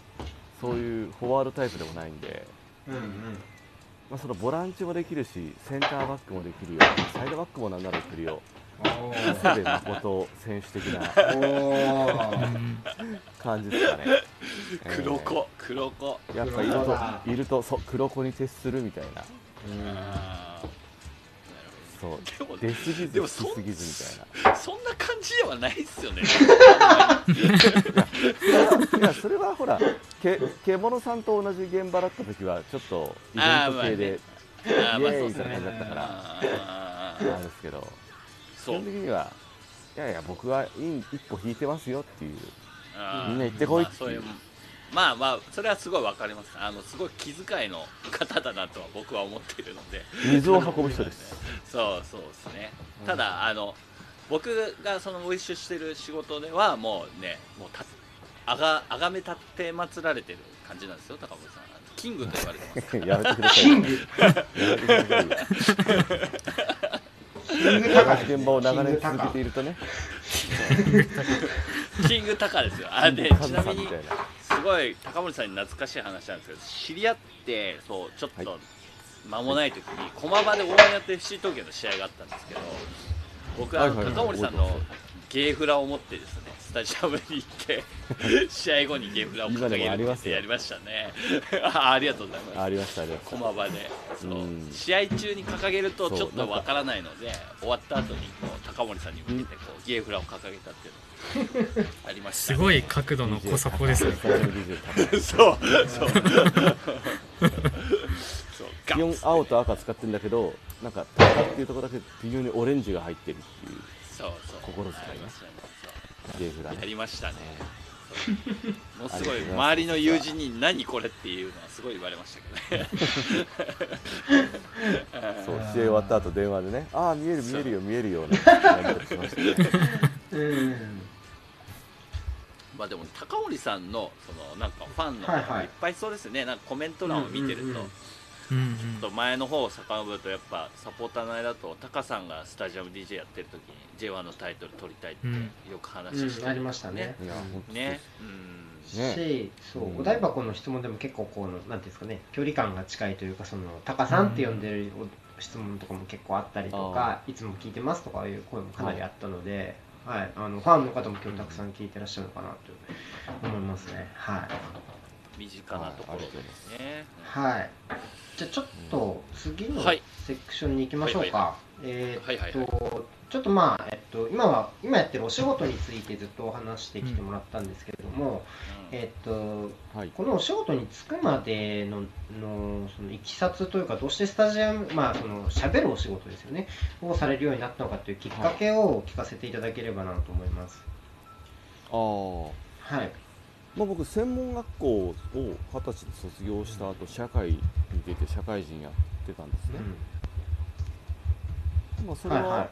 S4: そういうフォワードタイプでもないんで、
S1: うん
S4: まあ、そのボランチもできるしセンターバックもできるよサイドバックもなんならできるよ
S1: お
S4: 長谷部誠選手的な
S1: ーお
S2: う
S1: ー
S2: ん
S4: 感じですかね
S3: *laughs* 黒子黒子
S4: えー。やっぱいるといるとそう黒子に徹するみたいな。
S1: うん
S3: あ
S4: そう
S3: ーなるほどで
S4: 出す
S3: で
S4: ぎず
S3: も
S4: 来す
S3: そん
S4: ぎず
S3: もそんな感じではないっすよね *laughs*
S4: みたいな。いやそれはほらけ獣さんと同じ現場だった時はちょっとイベント系で
S3: あーまあ
S4: イエ
S3: そう
S4: ー
S3: っ
S4: イみ
S3: す
S4: たい
S3: ね
S4: な感じだったから
S3: あーあーあー
S4: なんですけど、基
S3: そう
S4: 本的にはいやいや僕はいい一歩引いてますよっていう。
S3: あー
S4: みんな行ってこい
S3: まあそういうまあまあそれはすごいわかりますあのすごい気遣いの方だなとは僕は思っているので
S4: 水を運ぶ人です。
S1: *laughs*
S3: そうそうですねただあの僕がそのご一緒してる仕事ではもうねもうたあがあがめたって祀られてる感じなんですよ高森さんあのキングと言われてます
S4: やめてください
S1: キ
S4: よ。
S1: ング
S4: やめてくださいよ。
S1: キングタカですね
S4: 現場を長
S1: キン
S4: 年
S1: グタ
S4: 続け
S1: カ
S4: ているとね、
S3: キングタカですよあ
S4: カ
S3: で
S4: ズ
S3: ちな
S4: さん
S3: み
S4: み
S3: に
S4: たいな。
S3: すごい高森さんに懐かしい話なんですけど知り合ってそうちょっ
S4: は
S3: と間もない時に駒場で大宮と FC 東京の試合があったんですけど僕あの
S4: はいはいはい
S3: 高森さんのゲーフラを持ってですねスタジアムに行
S4: *laughs*
S3: って試合後にゲーフラを掲げ
S4: 今でもあり
S3: る
S4: ま
S3: っ
S4: す
S3: て
S4: よ
S3: やりましたね *laughs* あありがとうございます
S4: ありましたありました。
S3: 駒場でそう
S4: うん
S3: 試合中に掲げると
S4: そう
S3: ちょっ
S4: なん
S3: と
S4: か
S3: わからないので終わった後にこう高森さんに向けてこうゲーフラを掲げたっていうのがありました
S2: *laughs* す
S3: ね
S2: ごい角度の濃さこですね
S4: スタジオの DJ
S3: *laughs*
S4: 高い
S3: そうそうそうガ
S4: 基
S3: ッ
S4: 本
S3: ツ
S4: 青と赤使ってるんだけど、なんか高っていうところだけ微妙にオレンジが入ってるっていう
S3: そうそう
S4: 心遣いね
S3: ありましたねそ
S4: ゲーフラ
S3: うや
S4: ね。
S3: りましたねそうもうすごい
S4: ありがとうございます
S3: 周りの友人に何これっていうのはすごい言われましたけどね
S4: そう
S1: あー
S4: 試合終わった後電話で
S3: *laughs*
S4: ね、ああ見える見えるよ見えるよなんてやり取りしましたね。
S1: うん
S3: *laughs* まあでも高森さんのそのなんかファンの
S1: はいはい
S3: いっぱいそうですねなんかコメント欄を見てると、
S1: うんうんうん
S2: うん
S3: ちょっと前の方を遡るとやっぱサポーターの間だとタカさんがスタジアム DJ やってる時に J1 のタイトル取りたいってよく話して、
S1: うんありましたね
S4: いや本当
S3: ね
S4: ね
S1: し、そうう、
S4: ん
S1: お台箱の質問でも結構こうの、なんていうんですかね、距離感が近いというか、その、タカさんって呼んでるお質問とかも結構あったりとか、いつも聞いてますとかいう声もかなりあったので、はい、あの、ファンの方も今日たくさん聞いてらっしゃるのかなと思いますね。はい。
S3: うん身近なところですね、
S1: はい。じゃあちょっと次の
S3: はい
S1: セクションに行きましょうか。え
S3: はいは
S1: ー
S3: い
S1: っと、ちょっとまあ、えっと、今は、今やってるお仕事についてずっとお話してきてもらったんですけれども、
S3: うん
S1: えっと、
S4: はい。
S1: このお仕事に就くまでののそのいきさつというか、どうしてスタジアム、まあ、その喋るお仕事ですよね、をされるようになったのかというきっかけを聞かせていただければなと思います。
S4: ああ。
S1: はい。
S4: まあ、僕専門学校を二十歳で卒業した後社会に出て社会人やってたんですね、まあ、それ
S1: はいは
S4: は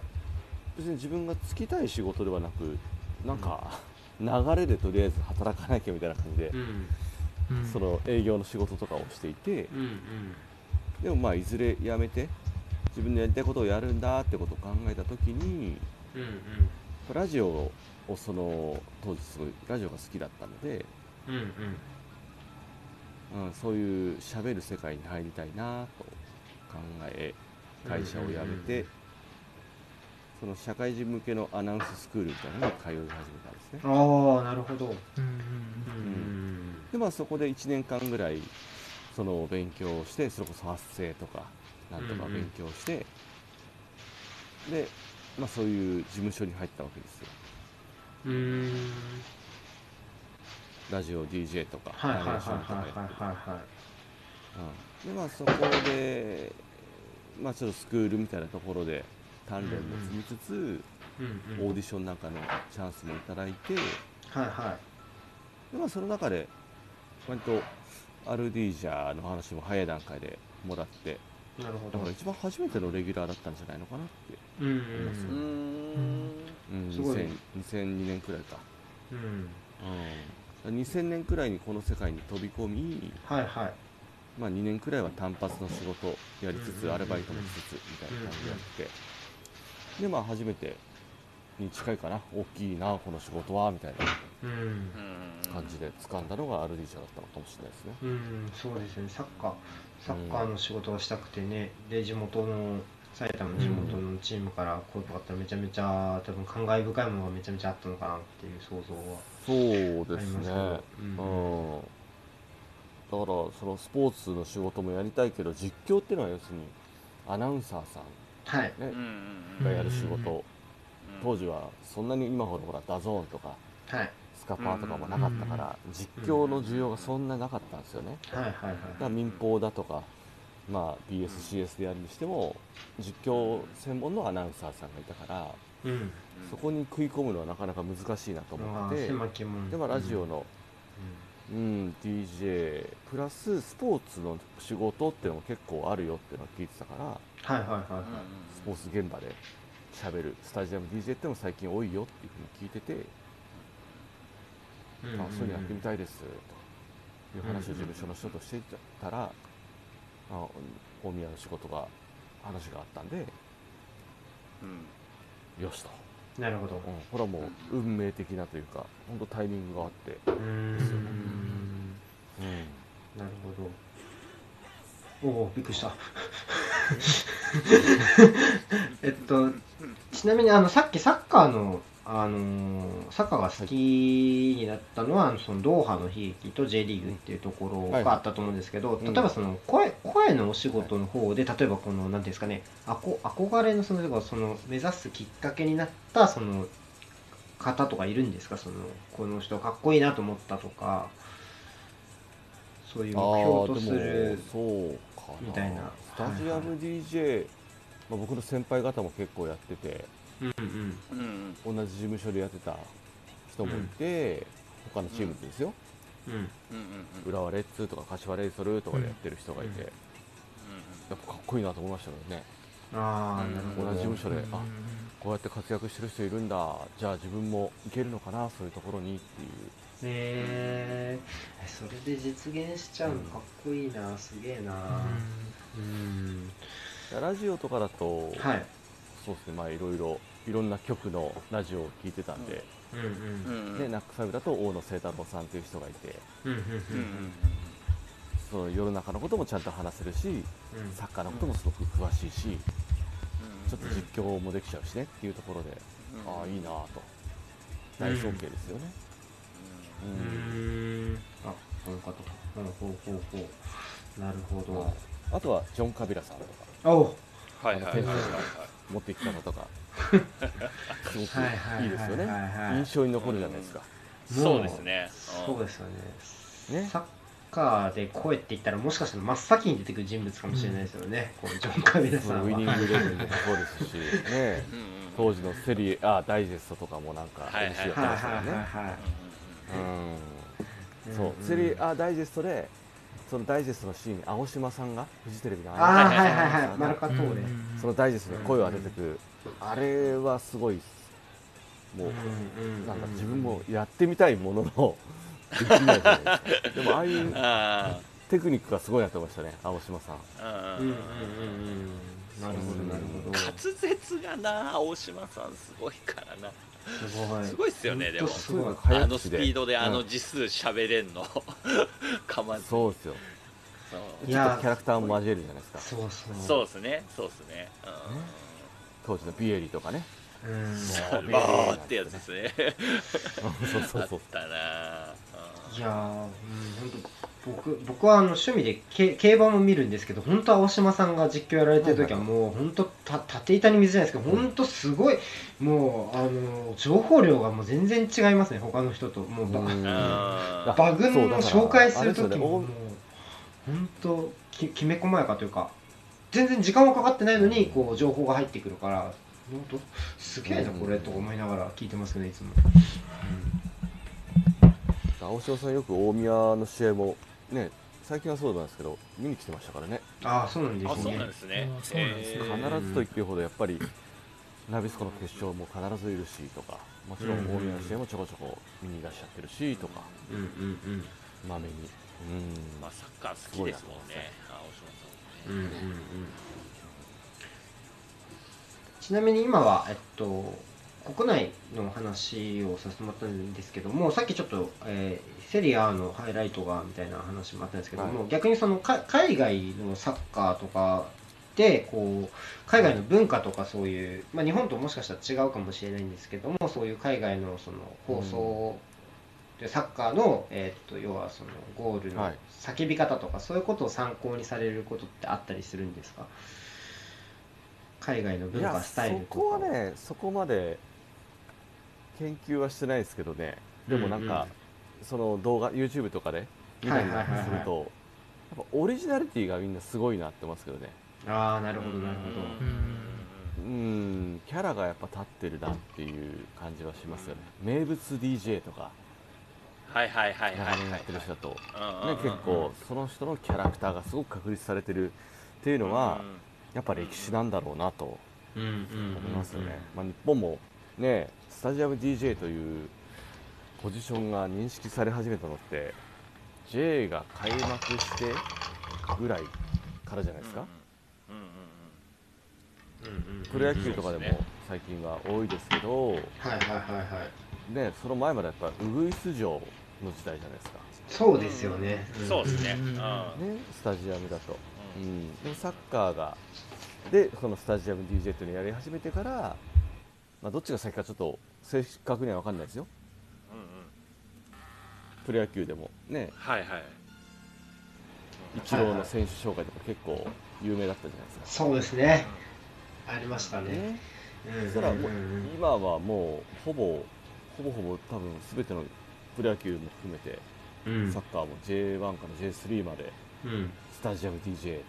S4: 別に自分がつきたい仕事ではなくなんか流れでとりあえず働かなきゃみたいな感じで
S1: い。うん。
S2: うん
S4: その営業の仕事とかをしていて
S1: うん
S4: でもまあいずれ辞めて自分のやりたいことをやるんだってことを考えた時に
S1: うん。うん
S4: ラジオをその当時すごいラジオが好きだったので、
S1: うん。うんうん。
S4: うん、そういう喋る世界に入りたいなと考え会社を辞めて、その社会人向けのアナウンススクールみたいなのに通い始めたんですね
S1: ああ、なるほど。
S2: うん
S1: うん。
S4: でまあそこで1年間ぐらいその勉強をしてそれこそ発声とかなんとか勉強して、で、まあ、そういう事務所に入ったわけですよ
S1: うん。
S4: ラジオ DJ とか
S1: はいはいはい
S4: ナレーションとかや
S1: は
S4: っ
S1: い
S4: て
S1: はいはい。
S4: うんでまあそこで、まあ、ちょっとスクールみたいなところで鍛錬も積みつ
S1: う
S4: つ、
S1: んう
S4: オー
S1: ん。
S4: ディションなんかのチャンスもいただいてで、
S1: はいは
S4: まあ、その中で割とアルディージャーの話も早い段階でもらって
S1: い。なるほ
S4: だ
S1: ど
S4: から。一番初めてのレギュラーだったんじゃないのかなって、
S1: うんう。
S3: うんん
S4: うん、
S1: すごい
S4: 2000 2002年くらいか、
S1: うん。
S4: うん、2000年くらいにこの世界に飛び込み、
S1: はいはい。
S4: まあ、2年くらいは単発の仕事
S1: うん
S4: やりつ
S1: うんうんう
S4: つ
S1: ん
S4: アルバイトもしつつみたいな感じやってでまあ初めてに近いかな大きいなこの仕事はみたいな
S1: うん。
S3: うん
S4: 感じで掴んだのがアルディージャーだったのかもしれないですね
S1: うん、そうですね、サッカー、サッカーの仕事をしたくてね、で、地元の埼玉の地元のチームから声かかったらめちゃめちゃ多分感慨深いものがめちゃめちゃあったのかなっていう想像は
S4: そう
S1: あ
S4: で
S1: り
S4: す
S1: ますけ
S4: ね
S1: ど。うん
S4: うん、だからそのスポーツの仕事もやりたいけど実況っていうのは要するにアナウンサーさ
S1: はい
S4: ん、ね
S3: うんうん
S4: がやる仕事、
S2: うん
S3: うん
S4: 当時はそんなに今ほどほらダゾーンとか
S1: はい
S4: スカパーとかもなかったから、実況の需要がそんななかったんですよね、
S1: はいはいはい
S4: だから民放だとか、まあ、BSCS でやるにしても実況専門のアナウンサーさんがいたから
S1: うん
S3: うん
S4: そこに食い込むのはなかなか難しいなと思
S1: ま
S4: っ
S1: あ
S4: てて、
S1: 狭き門
S4: でまあラジオ
S1: うん
S4: のうん、DJ プラススポーツの仕事っていうのも結構あるよっていうのを聞いてたから
S1: はいはいはいは
S3: うんうんうん
S4: スポーツ現場で喋るスタジアム DJ っていうのも最近多いよっていうふうに聞いてて、
S1: い
S4: あそういうのやってみ
S1: い
S4: たいですという話を事務所の人としてたら、あ大宮の仕事が話があったんで
S3: うん
S4: よしと、
S1: なるほど
S4: うん、これはもう運命的なというか本当タイミングがあって、
S1: うーんなるほどおおびっくりした *laughs* えっとちなみにあのさっきサッカーの、あのーサッカーが好きになったのは、あのそのドーハの悲劇と J リーグっていうところ
S4: はい
S1: があったと思うんですけど、
S4: うん
S1: 例えばその声声のお仕事の方で、例えばこのなんていうんですかねあこ憧れのその例えばその目指すきっかけになったその方とかいるんですかそのこの人かっこいいなと思ったとかそういう目標とする
S4: あーでもそうかな
S1: みたいな
S4: スタジアム DJ、まあ、僕の先輩方も結構やってて
S1: うんうん
S3: うんうん
S4: 同じ事務所でやってた人もいて、他のチームですよ、
S1: うん
S3: うんうんうん
S4: 浦和レッズとか柏レイソルとかでやってる人がいて、
S1: うん
S4: やっぱかっこいいなと思いましたけどね
S1: ああなるほ
S4: 同
S1: ど
S4: じ事務所で、
S2: うん
S4: あこうやって活躍してる人いるんだじゃあ自分もいけるのかなそういうところにっていう
S1: えー、それで実現しちゃうのかっこいいなすげえなうん
S4: ラジオとかだと、
S1: はい
S4: そうですねまあいろいろいろんな局のラジオを聞いてたんで、
S1: うんうん
S3: うんうんうん
S4: でナックサイブだと大野聖太郎さんという人がいて
S1: うんうん
S3: うんうんうん
S4: その世の中のこともちゃんと話せるし
S1: うん
S4: サッカーのこともすごく詳しいし、ち
S3: うん
S4: ょっと実況もできちゃうしねっていうところで、
S3: うん
S4: ああいいなぁと
S1: うん
S4: 大尊敬ですよね、う
S1: うんんあこの方かほうほうほうほうなるほ
S4: はい
S1: ど
S4: あとはジョン・カビラさんとか
S1: おう
S3: はいはいはいはいはい
S4: 持ってきたのとか
S1: はいはいはいはい
S4: すごくいいですよね印象に残るじゃないですか、
S3: そうですね
S1: そうですよね
S4: ね
S1: サッカーで声って言ったらもしかしたら真っ先に出てくる人物かもしれないですよね、このジョン・カビラ
S4: そ
S1: さ
S4: の
S1: ん
S4: ウィニン
S1: は
S4: グイレブンとかそうですし、ね、
S3: うんうんうん
S4: 当時のセリエあダイジェストとかもなんか
S3: はいはい
S4: MC やって
S1: はい
S4: ま
S1: は
S4: したよ
S1: いはい
S4: ね
S1: は
S4: う
S1: い
S4: んそう
S1: うん
S4: セリエあダイジェストでそのダイジェストのシーンに青島さんがフジテレビの
S1: ああ
S3: ー
S1: はいはいはいはいマル
S4: い
S1: カトーレ
S4: そのダイジェストに声を当ててくるあれはすごいもうなんか自分もやってみたいもののできないじゃないですかでもああいう
S3: あ
S4: テクニックがすごいなと思いましたね青島さん
S3: あ
S1: うんうんうんうんなるほどなるほど
S3: 滑舌がな青島さんすごいからな
S1: すごい
S3: すごいっすよねでも
S1: ほんとすごい
S4: 早
S3: あの
S4: 口
S3: スピードであ
S4: う
S3: の
S4: ん
S3: 字数喋れんの *laughs* かまず
S4: そうですよ
S3: そう
S1: い
S4: ちょっ
S1: や
S4: とキャラクターも交えるじゃないですか
S1: そうそう
S3: そうですねそうですね
S4: 当時のビエリとかね
S1: うん
S3: う
S4: そ
S3: ん
S4: う
S3: バーってやつですね
S4: そう
S3: あ
S4: そう
S3: っ
S4: そう
S3: たない
S1: やー、うん、本当僕僕はあの趣味でけ競馬も見るんですけど本当青島さんが実況やられてる時はもう本当た縦板に水じゃないですけど本当すごいもうあの情報量がもう全然違いますね他の人ともうバ,、
S4: うん
S3: あ
S1: バグ
S4: そう
S1: の
S4: だから
S1: 紹介する
S4: あれ
S1: 時
S4: です
S1: も
S4: よ
S1: もう
S4: ね
S1: 本当ききめ細やかというか全然時間はかかってないのにこう情報が入ってくるから本当すげえなこれと思いながら聞いてますよねいつも。
S4: 青島さんよく大宮の試合もね最近はそうなんですけど見に来てましたからね
S1: ああそうなんで
S3: あ
S1: す
S3: そうなん
S1: ね
S3: で。すね
S2: あそうなんですね
S4: 必ずと言っていいほどやっぱりナビスコの決勝も必ずいるしとかもちろん大宮の試合もちょこちょこ見にいらっしゃってるしとか
S1: うんうんうん
S4: まめにうん
S3: まあサッカー好きですもんね青島さん
S1: うん
S3: ね
S1: うんうんちなみに今は、えっと、国内の話をさせてもらったんですけどもさっきちょっと、えーセリアのハイライトがみたいな話もあったんですけども、逆にそのか海外のサッカーとかってこう海外の文化とかそういう、まあ、日本ともしかしたら違うかもしれないんですけどもそういう海外のその放送、でサッカーの、えー、と要はそのゴール
S4: は
S1: の
S4: い
S1: 叫び方とか、そういうことを参考にされることってあったりするんですか海外の
S4: い
S1: 文
S4: や
S1: 化スタイル
S4: そ
S1: とか
S4: こはねそこまで研究はしてないですけどねでもなんか、その動画 YouTube とかで見たりなんかすると、やっぱオリジナリティがみんなすごいなってますけどね
S1: ああなるほどなるほど
S4: うんキャラがやっぱ立ってるなっていう感じはしますよね名物 DJ とか
S3: はいはいはいは
S4: 長
S3: い
S4: 年
S3: は
S4: やっ
S3: い
S4: てる人だと、ね、
S3: うんうんうん
S4: 結構その人のキャラクターがすごく確立されてるっていうのは、やっぱ歴史なんだろうなと
S1: うんうんうん
S4: 思いますよね、まあ、日本もねスタジアム DJ というポジションが認識され始めたのって J が開幕してぐらいからじゃないですか、
S3: うんうんうん
S1: うんうん
S4: プロ野球とかで
S3: そうです
S4: も
S3: ね
S4: 最近は多いですけど、
S1: はいはいはいはい
S4: ね、その前までやっぱウグイス城の時代じゃないですか、
S1: そうですよね、
S3: うん
S1: ん
S3: そうですね
S2: う
S3: うんん
S2: うん
S4: ね、スタジアムだと、う
S3: うん
S4: ん、でもサッカーがでそのスタジアム DJ というのをやり始めてから、まあ、どっちが先かちょっと正確には分かんないですよ
S3: うんうん
S4: プロ野球でもね
S3: はいはい
S4: イチローの選手紹介とか結構有名だったじゃないです
S1: そうですねありました
S4: か。
S1: ね、
S4: ね、
S1: うん
S4: そしたら
S1: うん
S4: も
S1: う
S4: うん今はもうほぼほぼほぼ多分全てのプロ野球も含めて、
S1: うん
S4: サッカーも J1 から J3 まで
S1: うん
S4: スタジアム DJ っ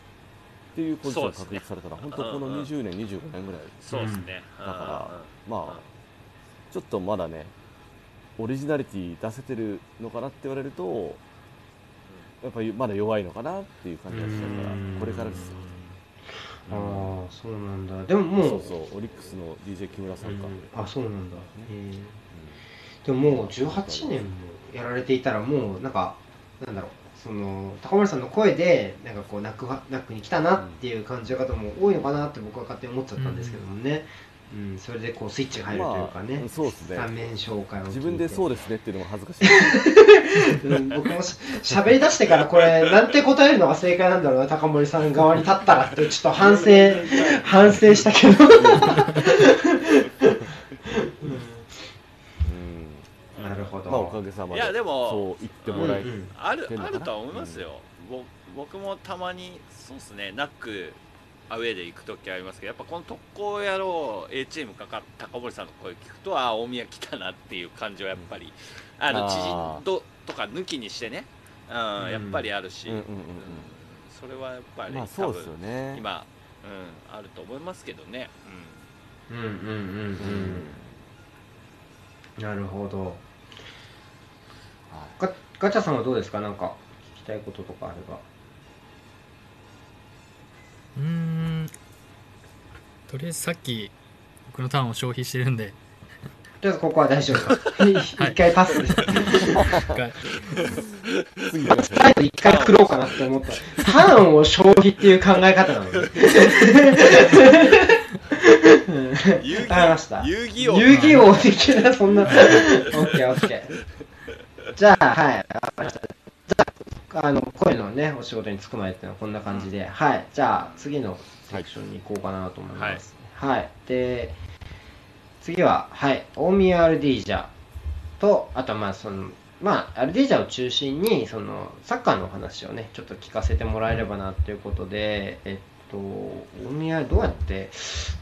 S4: ていうポジションが確立されたら、
S3: そう
S4: 本
S3: ですね
S4: 当こ
S3: うんうん
S4: の20年25年ぐらい
S3: そうですね
S4: だから、まあちょっとまだねオリジナリティ出せてるのかなって言われるとやっぱりまだ弱いのかなっていう感じがしたからこれからですよ
S1: ああそうなんだでももう
S4: そうそうオリックスの DJ 木村さんか、
S1: うんあそうなんだ、へえでももう18年もやられていたらもうなんかなんだろうその高森さんの声でなんかこう泣くは泣くに来たなっていう感じの方も多いのかなって僕は勝手に思っちゃったんですけどもね、うんそれでこうスイッチが入るというかね、
S4: まあそうですね
S1: 三面紹介を聞いて
S4: 自分でそうですねっていうのも恥ずかしい
S1: うん僕もし喋り出してからこれなんて答えるのが正解なんだろうな高森さん側に立ったらってちょっと反省反省したけど、 *laughs* うん
S4: うん
S1: なるほど、
S4: まあおかげさまで
S3: いやでも
S4: そう言ってもらえ
S1: うんうん
S3: あるあるとは思いますよ、ぼ僕もたまにそうですねナックアウェーで行く時ありますけどやっぱこの特攻野郎 A チームかか高森さんの声聞くとああ大宮来たなっていう感じはやっぱりあの
S4: あー
S3: 知人ととか抜きにしてね、うん
S1: うん
S3: やっぱりあるし、
S4: うんうんうんうん
S3: それはやっぱり、
S4: まあそうですよ
S3: 多分
S4: ね
S3: 今、うん、あると思いますけどね、うん
S1: うんうんうんうんなるほど
S4: はい
S1: ガガチャさんはどうですかなんか聞きたいこととかあれば
S2: うーんとりあえずさっき僕のターンを消費してるんで
S1: とりあえずここは大丈 *laughs* 夫一回パスです
S2: 一
S4: *laughs*
S2: 回
S4: 次行きましょ
S1: 最後一回食ろうかなって思ったパンを消費っていう考え方なのねうん *laughs*
S3: 遊
S1: わかりました
S3: 戯遊戯王
S1: 遊戯王的なそんなオッケーオッケーじゃあはいわかりましたじゃああの声のねお仕事に就く前っていうのはこんな感じで、はいじゃあ次のセクションに行こうかなと思いますはい、で次ははい大宮アルディージャとあとはまあそのまあアルディージャを中心にそのサッカーのお話をねちょっと聞かせてもらえればなということでえっと大宮どうやって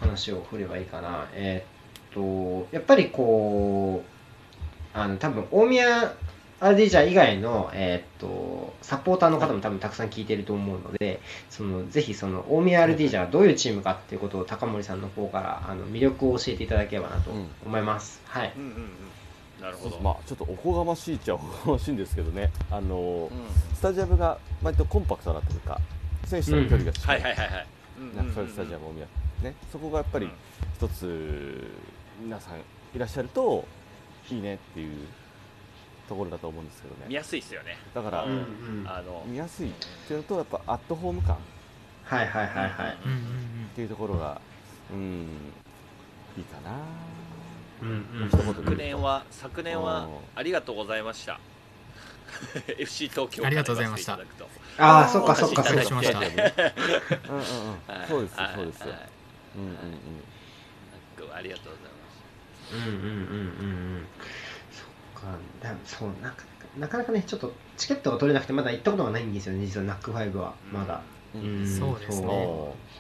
S1: 話を振ればいいかなえっととやっぱりこうあの多分大宮アルディージャ以外の、えーっとサポーターの方も多分たくさん聞いてると思うのでそのぜひその大宮アルディージャがどういうチームかっていうことを高森さんの方からあの魅力を教えていただければなと
S4: うん
S1: 思います、はい
S3: うんうんうんなるほど、
S4: うまあちょっとおこがましいっちゃおこがましいんですけどねあの
S3: うん
S4: スタジアムが割とコンパクトなというか選手との距離が近
S3: はい
S4: い
S3: はいはいはいうんうんうん
S4: なんかそういうスタジアムを見ね、そこがやっぱり一つ皆さんいらっしゃるといいねっていうところだと思うんですけど
S3: 見
S4: ね
S3: やすいですよね
S4: だから
S3: うんあの
S4: 見やすいっていうのとやっぱアットホーム感っ
S1: はいはいはいはい
S2: うんうんうん
S4: ていうところがうんいいか
S3: *laughs*
S4: な
S1: うんうん
S4: 一言で
S3: 昨年は昨年はありがとうございました *laughs* FC 東京
S2: ありがとうございました
S3: から言わせていた
S1: ああ、
S3: だくと
S4: あー
S1: そっかそっかそっ
S2: お
S1: か
S2: 貸しいただきました
S4: うんうんうん
S3: はい
S4: そうです
S3: はい
S4: そうです
S3: はい
S4: うんうんうん
S3: ありがとうございます
S1: うんうんうんうんうんそっかだそうなかなかなかねちょっとチケットが取れなくてまだ行ったことがないんですよね実はナックファイブはまだ、
S4: う
S1: うんん
S2: そうですね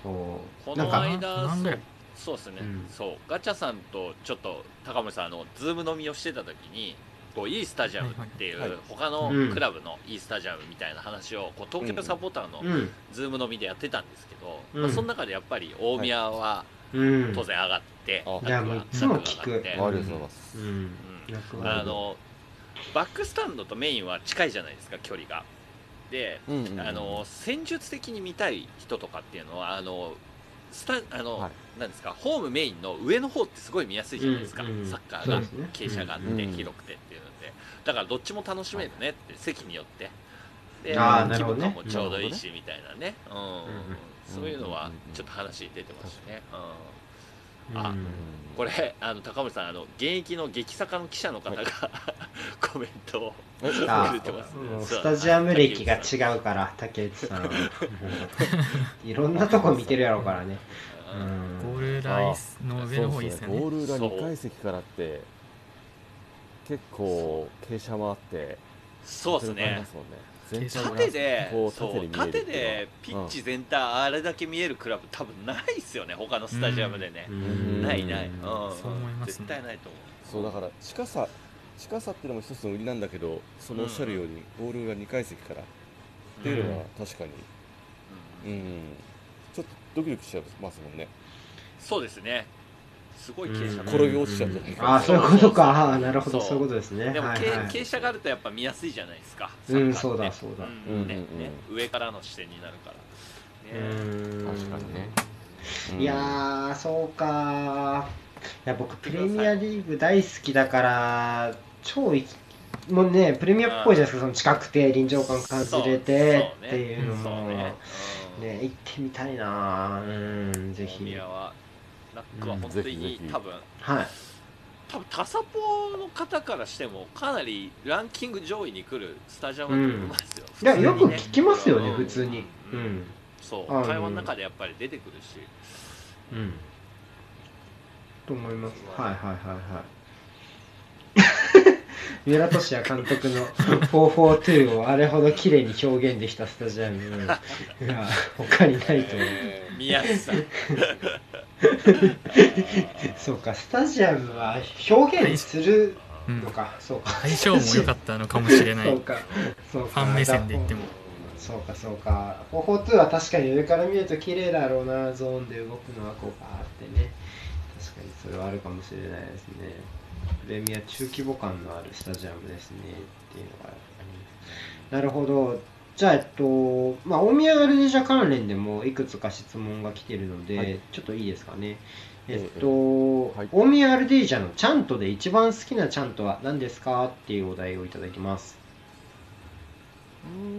S1: そう
S3: こ
S1: なん
S3: の
S1: か
S3: 間
S2: なん
S3: そ
S2: だよ
S3: うそうですね、
S1: うん
S3: そうガチャさんとちょっと高森さんあのズーム飲みをしてた時にこういいスタジアムっていう、
S4: はいはい
S3: 他の
S1: うん
S3: クラブのいいスタジアムみたいな話をこう東京サポーターの
S1: うん
S3: ズーム飲みでやってたんですけど、
S1: うん
S3: まあ、その中でやっぱり大宮は
S1: うん
S3: 当然上がって、
S4: うん
S3: タッグが
S1: いやもういつも
S3: タッグが上がって
S1: 聞
S4: ありがとうございます
S1: うん
S3: うん
S1: ナックファイブ
S3: あのバックスタンドとメインは近いじゃないですか距離が。で
S4: うんうん
S3: あの戦術的に見たい人とかっていうのはあのスタあの、
S4: はい
S3: なんですかホームメインの上の方ってすごい見やすいじゃないですか、
S1: うんうん
S3: サッカー
S1: そう
S3: が、
S1: ですね
S3: 傾斜があって、
S4: うんうん
S3: 広くてっていうのでだからどっちも楽しめるねって、席によってで
S1: あ
S4: ー
S3: 規模
S1: なる
S3: 感
S1: ほ
S3: も
S1: どね
S3: ちょうどいいしみたいなね、うん
S1: うん
S3: そういうの
S4: う
S3: は
S4: んうんうん
S3: ちょっと話出てましたね、うん
S1: うん
S3: あ
S1: うん
S4: うん
S3: これあの高森さんあの現役の激坂の記者の方が、
S4: は
S3: *laughs* コメントを
S4: え
S1: あ
S3: くれてますね
S1: もう
S3: そう
S1: スタジアム歴が違うから竹内
S3: *laughs*
S1: さんはもういろんなとこ見てるやろうからね、う
S3: うん
S1: ん
S2: ゴールライスの上の方いいですよね
S4: ゴール裏2階席からって結構傾斜もあって
S3: そうですね、
S4: 全
S2: 傾
S4: 体
S2: 斜
S4: が
S3: 縦で
S4: こう
S3: そう
S4: 縦
S3: 縦
S4: で見える
S3: で
S4: って
S3: ピ
S4: いうのは
S3: ッチ全体あれだけ見えるクラブ多分ないっすよね他のスタジアムでね
S1: う、
S4: うん
S1: ん
S3: ないない、うん
S2: そう思いますね
S3: 絶対ないと思う
S4: そうだから近さ近さっていうのも一つの売りなんだけどそのおっしゃるようにゴール裏2階席からっていうのは確かに
S3: うん
S4: うんちょっとドキドキしちゃいますもんね
S3: そうですねすごい傾斜
S1: うん
S4: 転げ落ちちゃうんじゃないか
S1: ああそういうことかああなるほど
S3: そう
S1: そういうことですね
S3: でも、
S1: はい
S3: け
S1: はい
S3: 傾斜があるとやっぱ見やすいじゃないですか
S1: うん
S3: サ
S1: そ
S3: ッ
S1: う
S3: カー
S1: だ
S3: って
S1: そうだ
S3: うん
S4: うん
S3: ね
S4: うん
S3: ね上からの視点になるから
S1: う
S3: ね
S1: ん
S4: 確かにねうん
S1: いやーそうかーいや僕プレミアリーグ大好きだから超いきもうねプレミアっぽいじゃないですかその近くて臨場感感じれてっていうの
S3: そ
S1: も
S3: うね
S1: ね
S3: うん
S1: 行ってみたいなーうんぜ
S3: 大
S1: ひ
S3: 宮はナックは本当
S4: うんぜひ
S3: に
S4: ぜひ
S3: 多分
S1: はい
S3: 多分タサポの方からしてもかなりランキング上位に来るスタジアムだと思いますよ、
S1: いや
S3: 普通
S1: よ
S3: に
S1: く
S3: ね
S1: 聞きますよね
S3: うん
S1: 普通にう
S3: うん
S1: ん
S3: そう
S1: あの
S3: 会話の中でやっぱり出てくるし
S1: うんと思いますはいはいはいはい三浦俊也監督の442をあれほど綺麗に表現できたスタジアムうんが他にないと思う
S3: 宮地さん
S1: そうかスタジアムは表現する
S2: うん
S1: のかそうか
S2: 相性も良かったのかもしれない
S1: そう
S4: *laughs*
S2: フ
S1: かそうか
S2: ァン目線で言っても
S1: そうかそうか方法2は確かに上から見ると綺麗だろうなゾーンで動くのはこうあってね確かにそれはあるかもしれないですねプレミア中規模感のあるスタジアムですねっていうのがありますなるほどじゃあえっとまあ大宮ガルデジャ関連でもいくつか質問が来てるので、
S4: はい
S1: ちょっといいですかねえっ
S4: え
S1: と、
S4: はい
S1: 大宮アルディージャのチャントで一番好きなチャントは何ですかっていうお題をいただきます。
S4: うー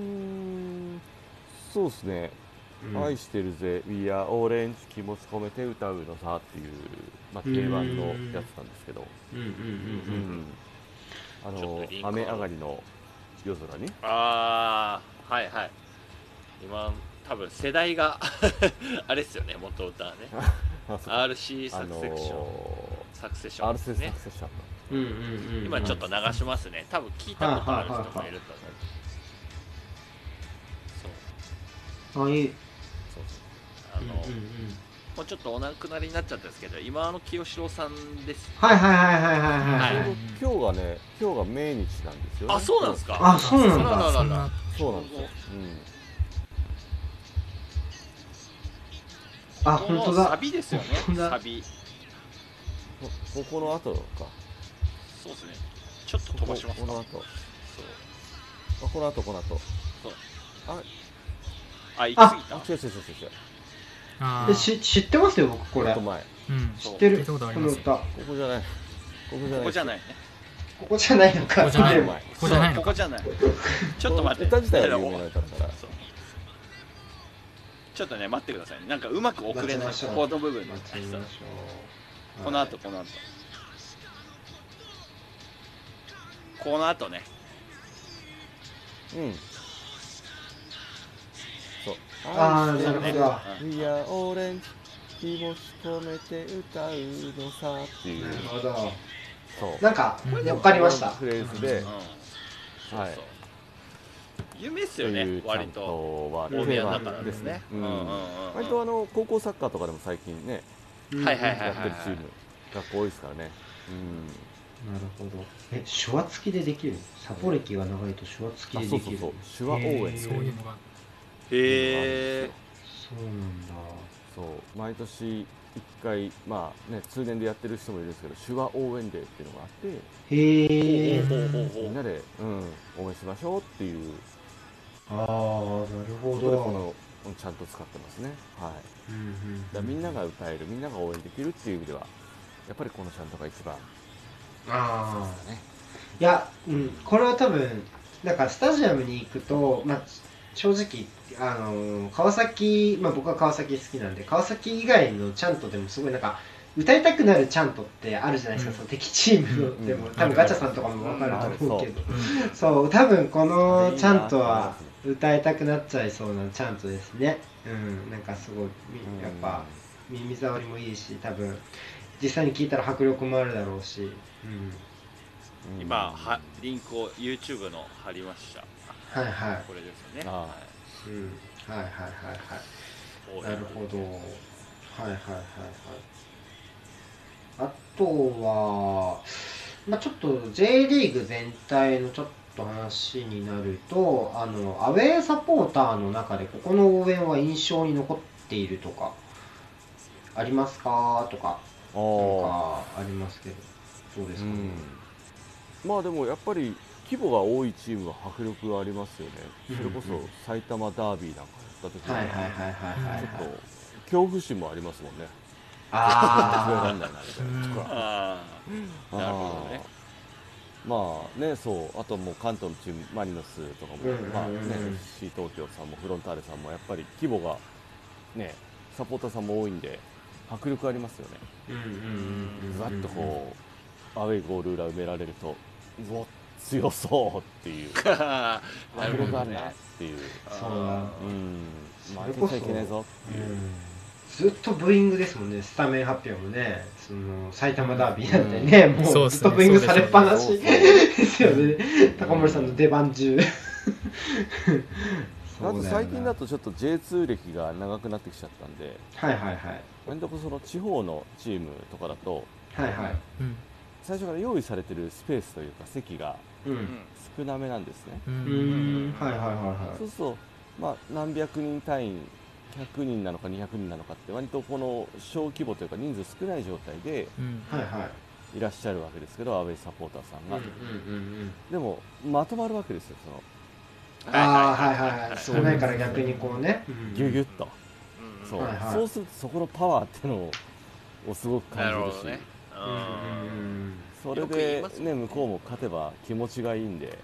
S4: んそうですね
S1: うん
S4: 愛してるぜ、We are Orange 気持ち込めて歌うのさっていう、まあ、
S1: うん
S4: 定番のやつなんですけど、
S1: うんうん
S4: う
S1: うんうん
S4: んあ
S3: ちょっ
S4: の
S3: とリンクを
S4: 雨上がりの夜空に、
S3: ああはいはい今多分世代が *laughs* あれっすよね元歌は
S4: *laughs*
S3: ね
S4: あそう
S3: RC
S4: あ
S3: サクセクション、
S4: の
S3: サクセシ
S4: ー、
S3: ョン
S4: R
S3: です
S4: センサ
S3: ね
S4: クセション
S1: うんうんうんうん
S3: 今ちょっと流しますね多分聞いたことある人もいると思うそう
S1: あいい
S3: あの、
S1: うんうんうん
S3: もうちょっとお亡くなりになっちゃったんですけど今の清志郎さんです
S1: はいはいはいはいはいは
S3: はいい
S4: の、ちょうど今日がね、今日が命日なんですよ、ね。
S3: あそうなんですか
S1: あそうなん
S3: あら
S1: だ
S3: ら
S2: そ
S3: ら
S2: んな
S4: そうなんですよ。
S1: あ
S3: この
S1: 本当だ
S3: サビですよね
S1: 本当だ
S3: サビ
S4: うん、ここの後か。
S3: そうですねちょっと飛ばします
S4: こ
S3: か
S4: こ
S3: そう
S4: の後。あこの後、この後。
S3: あ行き過ぎた
S4: あ、違う違う違う違う。
S2: あ
S1: え
S2: ー
S1: し知ってますよ僕こ
S4: ちょっ
S1: れ
S4: と前。こ
S2: うん
S1: 知って
S2: 聞
S1: る
S2: いた
S1: こ
S2: ことあり
S1: の
S2: ますよ
S1: 歌こ
S4: こじゃない。ここじゃない。
S3: ここじゃないね
S1: こじゃないのか
S2: ここじゃない
S1: でも
S4: ちょっと前
S2: ここじゃない
S3: そう
S2: の
S3: ここ
S2: か
S3: じゃないちょっと待って
S4: 歌自体は有名な歌だから。
S3: そうちょっとね待ってくださいねなんかうまく遅れない
S1: 待ちましょう
S3: コード部分の
S1: 待ちましょう
S3: この後この後この後ね
S4: うんそう
S1: あー
S4: 愛して
S3: なるほ
S1: ど
S4: いやオレンジ気持ち込めて歌うのさっていう
S1: なるほど。
S4: そう
S1: なんか、
S2: これで
S1: わかりました。
S4: フレーズで、
S3: うんそうそう、
S4: はい
S3: 有名っす
S4: と
S3: よ
S4: い
S3: ね
S4: うちゃ
S3: 割
S4: ん
S3: と
S4: とは
S3: 大宮だから
S1: ね
S3: ですね
S4: うん
S3: うんうんうんうん
S4: 割とあの高校サッカーとかでも最近ね
S3: はいはい
S4: やってるチーム学校多いですからね
S1: なるほど。え、手話付きでできるサポ歴が長いと手話付
S4: う
S1: きで
S4: んあそう
S1: でき
S4: そう
S1: る。
S4: そう手話応援ってい
S2: そうう
S4: のがあるんで
S2: いうのが
S3: へ
S1: す
S3: え
S1: よそうなんだ。
S4: すよそう毎年一回まあね通年でやってる人もいるんですけど手話応援デーっていうのがあって
S1: へ
S2: え
S1: え。
S2: ー
S3: ほうほうほ
S4: み
S3: うんほう
S4: なで、うん、応援しましょうっていう
S1: ああ、なるほ
S4: ことでこ
S1: ど。
S4: のうんちゃんと使ってますねはい
S1: うんうん
S4: だからみんなが歌えるみんなが応援できるっていう意味ではやっぱりこのちゃんとが一番
S1: ああ、
S4: ね
S1: いや、うん、これは多分なんかスタジアムに行くと、まあ、正直、あのー川崎、まあ、僕は川崎好きなんで川崎以外のチャントでもすごいなんか歌いたくなるチャントってあるじゃないですか、
S2: うん
S1: その敵チームの、
S4: うん
S1: でも
S4: うん
S1: 多分ガチャさんとかも分かると思うけど、
S2: うん
S1: そう多分こ
S4: あ
S1: の
S4: れいいな
S1: チャントは歌いたくなっちゃいそうなチャントですね。うん、なんかすごいみやっぱ、耳障りもいいし多分実際に聞いたら迫力もあるだろうし、うん、
S4: うん
S3: 今はリンクを YouTube の貼りました
S1: はいはい、
S3: これですよね
S4: あー
S3: は
S1: うん、はいはいはい
S3: い応
S1: はいな
S3: 援
S1: るほどはいはいはいはいあとはまあちょっと J リーグ全体のちょっと話になるとあのアウェーサポーターの中でここの応援は印象に残っているとかありますかとか
S4: あ
S1: なん
S4: ー
S1: かありますけどどうですかね、
S4: まあでもやっぱり規模が多いチームは迫力がありますよね、
S1: うん
S4: それこそ埼玉ダービーなんかやった時
S1: はいはいはいはいはい、
S4: ちょっ
S1: はい
S4: と、恐怖心もありますもんね、
S1: あ
S4: なんだな
S2: うん
S4: とか、
S3: ああなるほどね
S4: あーまあね、そう、あともう関東のチーム、マリノスとかも、
S1: うんうんうんうん
S4: まあね、FC 東京さんもフロンターレさんも、やっぱり規模がね、サポーターさんも多いんで、迫力ありますよね、
S1: あ、 *laughs* うんうんうんうん
S4: ずわっとこう、アウェーゴール裏埋められると、うわ強そうっていう。
S3: な
S4: な
S3: るほ
S4: るほ
S3: ど
S4: ど
S3: ね
S4: ねっていう。
S1: そうだ
S4: うん。
S1: そ
S4: まあ、
S1: れ
S4: 負
S1: こそ
S4: けちゃいけないぞっていう。
S1: ずっとブーイングですもんね、スタメン発表もね、その埼玉ダービーなんてね、も
S2: そう
S1: う
S2: っ
S1: ずっ
S2: すね
S1: とブーイングされっぱな
S4: そう
S1: し
S4: そ
S1: ですよね、高森さんの出番 *laughs* 中。
S4: うあと最近だ
S1: と、
S4: とちょっと J2 歴が長くなってきちゃったんで、
S1: はいはいはい、
S4: 割とこうその地方のチームとかだと、
S1: はいはい、
S2: うん
S4: 最初から用意されてるスペースというか席が
S1: うん、
S4: 少なめなんですね。
S2: う
S1: うんーん、はいはいはいは
S4: そうすると、まあ、何百人単位、100人なのか200人なのかって、割とこの小規模というか人数少ない状態で
S2: うん
S1: い、はいはい、
S4: いらっしゃるわけですけど、アウェイサポーターさん
S1: うん
S4: が。
S1: うんうんうん、
S4: でも、まとまるわけですよ、その、
S1: ああ、はいはいはい、
S3: そ
S1: 少
S4: う
S1: ないから逆にこうね、うん
S4: ぎゅぎゅっと。
S3: うん
S4: そう,、
S1: はいはい
S4: そうするとそこのパワーっていうのををすごく
S3: なる
S4: 感
S3: ほ
S4: じ
S3: ど
S4: るし
S3: ね
S1: う
S3: う
S1: んうんうんん
S4: それ
S3: よく言い
S4: で
S3: ますもんね
S4: ね向こうも勝てば気持ちがいいんで、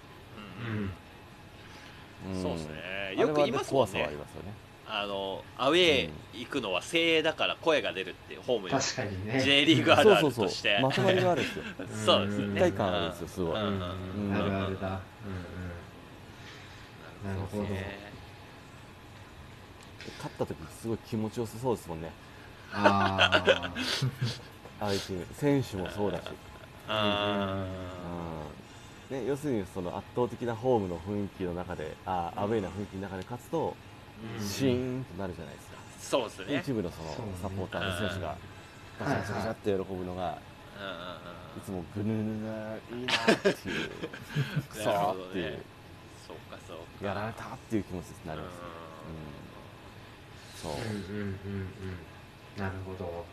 S1: うん
S4: ん
S3: そうですね
S4: あれ
S3: よ
S4: は
S3: く言いますも
S4: 怖
S3: ん
S4: さはあり
S3: ね
S4: ますよね
S3: あのアウェー行くのは精鋭だから声が出るってホームで
S1: 確かにね、
S3: J リーグあ
S4: そ
S3: る
S4: う
S3: あ
S4: そう
S3: る
S4: そう
S3: として *laughs*
S4: まとまりがあるんですよ
S3: そうですよ
S1: うん
S3: ね
S4: 一体感あるんですよすごい、
S3: う
S1: うんん
S3: うん
S1: うん、あるあるだ、うん *laughs* うん。なるほど
S3: ね
S4: 勝った時すごい気持ちよさそうですもんね
S1: ああ。
S4: 相手選手もそうだし、
S3: あ
S4: うんね、要するにその圧倒的なホームの雰囲気の中であーアウェーな雰囲気の中で勝つと
S1: うん
S4: シーンとなるじゃないですか、
S3: ーそうですね
S4: 一部のその
S1: そうね
S4: サポーターの選手が
S1: うん
S4: ガチャガチャガチャって喜ぶのが
S3: うんうんうん
S4: いつもぐぬぬぬぬいいなっていうくそーってい
S3: なるほど
S4: う
S3: ねそうかそうか
S4: やられたっていう気持ちになりますねそう
S1: うんうんうんうん。なるほど。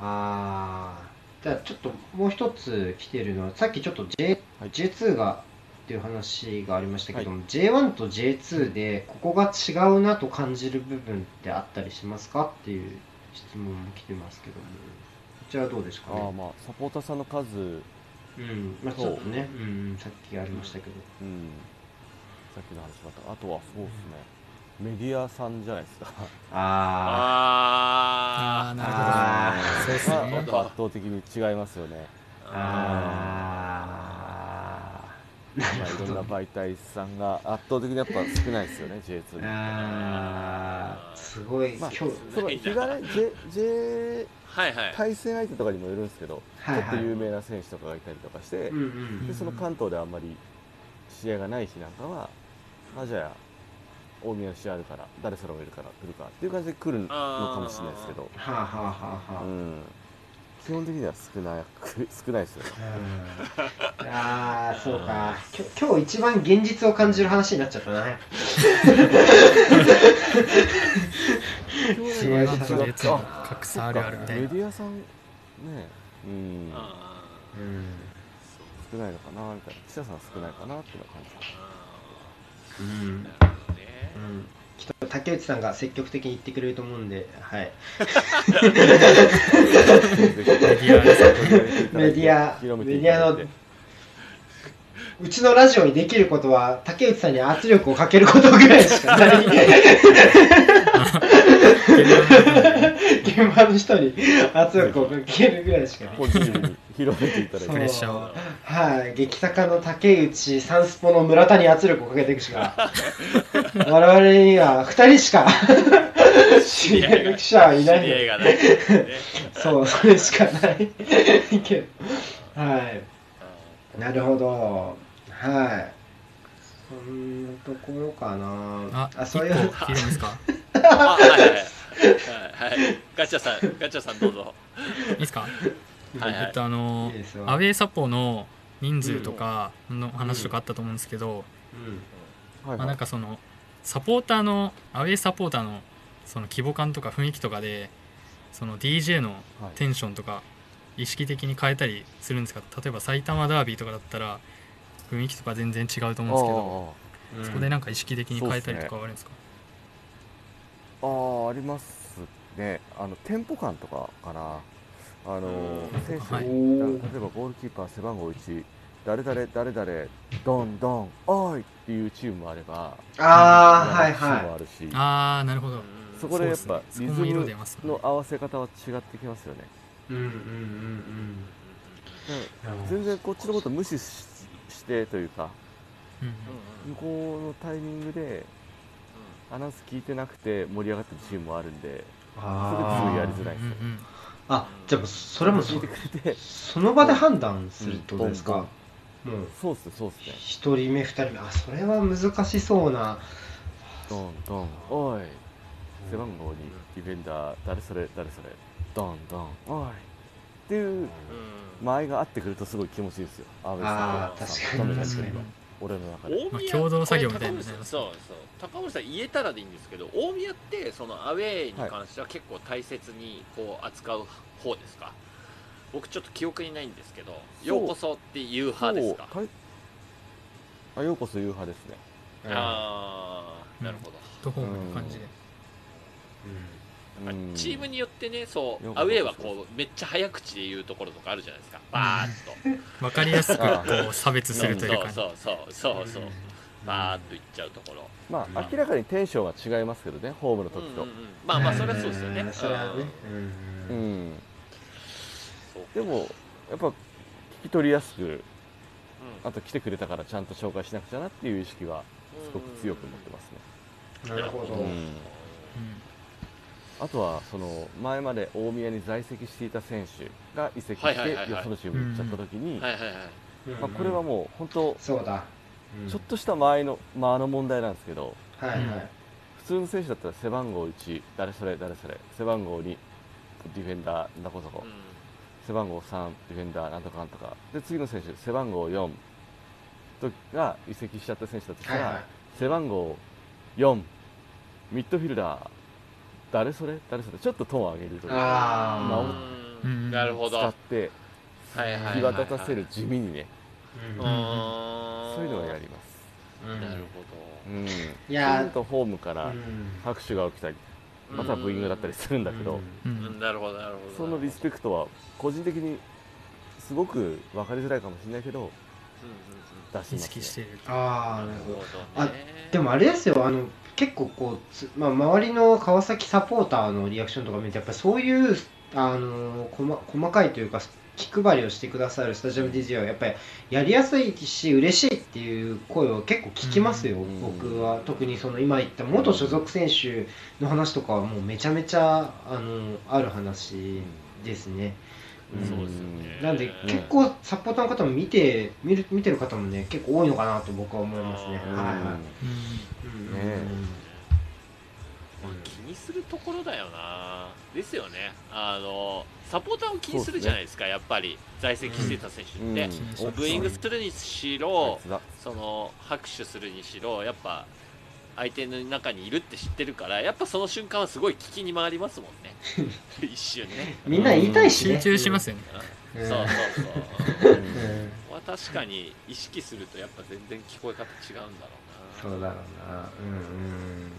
S1: ああ。じゃあちょっともう一つ来てるのは、さっきちょっと J、
S4: はい
S1: J2 がっていう話がありましたけども、J1 と J2 でここが違うなと感じる部分ってあったりしますかっていう質問も来てますけども、こちらはどうですか
S4: ああ
S1: ね。
S4: まあサポーターさんの数う
S1: う
S4: ん
S1: ん。まあちょっとね、うんうん、さっきありましたけど。
S4: さっきの話またあとはそうですねメディアさんじゃないですか
S1: ああ。
S2: あ
S3: あ
S2: あ
S3: ー
S2: なる
S1: あ
S2: ほどそうっす
S4: まあやっ
S2: ね
S4: ぱ圧倒的に違いますよね
S1: あー
S4: まあ、いろんな媒体さんが圧倒的にやっぱ少ないですよね J2 の
S1: あーすごい、
S4: まあ
S1: 今日
S4: その日がね J, J
S3: はいはい
S4: 対戦相手とかにもよるんですけど、
S1: はい
S4: ちょっと有名な選手とかがいたりとかして、
S1: うんうん
S4: でその関東であんまり試合がない日なんかは、まあ、じゃあ大宮の試合あるから誰それもいるから来るかっていう感じで来るのかもしれないですけど、
S1: はあはあはあはあ、
S4: う
S1: うん
S4: ん、基本的には少なく少ないですよね。
S1: あーそうかきょ今日一番現実を感じる話になっちゃったな
S2: それはなんか J2 の格差あるあるみたい
S4: メ
S2: な
S4: ディアさんね、うん、
S3: あ
S1: うん
S3: ーそう
S4: 少ないのかなみたいな、記者さん少ないかなっていう感じ。
S1: う
S3: なんるほどね
S1: うんきっと竹内さんが積極的に言ってくれると思うんで、はい、メディア
S4: 広めて
S1: メ
S4: い
S1: ディ
S4: ただ
S1: ア
S4: い
S1: の
S4: て
S1: うちのラジオにできることは竹内さんに圧力をかけることぐらいしかない現場の人に圧力をかけるぐらいしかない
S4: ポジティブに広めていただい
S1: そう
S2: プ
S4: て
S2: レッシャーを
S1: はい、劇作家の竹内サンスポの村田に圧力をかけていくしか *laughs* 我々には2人しか *laughs* 知り合いの記者はいない
S3: 知
S1: の
S3: り合
S1: で
S3: いがないですね
S1: そうそれしかない *laughs* けどはいなるほどはいそんなところかな
S2: あ一
S1: そ
S2: 個
S1: ういう
S2: 聞いてもいいです
S1: *laughs*
S2: か
S3: あはいはいはいはいはいガチャさんガチャさんどうぞ
S2: いいですか
S3: はいは
S2: えっ
S3: い
S2: とあの
S1: いいですよ
S2: アウェーサポの人数とかの話とかあったと思うんですけど、
S1: うん
S4: はい
S2: まあ、なんかそのサポーターのアウェーサポーターのその規模感とか雰囲気とかでその DJ の
S4: はい
S2: テンションとか意識的に変えたりするんですか例えば埼玉ダービーとかだったら雰囲気とか全然違うと思うん
S1: う
S2: ですけど
S1: ん
S2: そこでなんか意識的に変えたりとかはあるんですか
S4: あーありますねあのテンポ感とかかな
S2: う
S4: あの
S2: ん
S4: 選手、
S2: はい
S4: だ例えばゴールキーパー背番号1誰々誰々どんどんおいっていうチームもあれば
S1: ああはい
S4: チームも
S1: は
S4: あるし、
S2: ああなるほど
S4: そこでやっぱ
S2: そ
S4: リ
S2: うですね
S4: ズ
S2: そこも色出
S4: ム
S2: ますもん
S4: の
S2: ね
S4: 合わせ方は違ってきますよね
S1: いうんうんうん
S4: だか
S1: うん
S4: ら全然こっちのこと無視ししてというか
S2: うんうん
S4: 向こうのタイミングでアナウンス聞いてなくて盛り上がってるチームもあるんで
S1: あ
S4: す
S1: ー
S4: ぐやりづらいですよ
S2: うんうん
S1: あじゃあそれもそ
S4: 聞いてくれて
S1: その場で判断するってことですか、もう
S4: そうっすねそうっすね
S1: 1人目2人目あそれは難しそうな
S4: ドンドンおい背番号にディフェンダー誰それ誰それドンドンおいっていう間合いがあってくるとすごい気持ちいいですよ阿部
S1: ああ
S4: さん
S1: 確
S2: う
S1: か
S2: ん
S1: に
S2: うん
S1: 確かに
S4: 俺の中で
S3: 大
S2: まあ
S3: 宮
S2: 共同作業みたいなね
S3: これ高森さんそうそう高森さん言えたらでいいんですけど大宮ってそのアウェーに関しては結構大切にこう扱う方ですか僕ちょっと記憶にないんですけど「
S4: う
S3: ようこそ」っていう派ですか
S4: そうあようこそ言う派ですね
S3: ああなるほど、
S2: とホームの感じで
S4: うん
S3: チームによってねそう
S4: ようこそ
S3: アウェーはこうめっちゃ早口で言うところとかあるじゃないですかバーッと
S2: 分かりやすく
S4: あ
S2: こう差別するというか
S3: そうそうそうそうそうバーッと
S1: い
S3: 言っちゃうところ
S4: まあ明らかにテンションは違いますけどねホームの時
S3: う
S4: と
S3: んうんうんまあまあそれはそうですよね
S1: それはね
S4: う
S1: うんうん
S4: ん
S3: そう
S4: でもやっぱ聞き取りやすく
S3: うん
S4: あと来てくれたからちゃんと紹介しなくちゃなっていう意識はすごく強く持ってますね
S1: なるほど、
S4: う
S1: うん
S4: んあとはその前まで大宮に在籍していた選手が移籍
S3: は
S4: し
S3: いはい
S4: て
S3: はいはい
S4: よそのチームに行っちゃった時に、
S3: はいはいはい
S4: まあ、これはもう本当
S1: そうだ、うん
S4: ちょっとした間合いの間の問題なんですけど
S1: はいはい
S4: 普通の選手だったら背番号1誰それ誰それ背番号2ディフェンダーなんこそこ背番号3ディフェンダーなんとかなんとかで次の選手背番号4とが移籍しちゃった選手だとした
S1: はい
S4: ら、
S1: はい
S4: 背番号4ミッドフィルダー誰それ誰それちょっとトーンを上げるというか
S3: う
S1: あ
S3: んうんなるほど
S4: 使
S3: は
S4: って
S3: いはいはいはい
S4: 際立たせる地味にね
S1: あ、
S3: うーん
S4: そういうのはやります
S1: うん
S3: なる
S4: う
S3: ほ
S1: い
S4: ん
S1: やー
S4: ちゃんとホームか
S1: う
S4: ら
S1: ん
S4: 拍手が起きたり
S3: ど
S4: またはブーイングだったりするんだけど、
S2: う
S3: うんん
S2: う
S3: うん
S2: ん
S3: なるほどなるほど
S4: そのリスペ
S3: ク
S4: クトは個人的にすごく分かりづらいかもしれないけど出し
S2: 意
S4: ます、
S2: 識
S4: ね、
S2: してる
S1: ああなるほど
S3: どね
S1: でもあれですよあの結構こうつ、まあ、周りの川崎サポーターのリアクションとか見てやっぱりそういうあの細細かいというか気配りをしてくださるスタジアム DJ はやっぱりやりやすいし嬉しいっていう声を結構聞きますよ、
S4: うん
S1: 僕は特にその今言った元所属選手の話とかはもうめちゃめちゃあのある話ですね。うん
S3: そうですよね。
S1: なんで結構サポーターの方も見て見る見てる方もね結構多いのかなと僕は思いますね。
S3: うん
S1: はい
S2: うん
S1: うん
S4: ねえ
S3: まあ気にするところだよな、ですよね、あのサポーターを気にするじゃないですか、やっぱり在籍してた選手
S4: うん
S3: って、
S2: うん
S3: ブーイングするにしろ、
S4: 別だ
S3: その拍手するにしろ、やっぱ相手の中にいるって知ってるから、やっぱその瞬間はすごい聞きに回りますもんね、一瞬ね。
S1: みんな言いたいしね。
S2: 集中しますよね。
S1: うん。
S3: そう
S1: そ
S3: そううそう、
S1: うん
S3: ここは確かに意識すると、やっぱ全然聞こえ方違うんだろうな。
S1: そうだろうな。うんうん。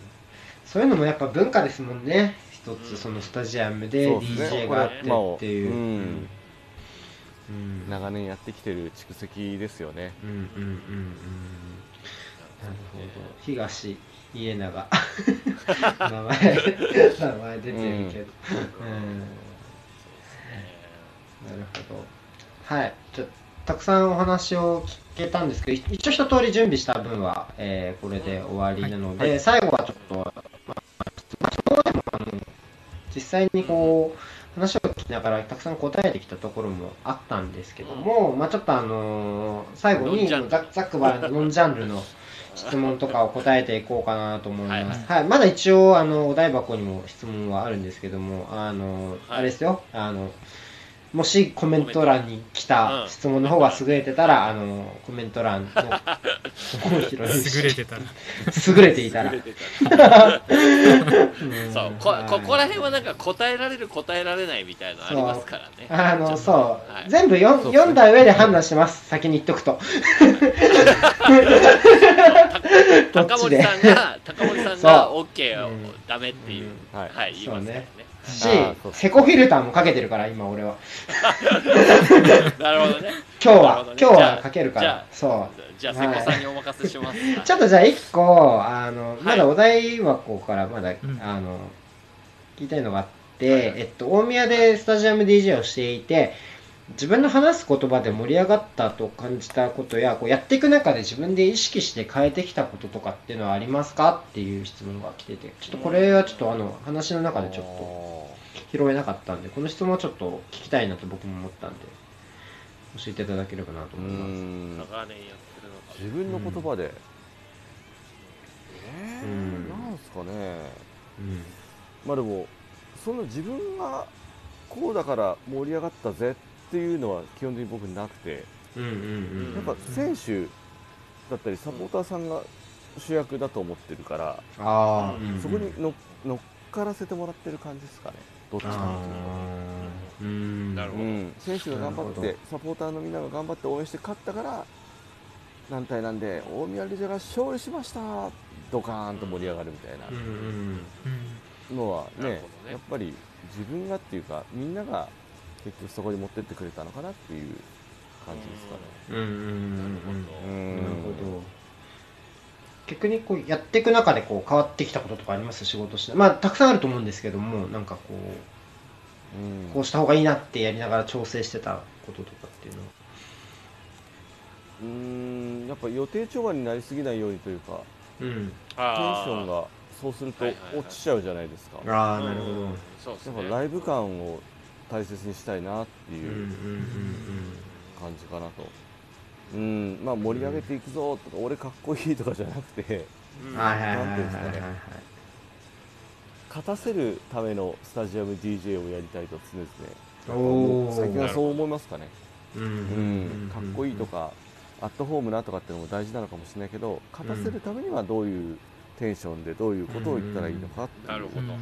S1: そういうのもやっぱ文化ですもんね。一
S3: うん
S1: つそのスタジアムで
S4: そうですね
S1: DJ があ
S3: こ
S1: っ
S3: れ
S1: てっていう。
S4: まあ
S1: うんうん
S4: 長年やってきてる蓄積ですよね
S1: うんうんうんうん。なるほど。東 *laughs* 家長。名前名前出てるけど。うんなるほど。はい。じゃたくさんお話を聞けたんですけど、一応一通り準備した分は、えーこれで終わりなので、最後はちょっと、まあ、まあちょっとまあその前もあの実際にこう、話を聞きながらたくさん答えてきたところもあったんですけども、まあちょっとあのー最後
S3: ノン
S1: に
S3: ジャ
S1: ざ
S3: ンル
S1: ざっくばらんにノンジャンルの質問とかを答えていこうかなと思います。
S2: は
S1: はい、まだ一応あのお台箱にも質問はあるんですけども、あの、
S3: はい
S1: あれですよ、あのもしコメント欄に来た質問の方が優れてたら、あのコメント欄の方を拾い
S3: *laughs*
S2: 優れてたら。
S1: 優れていたら
S3: 優れ、てた
S1: ん
S3: そうこ
S1: い
S3: ここら辺はなんか答えられる答えられないみたいなのありますからね
S1: あのそう、
S3: い
S1: 全部よん
S4: そうそう
S1: 読んだ上で判断します、先に言っとくと。どっ
S3: 高
S1: ち
S3: 森
S1: で
S3: さん
S1: *laughs*
S3: が高森さんが OK を
S1: うん
S3: ダメっていう、
S1: うん
S4: はい
S3: はい言いますからね
S1: し
S4: あーそう、
S1: セコフィルターもかけてるから、今俺は。
S3: なるほど
S1: *laughs*
S3: ね
S1: 今日
S3: なるほ
S1: は、
S3: どね
S1: 今日
S3: じゃ
S1: は
S3: あ
S1: かけるか
S3: じゃあ
S1: ら、そう。
S3: じゃあ瀬古さんにお任せします、はい
S1: ちょっとじゃあ一個あのまだ
S3: はい
S1: お台箱からまだ、
S2: ん
S1: あの聞いたいのがあって、えっと大宮でスタジアム DJ をしていて自分の話す言葉で盛り上がったと感じたことやこうやっていく中で自分で意識して変えてきたこととかっていうのはありますかっていう質問が来ててちょっとこれはちょっとあの話の中でちょっと拾えなかったんでこの質問はちょっと聞きたいなと僕も思ったんで教えていただければなと
S4: う
S1: 思います。
S4: ん
S3: 長年やってるのか
S4: 自分の言葉で、えー
S1: うん
S4: なんすかね
S1: うん
S4: まあでもその自分がこうだから盛り上がったぜっていうのは基本的に僕なくて
S1: うんうんうん
S4: やっぱ選手だったりサポーターさんが主役だと思ってるから、
S1: あーうん
S4: そこにの乗っからせてもらってる感じですかねどっちかっていう
S1: ーう
S4: と
S1: ん
S3: なるほ
S4: う
S3: ど
S4: ん、選手が頑張っ
S1: なる
S4: てサポーターのみんなが頑張って応援して勝ったから何対なんで大宮レジャーが勝利しましたドカーンと盛り上がるみたいな、
S1: うん
S2: うん
S4: のは
S3: なる
S4: ね
S3: ほどね
S4: やっぱり自分がっていうかみんなが結局そこに持ってってくれたのかなっていう感じですかね。
S1: うんうんうん
S4: う
S3: なる
S1: うん
S4: ん
S1: なるほど逆にこうやっていく中でこう変わってきたこととかあります仕事してまあたくさんあると思うんですけどもなんかこう
S4: うん
S1: こうした方がいいなってやりながら調整してたこととかっていうのは
S4: うーんやっぱ予定調和になりすぎないようにというか
S1: うん
S3: ほど
S4: テンシ
S3: あー
S4: ョンがそうすると
S3: はいはいはい
S4: 落ちちゃうじゃないですか。やっ
S1: ああなるほど
S3: うんそうです
S4: ぱ
S3: ね
S4: ライブ感を大切にしたいなって
S1: うんうん
S4: いう
S1: うん
S4: 感じかなと。うんまあ、盛り上げていくぞとか、俺かっこいいとかじゃなくて
S1: う
S3: うんん
S1: はいはいはいはいはい
S4: なんていうんですか勝たせるためのスタジアム DJ をやりたいと常々
S1: はいおお
S4: 最近はそう思いますかね、
S1: うんうん
S4: うん、かっこいいとか、アットホームなとかってのも大事なのかもしれないけど勝たせるためにはどういうテンションでどういうことを言ったらいいのかっていう
S3: なるほ
S2: う
S3: ど
S2: ん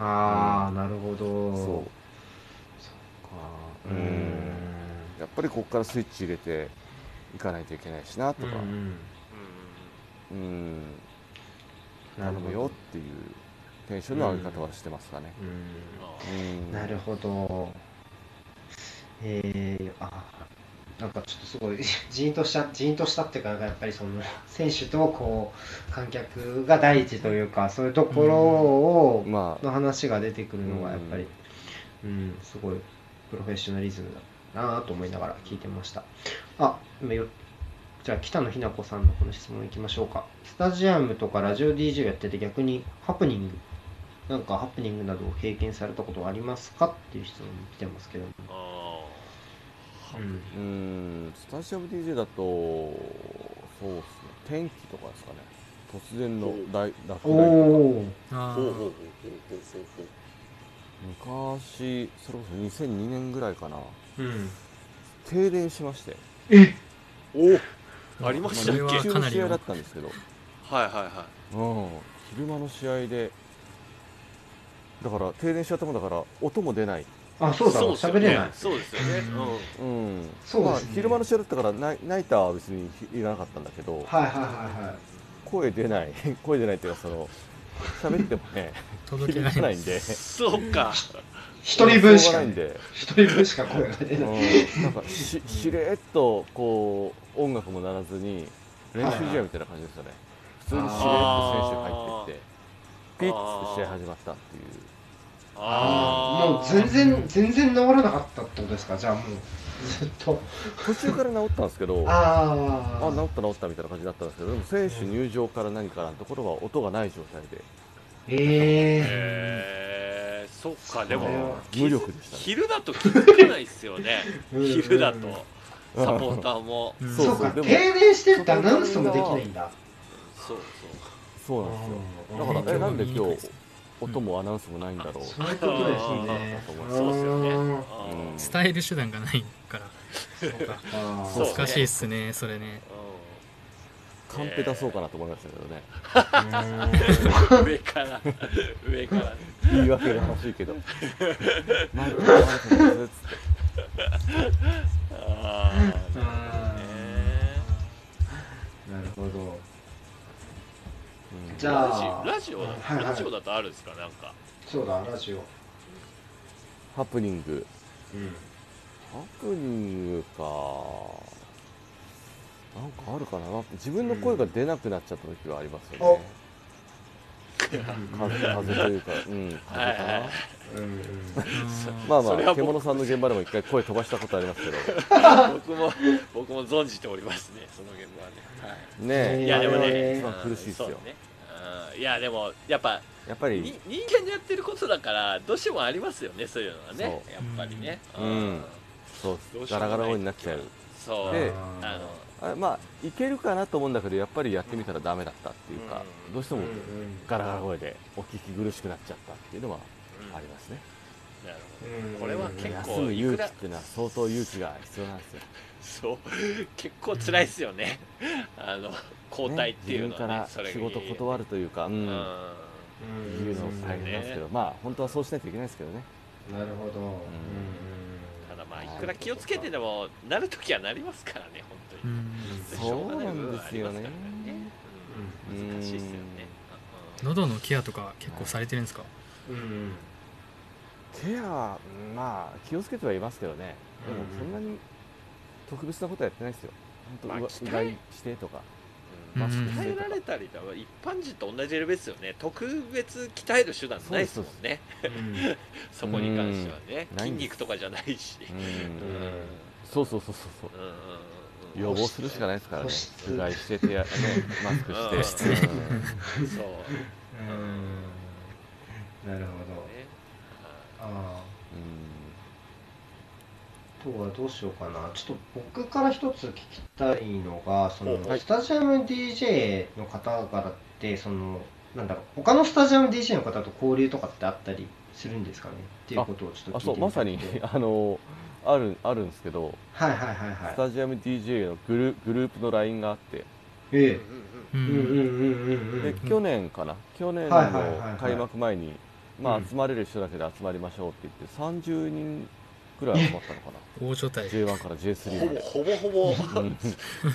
S1: ああなるほど
S4: そ
S1: か
S4: うんうやっぱりここからスイッチ入れていかないといけないしなと
S1: と
S4: か
S1: か、
S4: うん
S1: な
S4: 頼
S1: る
S4: む
S1: ほ
S4: よ
S1: ど
S4: っていうテンションの上げ方はしてますかね、うん
S1: なるほど。えー、あなんかちょっとすごい *laughs* じーんとしたじーんとしたっていうかなんかやっぱりその選手とこう観客が第一というかそういうところを
S4: まあ
S1: の話が出てくるのがやっぱり
S4: うん、
S1: うん、すごいプロフェッショナリズムだなと思いながら聞いてました。あ、今よじゃあ北野日な子さんのこの質問いきましょうか。スタジアムとかラジオ DJ やってて逆にハプニング、なんかハプニングなどを経験されたことはありますかっていう質問来てますけども。
S3: あ
S1: う
S3: ー
S1: ん、
S4: うーんスタジアム DJ だとそうですね天気とかですかね突然の大落
S1: お
S4: 雷と
S1: おー、
S2: あ
S3: ほうほうほ
S2: ー
S3: うほうほうほう
S4: か昔それこそ2002年ぐらいかな
S1: うん。
S4: 停電しまして
S3: おありましたっけ
S2: こ
S4: まあ
S2: れ
S4: 日
S2: は
S4: 中
S2: か
S4: の
S2: なり
S4: 試合だ
S2: よ
S4: ったんですけど
S3: はいはいはい
S4: うん昼間の試合でだから停電しちゃったもんだから音も出ない
S1: あ、そうだ、
S3: っすよ
S1: 喋、
S3: ね
S1: れない。
S3: そうですよね
S2: うん
S3: うん
S4: うん
S1: そうですね
S4: まあ、昼間の試合だったからナイナイターは別にいらなかったんだけど
S1: はいはいはいはい。
S4: 声出ない *laughs* 声出ないっていうかその喋ってもね
S2: 届け
S4: 響
S2: な
S4: かないいんで
S3: そう
S1: *laughs*
S3: か
S1: 一人分し
S4: しょう
S1: か、
S4: がないん
S1: 一
S4: で
S1: 人分しか声が出ない。
S4: うんなんかししれっとこう音楽も鳴らずに練習試合みたいな感じですよね、普通にしれっと選手が入ってきてピッつって試合始まったっていう
S3: あー
S1: もう全然、全然治らなかったってことですか、じゃあもう、ずっと。
S4: 途中から治ったんですけどあ
S1: ああ
S4: 治った治ったみたいな感じだったんですけどでも選手入場から何からのところは音がない状態で
S1: ええ
S3: へえそっかで
S1: それ
S3: も
S1: は
S4: 無力でしたね
S3: 昼だと気づかないですよね
S1: *laughs* うんうん
S3: 昼だとサポーターも
S2: うん
S4: そ
S1: そううか
S4: でも
S1: 停電してってアナウンスもできないんだ
S3: そう
S4: そうなんですよだからえなんで今日音もアナウンスもないんだろう、
S1: そういうことですね
S3: そうそうですよねあ
S4: うん
S3: ー
S2: 伝える手段がないからそうか
S1: あ
S3: そう
S2: 難しいっすねそれね
S4: カンペ出そうかなと思いましたけどね
S1: ー
S3: うん上から上から
S4: 言い訳が欲しい
S1: *laughs*
S4: けどマイクが悪くなるっつって
S3: あーなるほどね
S1: なるほど
S4: うん
S1: じゃあ
S3: ラジオラジオ
S1: はいはい
S3: ラジオだとあるんですかなんか
S1: そうだラジオ
S4: ハプニング
S1: うん
S4: ハプニングかなんかあるかななんか自分の声が出なくなっちゃった時はありますよね、風風というか、うん、風かな、
S3: はいはい
S1: うん
S2: うん
S4: まあま
S3: それは
S4: あ
S3: 僕
S4: 獣さんの現場でも一回声飛ばしたことありますけど
S3: 僕も僕も存じておりますねその現場はね、はい
S4: ねえ
S1: いやでもね
S4: あれは一番苦しいです
S3: うん
S4: よ
S3: そう、ねうんいやでもやっぱ
S4: やっぱり
S3: に人間でやってることだからどうしてもありますよねそういうのはね
S4: そう
S3: やっぱりね
S4: うん
S3: うん
S4: そう
S3: どうしよ
S4: ガ
S3: うもな
S4: ラ
S3: い
S4: ガラ音になっちゃう
S3: そう
S4: で
S3: あの
S4: あまあいけるかなと思うんだけどやっぱりやってみたらダメだったっていうか、
S3: うん
S4: どうして
S1: うん
S4: も
S1: うん
S4: ガラガラ声でお聞き苦しくなっちゃったっていうのはありますね、
S3: なるほ
S1: うん
S3: これは結構
S4: 休む勇気っていうのは相当勇気が必要なんですよ
S3: どそう *laughs* 結構辛いですよね *laughs* あの交代っていうのは、ね
S4: ね自
S3: そ
S4: 分から
S3: れ
S4: 仕事断るというか、うん
S3: うん
S1: うん
S4: いうのも大変なんですけど、まあ本当はそうしないといけないですけどね
S1: なるほどうん
S3: ただまあいくら気をつけてでもなるときはなりますからね本当に
S2: う、ん
S3: しょがい部分はありますから
S4: そうなんですよね
S3: うん
S4: うん
S3: 難しいですよねうん
S2: 喉のケアとか結構されてるんですか
S1: うん
S4: ケアはまあ気をつけてはいますけどねでもそんなに特別なことはやってないですよ
S3: まあ
S4: 本当
S3: 鍛え
S4: うわうがいしてとか
S3: うん
S4: マスクし
S3: 鍛
S4: て
S3: え
S4: と
S3: ら
S4: か
S3: れたりだは一般人と同じレベルですよね特別鍛える手段ないですもんね
S1: うん
S3: そこに関してはね
S4: うんない
S3: 筋
S4: んです
S3: 肉とかじゃないし
S4: うん
S3: うんうん
S4: そうそうそうそうそう
S3: うんうん
S4: 予防するしかないですからね
S1: 保湿
S4: うがいして手や、ね、マスク
S3: うん
S4: して、うん
S3: そう
S1: うんなるほど
S3: ね
S1: ああ
S4: う
S1: 今日はどうしようかなちょっと僕から一つ聞きたいのがその、
S4: はい
S1: スタジアム DJ の方々ってそのなんだろう他のスタジアム DJ の方と交流とかってあったりするんですかねっていうことをちょっと
S4: んあ
S1: 聞
S4: そ
S1: いうてみ
S4: ま
S1: た
S4: さ
S1: くて
S4: にあのあるあるんですけど、
S1: はいはいはいは
S4: ス
S1: い
S4: タジアム DJ のグルグループの LINE があって
S3: うん
S1: え
S2: う
S1: えうんうん
S2: ん
S1: うんうんう
S4: で
S1: ん
S4: 去年かな去年
S1: はいはいはいは
S4: の
S1: い
S4: 開幕前に、ま
S1: う
S4: あ、
S1: ん
S4: 集まれる人だけで集まりましょうって言って30人ぐらい集まったのかな
S2: 大所帯
S4: J1 から J3
S3: ほ
S4: まで
S3: ぼほぼほ *laughs*
S4: う
S3: ぼ
S4: ん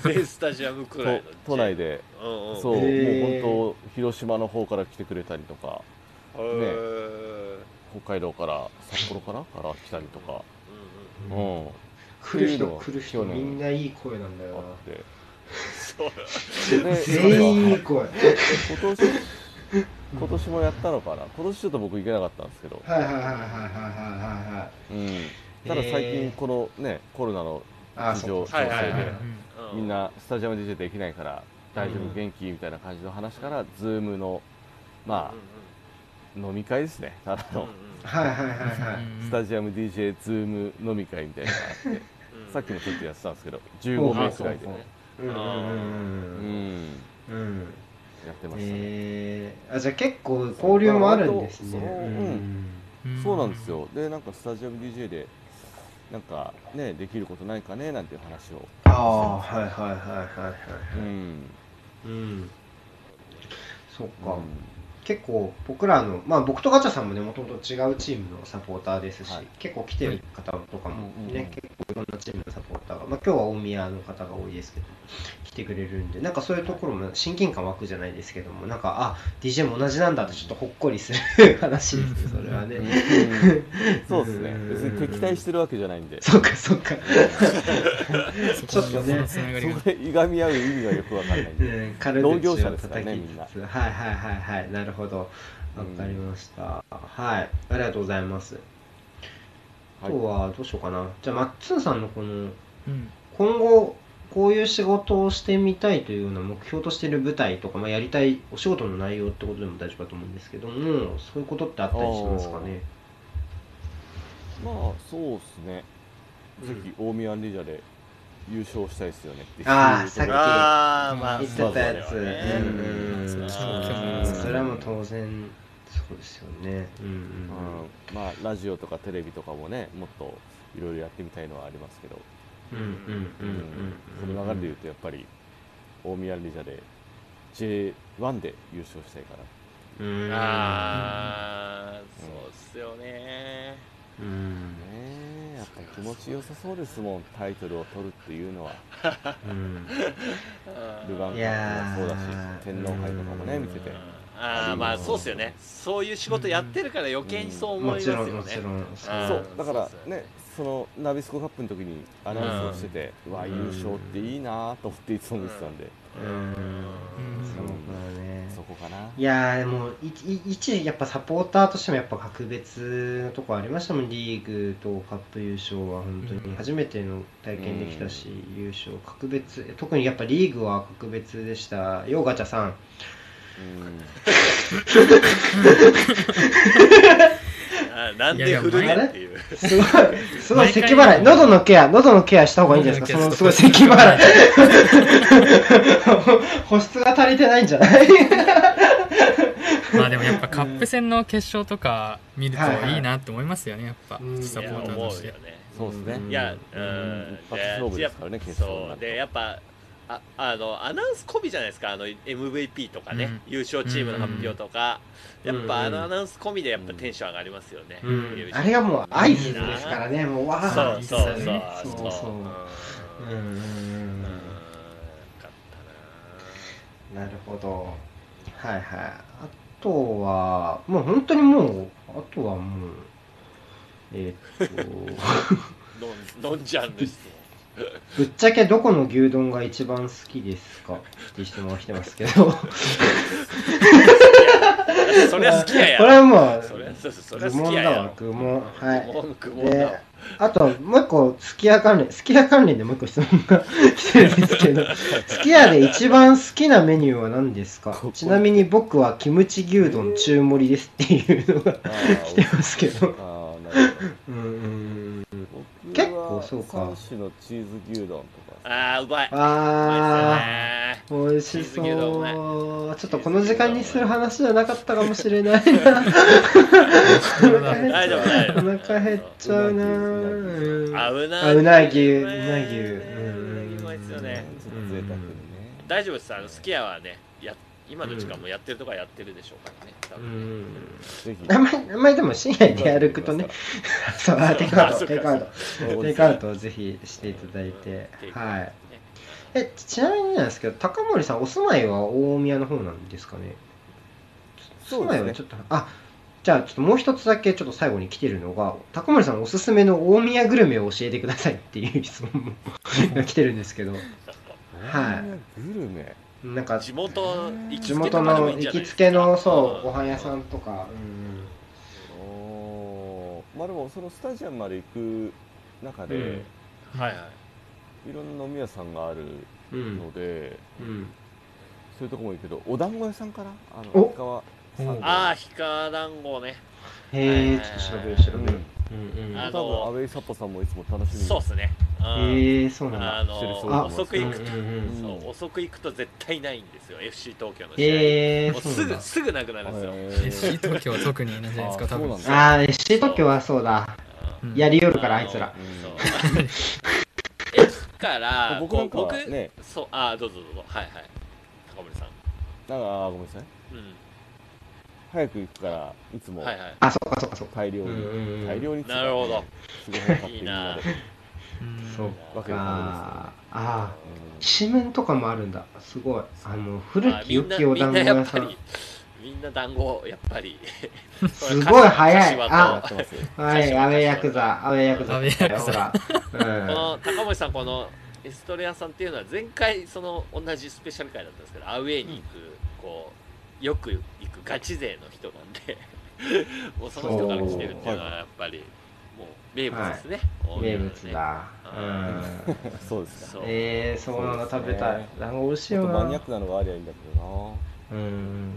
S3: 全スタジアムくらいの
S4: と都内で
S3: うんうん
S4: そう、
S1: へー
S4: もう本当広島の方から来てくれたりとか
S3: へー
S4: 北海道から札幌かなから来たりとか、
S3: うん
S4: う
S1: うん
S4: ん、
S1: 来る人
S4: っていうのは
S1: 来る人
S4: 去年
S1: みんないい声なんだ
S4: あ
S1: よ
S4: って
S3: そう
S4: で
S1: な全員いい声はい
S4: 今年今年もやったのかな今年ちょっと僕行けなかったんですけど、
S1: はいはいはいはいはいはいはい
S4: うん、ただ最
S1: え
S4: 近
S1: ー
S4: このねコロナの
S1: あ
S4: 事
S1: そ
S4: 情
S1: う
S4: 調
S1: か
S4: 整
S3: はい
S4: で、
S3: はいはい
S2: うん
S3: うん
S4: みんなスタジアム DJ できないから大丈
S1: う
S4: 夫
S1: ん
S4: 元気みたいな感じの話から、ズームの
S3: う
S4: まあ飲み会ですねただ
S3: んうん
S4: の
S3: うんうん
S1: はいはいはいは
S2: うんうん
S4: スタジアム DJ ズーム飲み会みたいなのがあって
S3: うん
S4: さっきもちょっとやってたんですけど
S1: ほ
S4: 15
S1: うほうほ
S4: 名
S1: う
S4: くらいで
S1: いうん
S4: う
S1: うん
S4: ん
S1: うんうん
S4: やってましたね、
S1: えー、あじゃあ結構交流もあるんですね
S4: そう
S1: うん
S4: そうなんですよでなんかスタジアム DJ でなんかねできることないかねなんていう話を
S1: ああはいはいはいはいは
S4: う
S1: いはい
S4: ん、
S1: うんそっ
S4: う
S1: か、
S4: ん、
S1: 結構僕らのまあ僕とガチャさんもねもともと違うチームのサポーターですし、
S4: はい
S1: 結構来てる方とかも
S4: うんうん
S1: ね、
S4: うん
S1: 結構いろんなチームのサポーターがまあ今日は大宮の方が多いですけど来てくれるんでなんかそういうところも親近感湧くじゃないですけどもなんかあ DJ も同じなんだってちょっとほっこりする話です
S4: *laughs*
S1: ねそれはね、
S4: そうですね別に敵対してるわけじゃないんで
S1: そうかそうか
S2: ちょっと
S1: ちょっと
S2: ね
S1: ね
S2: つながりが
S4: それいがみ合う意味がよくわかんないん
S1: *laughs* う
S4: で、
S1: ん軽
S4: 農
S1: 口
S4: 業者
S1: を
S4: ですから
S1: 叩
S4: ね
S1: きつつ、はいはいはいはいなるほどわかりました、はいありがとうございますあ
S4: はい
S1: とはどうしようかな、じゃあマッツンさんのこの
S2: うん
S1: 今後こういう仕事をしてみたいというような目標としている舞台とか、まあ、やりたいお仕事の内容ってことでも大丈夫だと思うんですけどもそういうことってあったりしますかね
S4: まあそうですねぜひ大宮アンリージャで優勝したいですよねっていう
S1: あーさっき
S3: あーまあ
S1: 言ってたやつ、
S3: そうだよね
S1: うん
S2: そううんそう
S1: うんそれはもう当然そうですよねうんうんうん
S4: うん、まあラジオとかテレビとかもねもっといろいろやってみたいのはありますけど、
S1: うんうんうん
S4: そ
S1: うんうん
S4: の流れで言うとやっぱり大宮アンリージャで J1 で優勝したいかな
S1: うん
S3: ああそうっすよね
S1: うん
S4: ねえやっぱ気持ちよさそうですもんタイトルを取るっていうのは
S1: うん
S4: ルヴァンカッ
S1: い
S4: プも
S1: やー
S4: そうだし天皇杯とかもね見てて
S3: ああまあそうっすよねそういう仕事やってるから余計にそう思い
S1: も
S3: ます
S1: ち
S3: よ
S1: ろん
S3: ね
S1: もちろんそ
S3: あー
S4: そうだから
S3: そうそう
S4: ねそのナビスコカップの時にアナウンスをしててうわ
S1: う
S4: 優
S1: ん
S4: 勝っていいなと思っていつも見てたんで
S1: うん
S2: うん
S1: そうだね
S4: そこかない
S1: やーでもいい一やっぱサポーターとしてもやっぱ格別なとこありましたもんリーグとカップ優勝は本当
S2: うん
S1: に初めての体験できたし、優勝格別特にやっぱリーグは格別でしたよガチャさん
S3: あーなんで振るねっていう
S1: すごいすごい
S2: 毎回
S1: 咳払い喉のケア喉のケアした方がいいんじゃないですかそ
S2: 喉
S1: の
S2: の
S1: す
S2: ケ
S1: ご
S2: ア
S1: い咳払い *laughs* 保湿が足りてないんじゃない
S2: *laughs* まあでもやっぱカップ戦の決勝とか見るといいなって思いますよねやっぱ
S1: うん
S2: サ
S3: い
S2: ポ
S3: や
S2: ーターと
S3: 思う
S2: して
S3: よ。ね
S4: そうですね
S1: ん
S3: いや、う
S4: うん
S3: ん、
S4: 一発勝負ですからね
S3: で
S4: 決勝
S3: そ
S4: になる
S3: う
S4: と
S3: で、やっぱ、ああのアナウンス込みじゃないですか、あの MVP とかね、
S2: うん
S3: 優勝チームの発表とか、
S1: うん
S3: やっぱ、
S1: うん
S3: あのアナウンス込みでやっぱテンション上がりますよね、
S1: うん
S3: 優
S1: あ
S3: 勝
S1: れがもう合図ですからねもうわ
S3: そ
S1: ー
S3: う
S1: って
S3: そ
S1: 言
S3: う
S1: っ
S3: そう
S1: てたね
S3: そう
S1: そうそう
S3: う
S1: うんんうんうん
S3: う
S1: う
S3: ん
S1: ん
S3: かっ
S1: なるほど。はいはい。あとは、もう本当にもう、あとはもう、えーっと、
S3: *laughs* たなノンノンジャンル質
S1: ぶっちゃけどこの牛丼が一番好きですかって質問が来てますけど、
S3: 問そりゃ好きやや
S1: これはも
S3: そりゃ
S1: う、
S3: そうそうそりゃ
S1: 愚
S3: 好き
S1: 問
S3: や
S1: だわ
S3: や、
S1: 愚問。は
S3: 文句
S1: い。
S3: もだわ
S1: で、あと、もう一個、すき家関連、すき家関連でもう一個質問が来てるんですけど、
S3: *laughs*
S1: すき家で一番好きなメニューは何ですか
S4: ここ
S1: ちなみに僕はキムチ牛丼中盛りですっていうのが
S4: あ
S1: 来てますけど。
S4: あーなる
S1: うんうんうん
S4: ほど
S1: 結構そうか
S4: 僕は3種のチーズ牛丼とか
S3: あー、うまい、
S1: あ
S3: あ
S1: ー美味し
S3: チーズ牛丼ね
S1: そうちょっとこの時間にする話じゃなかったかもしれないな
S2: そう
S1: お腹
S2: だ
S1: 減っちゃう
S3: 大丈夫
S1: お腹減っちゃうなうん
S3: あうな
S1: あうなぎ
S3: う
S1: う
S3: まい
S1: なぎう
S3: うなぎうまいっすよ
S4: ちょっ
S3: ね
S4: と贅沢にね
S3: 大丈夫です、あの好きやはね、や今の時間もやってるとかやってるでしょうからね、多
S1: う
S3: 分
S1: ん
S4: ぜひ
S1: あんまりあんまりでも深夜に出歩くとね *laughs* そうあテイクアウトテイクアウトテイクアウトをぜひしていただいて
S3: うん
S1: はいえちなみになんですけど高森さんお住まいは大宮の方なんですかね
S4: そう
S1: 住
S4: で
S1: まい
S4: す
S1: は
S4: ね
S1: ちょっとあじゃあちょっともう一つだけちょっと最後に来てるのが高森さんおすすめの大宮グルメを教えてくださいっていう質問もが来てるんですけどはい
S4: グルメ
S1: なんか
S3: 地元行き
S1: 地
S3: つけと
S1: 元
S3: かでも
S1: の
S3: いいんじ
S1: 行
S3: ゃ
S1: き
S3: ないです
S1: つ
S3: か
S1: けのそうご飯屋さ
S3: うん
S1: とか
S4: おーまあでもそのスタジアムまで行く中
S1: う
S4: で
S1: ん
S2: はいはい
S4: いろんな飲み屋さんがある
S1: うん
S4: ので、
S1: うん
S4: そういうとこもいいけどお団子屋さんかなあの
S1: お
S4: 三河さん
S2: お
S4: で
S3: ああ、ヒカ団子ね。
S1: へえちょっと調べる調
S4: う
S1: べる
S4: ん
S1: うん
S3: あ
S4: 多
S3: の
S4: 分阿部サッポさんもいつも楽しみに
S3: そうっすね。うん
S1: うんへえそうなんだ
S3: あの
S4: してるそう
S1: だ
S3: ー遅く行くと、
S1: うんうん
S4: うん
S3: そう遅く行くと絶対ないんですよ FC 東京の試
S1: へ
S3: 合、
S1: え
S3: もう
S1: そ
S3: す
S1: うなん
S3: ぐ
S1: だ
S3: すぐなくなるんですよ、
S4: へー *laughs*
S2: FC 東京は特にいないじゃないですか
S4: あ
S2: 多分
S4: そうなんだ
S1: ああ FC 東京はそうだ
S3: うん
S2: うん
S1: やりよるからあいつら
S3: の
S4: うん
S3: そう *laughs* 駅から
S4: *laughs* 僕なんか
S3: こう僕
S4: ね
S3: そうあーどうぞどうぞはいはい高森さん
S4: だからあーごめんなさい
S3: うん
S4: 早く行くからいつも
S3: はいはい
S1: あそっかそっかそっか
S4: 大量に、
S1: うんうん
S4: 大量にっつうか
S3: なるほど
S4: すごい本買って
S3: いい
S4: みんな
S3: な
S4: で
S2: うん
S1: そっ
S4: わけ
S1: かあ
S4: わか
S1: あ紙面とかもあるんだすごいあの古
S3: あー
S1: き
S3: み
S1: 良
S3: んな
S1: きお
S3: み
S1: 団
S3: ん
S1: 子
S3: な
S1: 屋
S3: やっぱ
S1: さん
S3: りみんな団子やっぱり *laughs*
S1: すごい早い
S3: 柏と
S4: や
S1: あ
S4: ってますよ
S1: はい安倍ヤクザ安倍ヤクザ
S2: 安倍ヤ
S1: ほ
S2: クザ
S1: ら
S3: *laughs*
S1: うん
S3: この高森さんこのエストレアさんっていうのは前回その同じスペシャル回だったんですけどアウェーに行く、こうよく行くガチ勢の人なんで *laughs* もうその人から来てるっていうのはやっぱりもう名物ですね、
S1: 名物だ。う。
S3: うん
S4: そうですか
S3: そう、
S1: えー、そうなの食べ
S4: そう
S1: た
S4: です
S1: い
S4: ね。
S1: 団子美味しい
S4: ちょ
S1: よ
S4: っとマニア
S1: な
S4: ッ。クなのがありゃいいんだけど
S1: うん。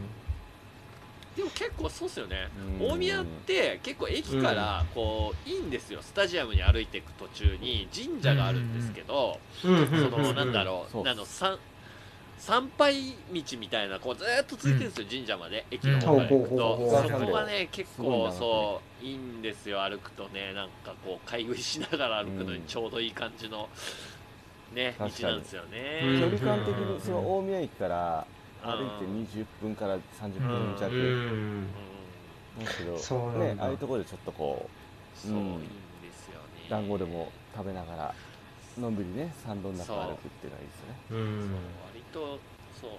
S3: でも結構そうっすよね
S4: うん
S3: 大宮って結構駅からこういいんですよスタジアムに歩いていく途中に神社があるんですけど、
S1: うんうん
S3: そ
S1: うんう
S3: のなんだろ
S4: そう
S3: う、あの参参拝道みたいな、こうずーっと続いてるんですよ、神社まで、駅の方から行く
S1: ほう
S3: と
S1: ほうほう、ほう
S3: そこがね、結
S4: すごい
S3: 構
S4: な
S3: そう、いいんですよ、歩くとね、なんかこう、買い食いしながら歩くのにちょうどいい感じの、ね、道
S4: 確かに
S3: なんですよ
S1: うん
S4: 距
S3: ね。
S4: 離感的にその大宮駅から歩いて
S3: うん
S4: 20分から30
S1: うん
S4: 分
S1: う
S4: 弱
S1: ん。
S4: だけ
S1: そうな
S4: ど
S1: んだ
S4: ねああいうところでちょっとこ
S3: そう、い
S4: うん
S3: いんですよね。
S4: う団子でも食べながらのんびりね参道の中歩くっていうのはいいですね
S1: う。
S3: そうん割と、そう、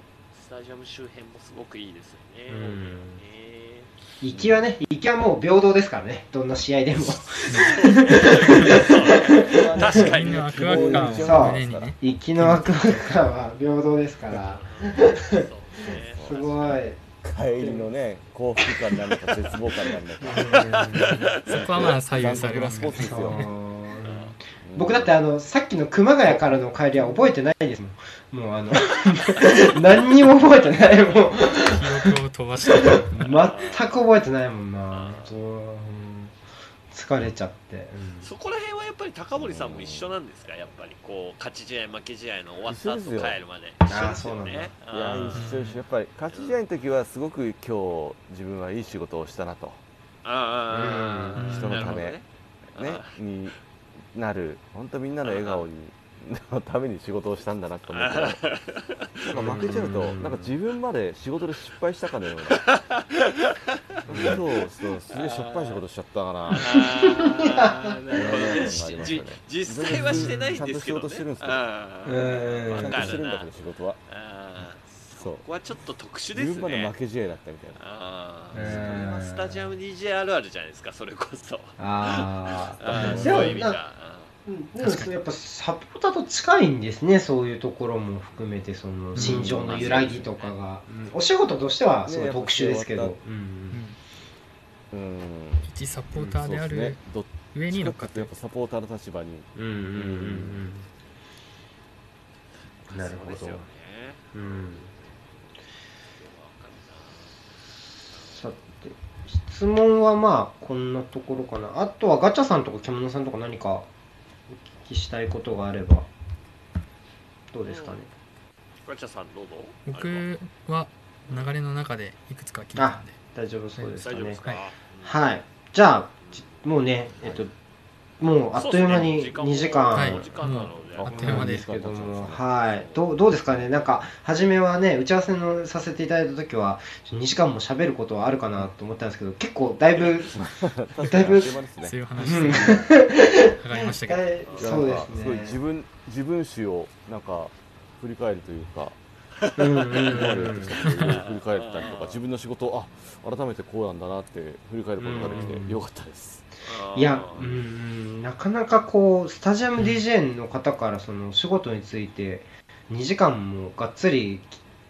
S3: スタジアム周辺もすごくいいですよね。
S1: うん
S3: ね
S1: 行きはね、行きはもう平等ですからね。どんな試合でも。
S3: 確か
S2: み
S3: に
S2: ん
S3: ね
S2: なワクワク感
S1: そう
S2: を胸にね
S1: 行きのワクワク感は平等ですから。
S3: そうね
S1: すごい。
S4: 帰りのね幸福感なのか絶望感なのか
S2: そこはまあ左右されますけど
S4: 残酷なスポーツですよ
S1: そう
S4: うん
S1: *laughs* 僕だってあのさっきの熊谷からの帰りは覚えてないですもんもうあの *laughs* 何にも覚えてないもう
S2: 記憶を飛ばして
S1: 全く覚えてないもんなそううん疲れちゃって、
S3: そこら辺はやっぱり高森さんも一緒なんですか、やっぱりこう勝ち試合、負け試合の終わった後
S4: 一緒ですよ
S3: 帰るまで。
S1: あー
S3: 一緒ですよね
S4: いや
S3: うん
S4: 一緒一緒やっぱり勝ち試合の時はすごく今日自分はいい仕事をしたなと
S3: あーあーあー
S2: うん人のた
S4: め
S3: なるほどね
S4: ねになる本当みんなの笑顔に *laughs* のために仕事をしたんだなと思った
S3: *laughs*
S4: らなんか負けちゃうと
S1: うん
S4: なんか自分まで仕事で失敗したかの
S3: *laughs*
S4: ようなそうそうすげえしょっぱい仕事しちゃったかな
S3: あーなるほどね
S4: うん
S3: じじ実際はしてないんですけど、ね、
S4: ちゃんと仕事してるんですよ
S3: あ
S1: う
S3: ー
S1: ん
S3: わ
S4: ちゃん
S3: か
S4: として
S3: る
S4: るんだ
S3: な
S4: けど仕事は
S3: あー
S4: そう
S3: そこはちょっと特殊で
S4: 自
S3: す
S4: 分まで
S3: ね
S4: 負。け試合だったみたいな
S3: あ
S1: うん
S3: ーそれはスタジアム DJ あるあるじゃないですか、それこそ。
S1: あ
S3: あ
S1: あ
S3: ー
S1: で
S3: そういう意味
S1: もな
S3: だ。
S1: うんでもそうやっぱサポーターと近いんですねそういうところも含めてその心情の揺らぎとかが、うんお仕事としてはすごい特殊ですけ
S4: ねやっ
S1: ど
S4: ぱ、
S1: うん
S4: うん
S2: 一サポーターであ
S4: そうです
S2: る
S4: ねどっ
S2: 上に
S4: ち
S2: 乗
S4: か
S2: っか
S4: っ
S2: ってて
S4: いうとやっぱサポーターの立場に
S1: うんうんうんうんなる
S3: そう
S1: ほ
S3: ですよ
S1: ど
S3: ね。
S1: うん
S3: わか
S1: さ
S3: る
S1: て質問はまあこんなところかなあとはガチャさんとか獣さんとか何かお聞きしたいことがあればどうですかね、
S3: なガチャさんどうぞ。
S2: 僕は流れの中でいくつか聞いたんで
S1: 大丈夫そうですか
S3: 大丈夫で
S1: ね
S3: すか。
S2: はい
S1: はいじゃあじもうねえっと、もうあっという間に2時間
S2: はい
S3: 時間なので、
S4: あ
S2: あっという
S1: な
S2: 間
S1: んで
S2: です
S1: けども、
S4: あっという間です
S1: はい、どうどうですかね、なんか初めはね、打ち合わせのさせていただいた時は、2時間も喋ることはあるかなと思ったんですけど、結構だいぶ、だいぶ
S4: あっとう間ですね
S2: そういう話
S1: うん
S2: 上がりましたけど
S1: だい
S4: いや
S1: そうです
S4: なんか
S1: ね。
S4: ごい自分自分史をなんか振り返るという
S1: う
S4: か、
S1: んうん
S4: 今まで
S1: う
S4: やっ
S1: ん
S4: てきたことを振り返った
S3: う
S4: りと
S3: ん *laughs*
S4: か、自分の仕事をあ改めてこうなんだなって振り返ることができ
S1: うん
S4: てよかったです。
S1: いや、うんうん、なかなかこうスタジアム DJ の方からそのお仕事について2時間もがっつり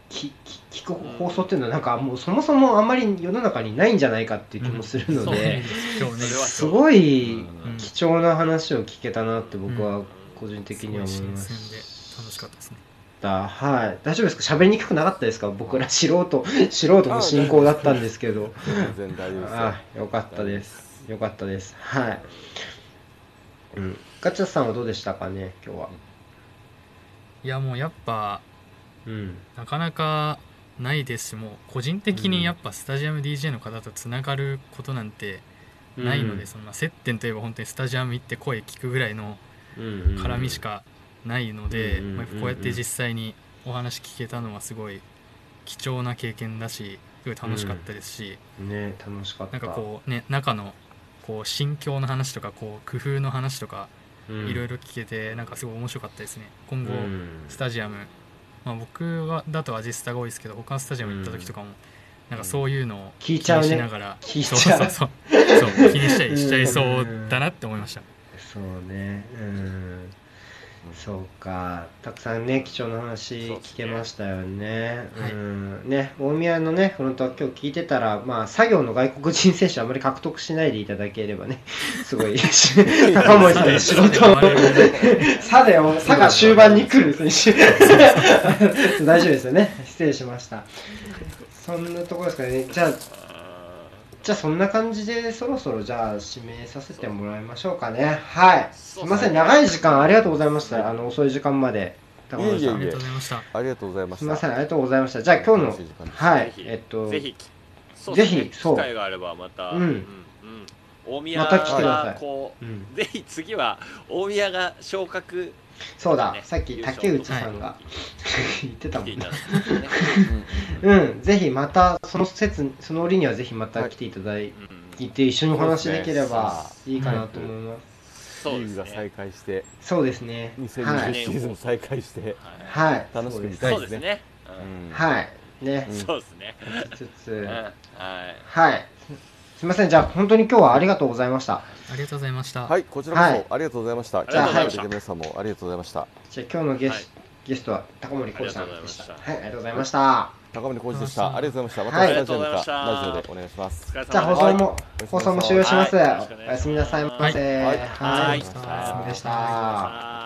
S1: きき聞く放送っていうのはなんかもうそもそもあんまり世の中にないんじゃないかっていう気もするの
S2: そう
S1: で
S2: で、す今日ね
S3: それは
S1: すごい
S3: うん
S1: 貴重な話を聞けたなって僕は個人的には思い
S2: すごい
S1: ま
S2: 新鮮で楽し
S1: し
S2: かったですね
S1: た。はい、大丈夫ですか喋りにくくなかったですか僕ら素人 *laughs* 素人の進行だったんですけど
S4: 全然大丈夫ですよ
S1: あよかったですよかったですはい、うん、ガチャさんはどうでしたかね今日は、
S2: いやもうやっぱ
S1: うん、
S2: なかなかないですしもう個人的にやっぱスタジアム DJ の方とつながることなんてないので、そんな接点といえば本当にスタジアム行って声聞くぐらいの絡
S1: 絡
S2: みしかないので、
S1: うん
S2: まあ、こうやって実際にお話聞けたのはすごい貴重な経験だしすごい楽しかったですし、
S1: ね楽しかった
S2: なんかこうね中のこう心境の話とかこう工夫の話とか
S1: うん、
S2: いろい
S1: ろ
S2: ろ聞けてなんかすごい面白かったですね今後スタジアム、まあ、僕はだとアジスタが多いですけど他のスタジアム行った時とかもなんかそういうのを
S1: 聞い
S2: 気
S1: ちゃう
S2: に
S1: ね
S2: しながら
S1: 聞いちゃう
S2: そうそうそうそう気にしちゃいしちゃいそうだなって思いました
S1: そうねうんそうかたくさんね貴重な話聞けましたよね
S2: そうですねはい
S1: うんね大宮のねフロントは今日聞いてたらまあ作業の外国人選手あまり獲得しないでいただければねすごい高森さんの仕事を
S2: 我々もね
S1: さでよ、さが終盤に来る選手。大丈夫ですよね。失礼しました。そんなところですかね。じゃあ、
S3: あ
S1: じゃあそんな感じで、そろそろじゃあ、指名させてもらいましょうかね。はい。す
S3: す
S1: いません、長い時間ありがとうございました。あの、遅い時間まで。高森さ
S2: あ
S1: ん
S2: りがとうございました
S4: ありがとうございま
S1: す
S4: した
S1: いません、ありがとうございました。じゃあ、今日の
S4: 楽しい時間、です
S1: はい、
S3: ぜひ
S1: えっと、
S3: ぜひそう
S1: ぜ
S3: で
S1: ひ
S3: すね
S1: そう
S3: 機会があればまた、
S1: うん
S3: うん大宮
S1: また来てくださ
S3: が
S1: い
S3: こう、 *laughs*
S1: うん
S3: ぜひ次は大宮が昇格
S1: そうだ
S3: ね、
S1: さっき
S3: 優勝
S1: 竹内さんが、言ってた
S3: 来
S1: も
S3: てい
S1: ん
S3: た
S1: ね
S3: だ。きますね、
S1: うん、ぜひまた、その説、その折にはぜひまた来ていただい
S3: うん
S1: *laughs* 聞いて一緒にお話しできればいいかなと思います。
S3: そうで
S4: リーグ
S3: す
S4: が
S3: ね
S4: 再開して
S1: そうですね。は
S4: 2020
S1: い。
S4: シーズン再開して
S3: は
S1: はい。
S4: 楽しみに
S1: そう
S3: い
S4: た
S1: で
S3: そ
S4: いう
S3: です
S4: で
S3: す
S4: ね
S3: ね、
S1: すはい。ね
S3: う。んそうですね、
S1: しつ
S3: う
S1: つ
S3: ん、はい
S1: はい。すみません。じゃあ本当に今日はありがとうございました。
S2: ありがとうございました、
S4: はいこちら
S1: は
S4: こ
S1: い
S4: そありがとうございました
S3: り
S1: がとうございま
S3: した
S4: 聞いてくれた皆さんもありがとうございました
S1: じゃあ今日のゲス,、
S3: はい
S1: ゲストは高森浩二さんでした。
S3: あ
S1: はい。ありがとうございました。
S4: 高森浩二でしたありがとうございました
S1: は
S4: ま
S1: い
S4: たスタジアム
S3: ありがとうござ
S4: か
S3: いました
S4: ラジオでお願いします
S3: お疲れ様でした
S1: じゃあ放送も、
S4: い
S1: 放送も終了します。
S3: はいよろしくお願いします
S1: おやすみなさいませ。
S2: はい
S1: はい。
S4: はい
S1: お疲れ様でした。
S3: はい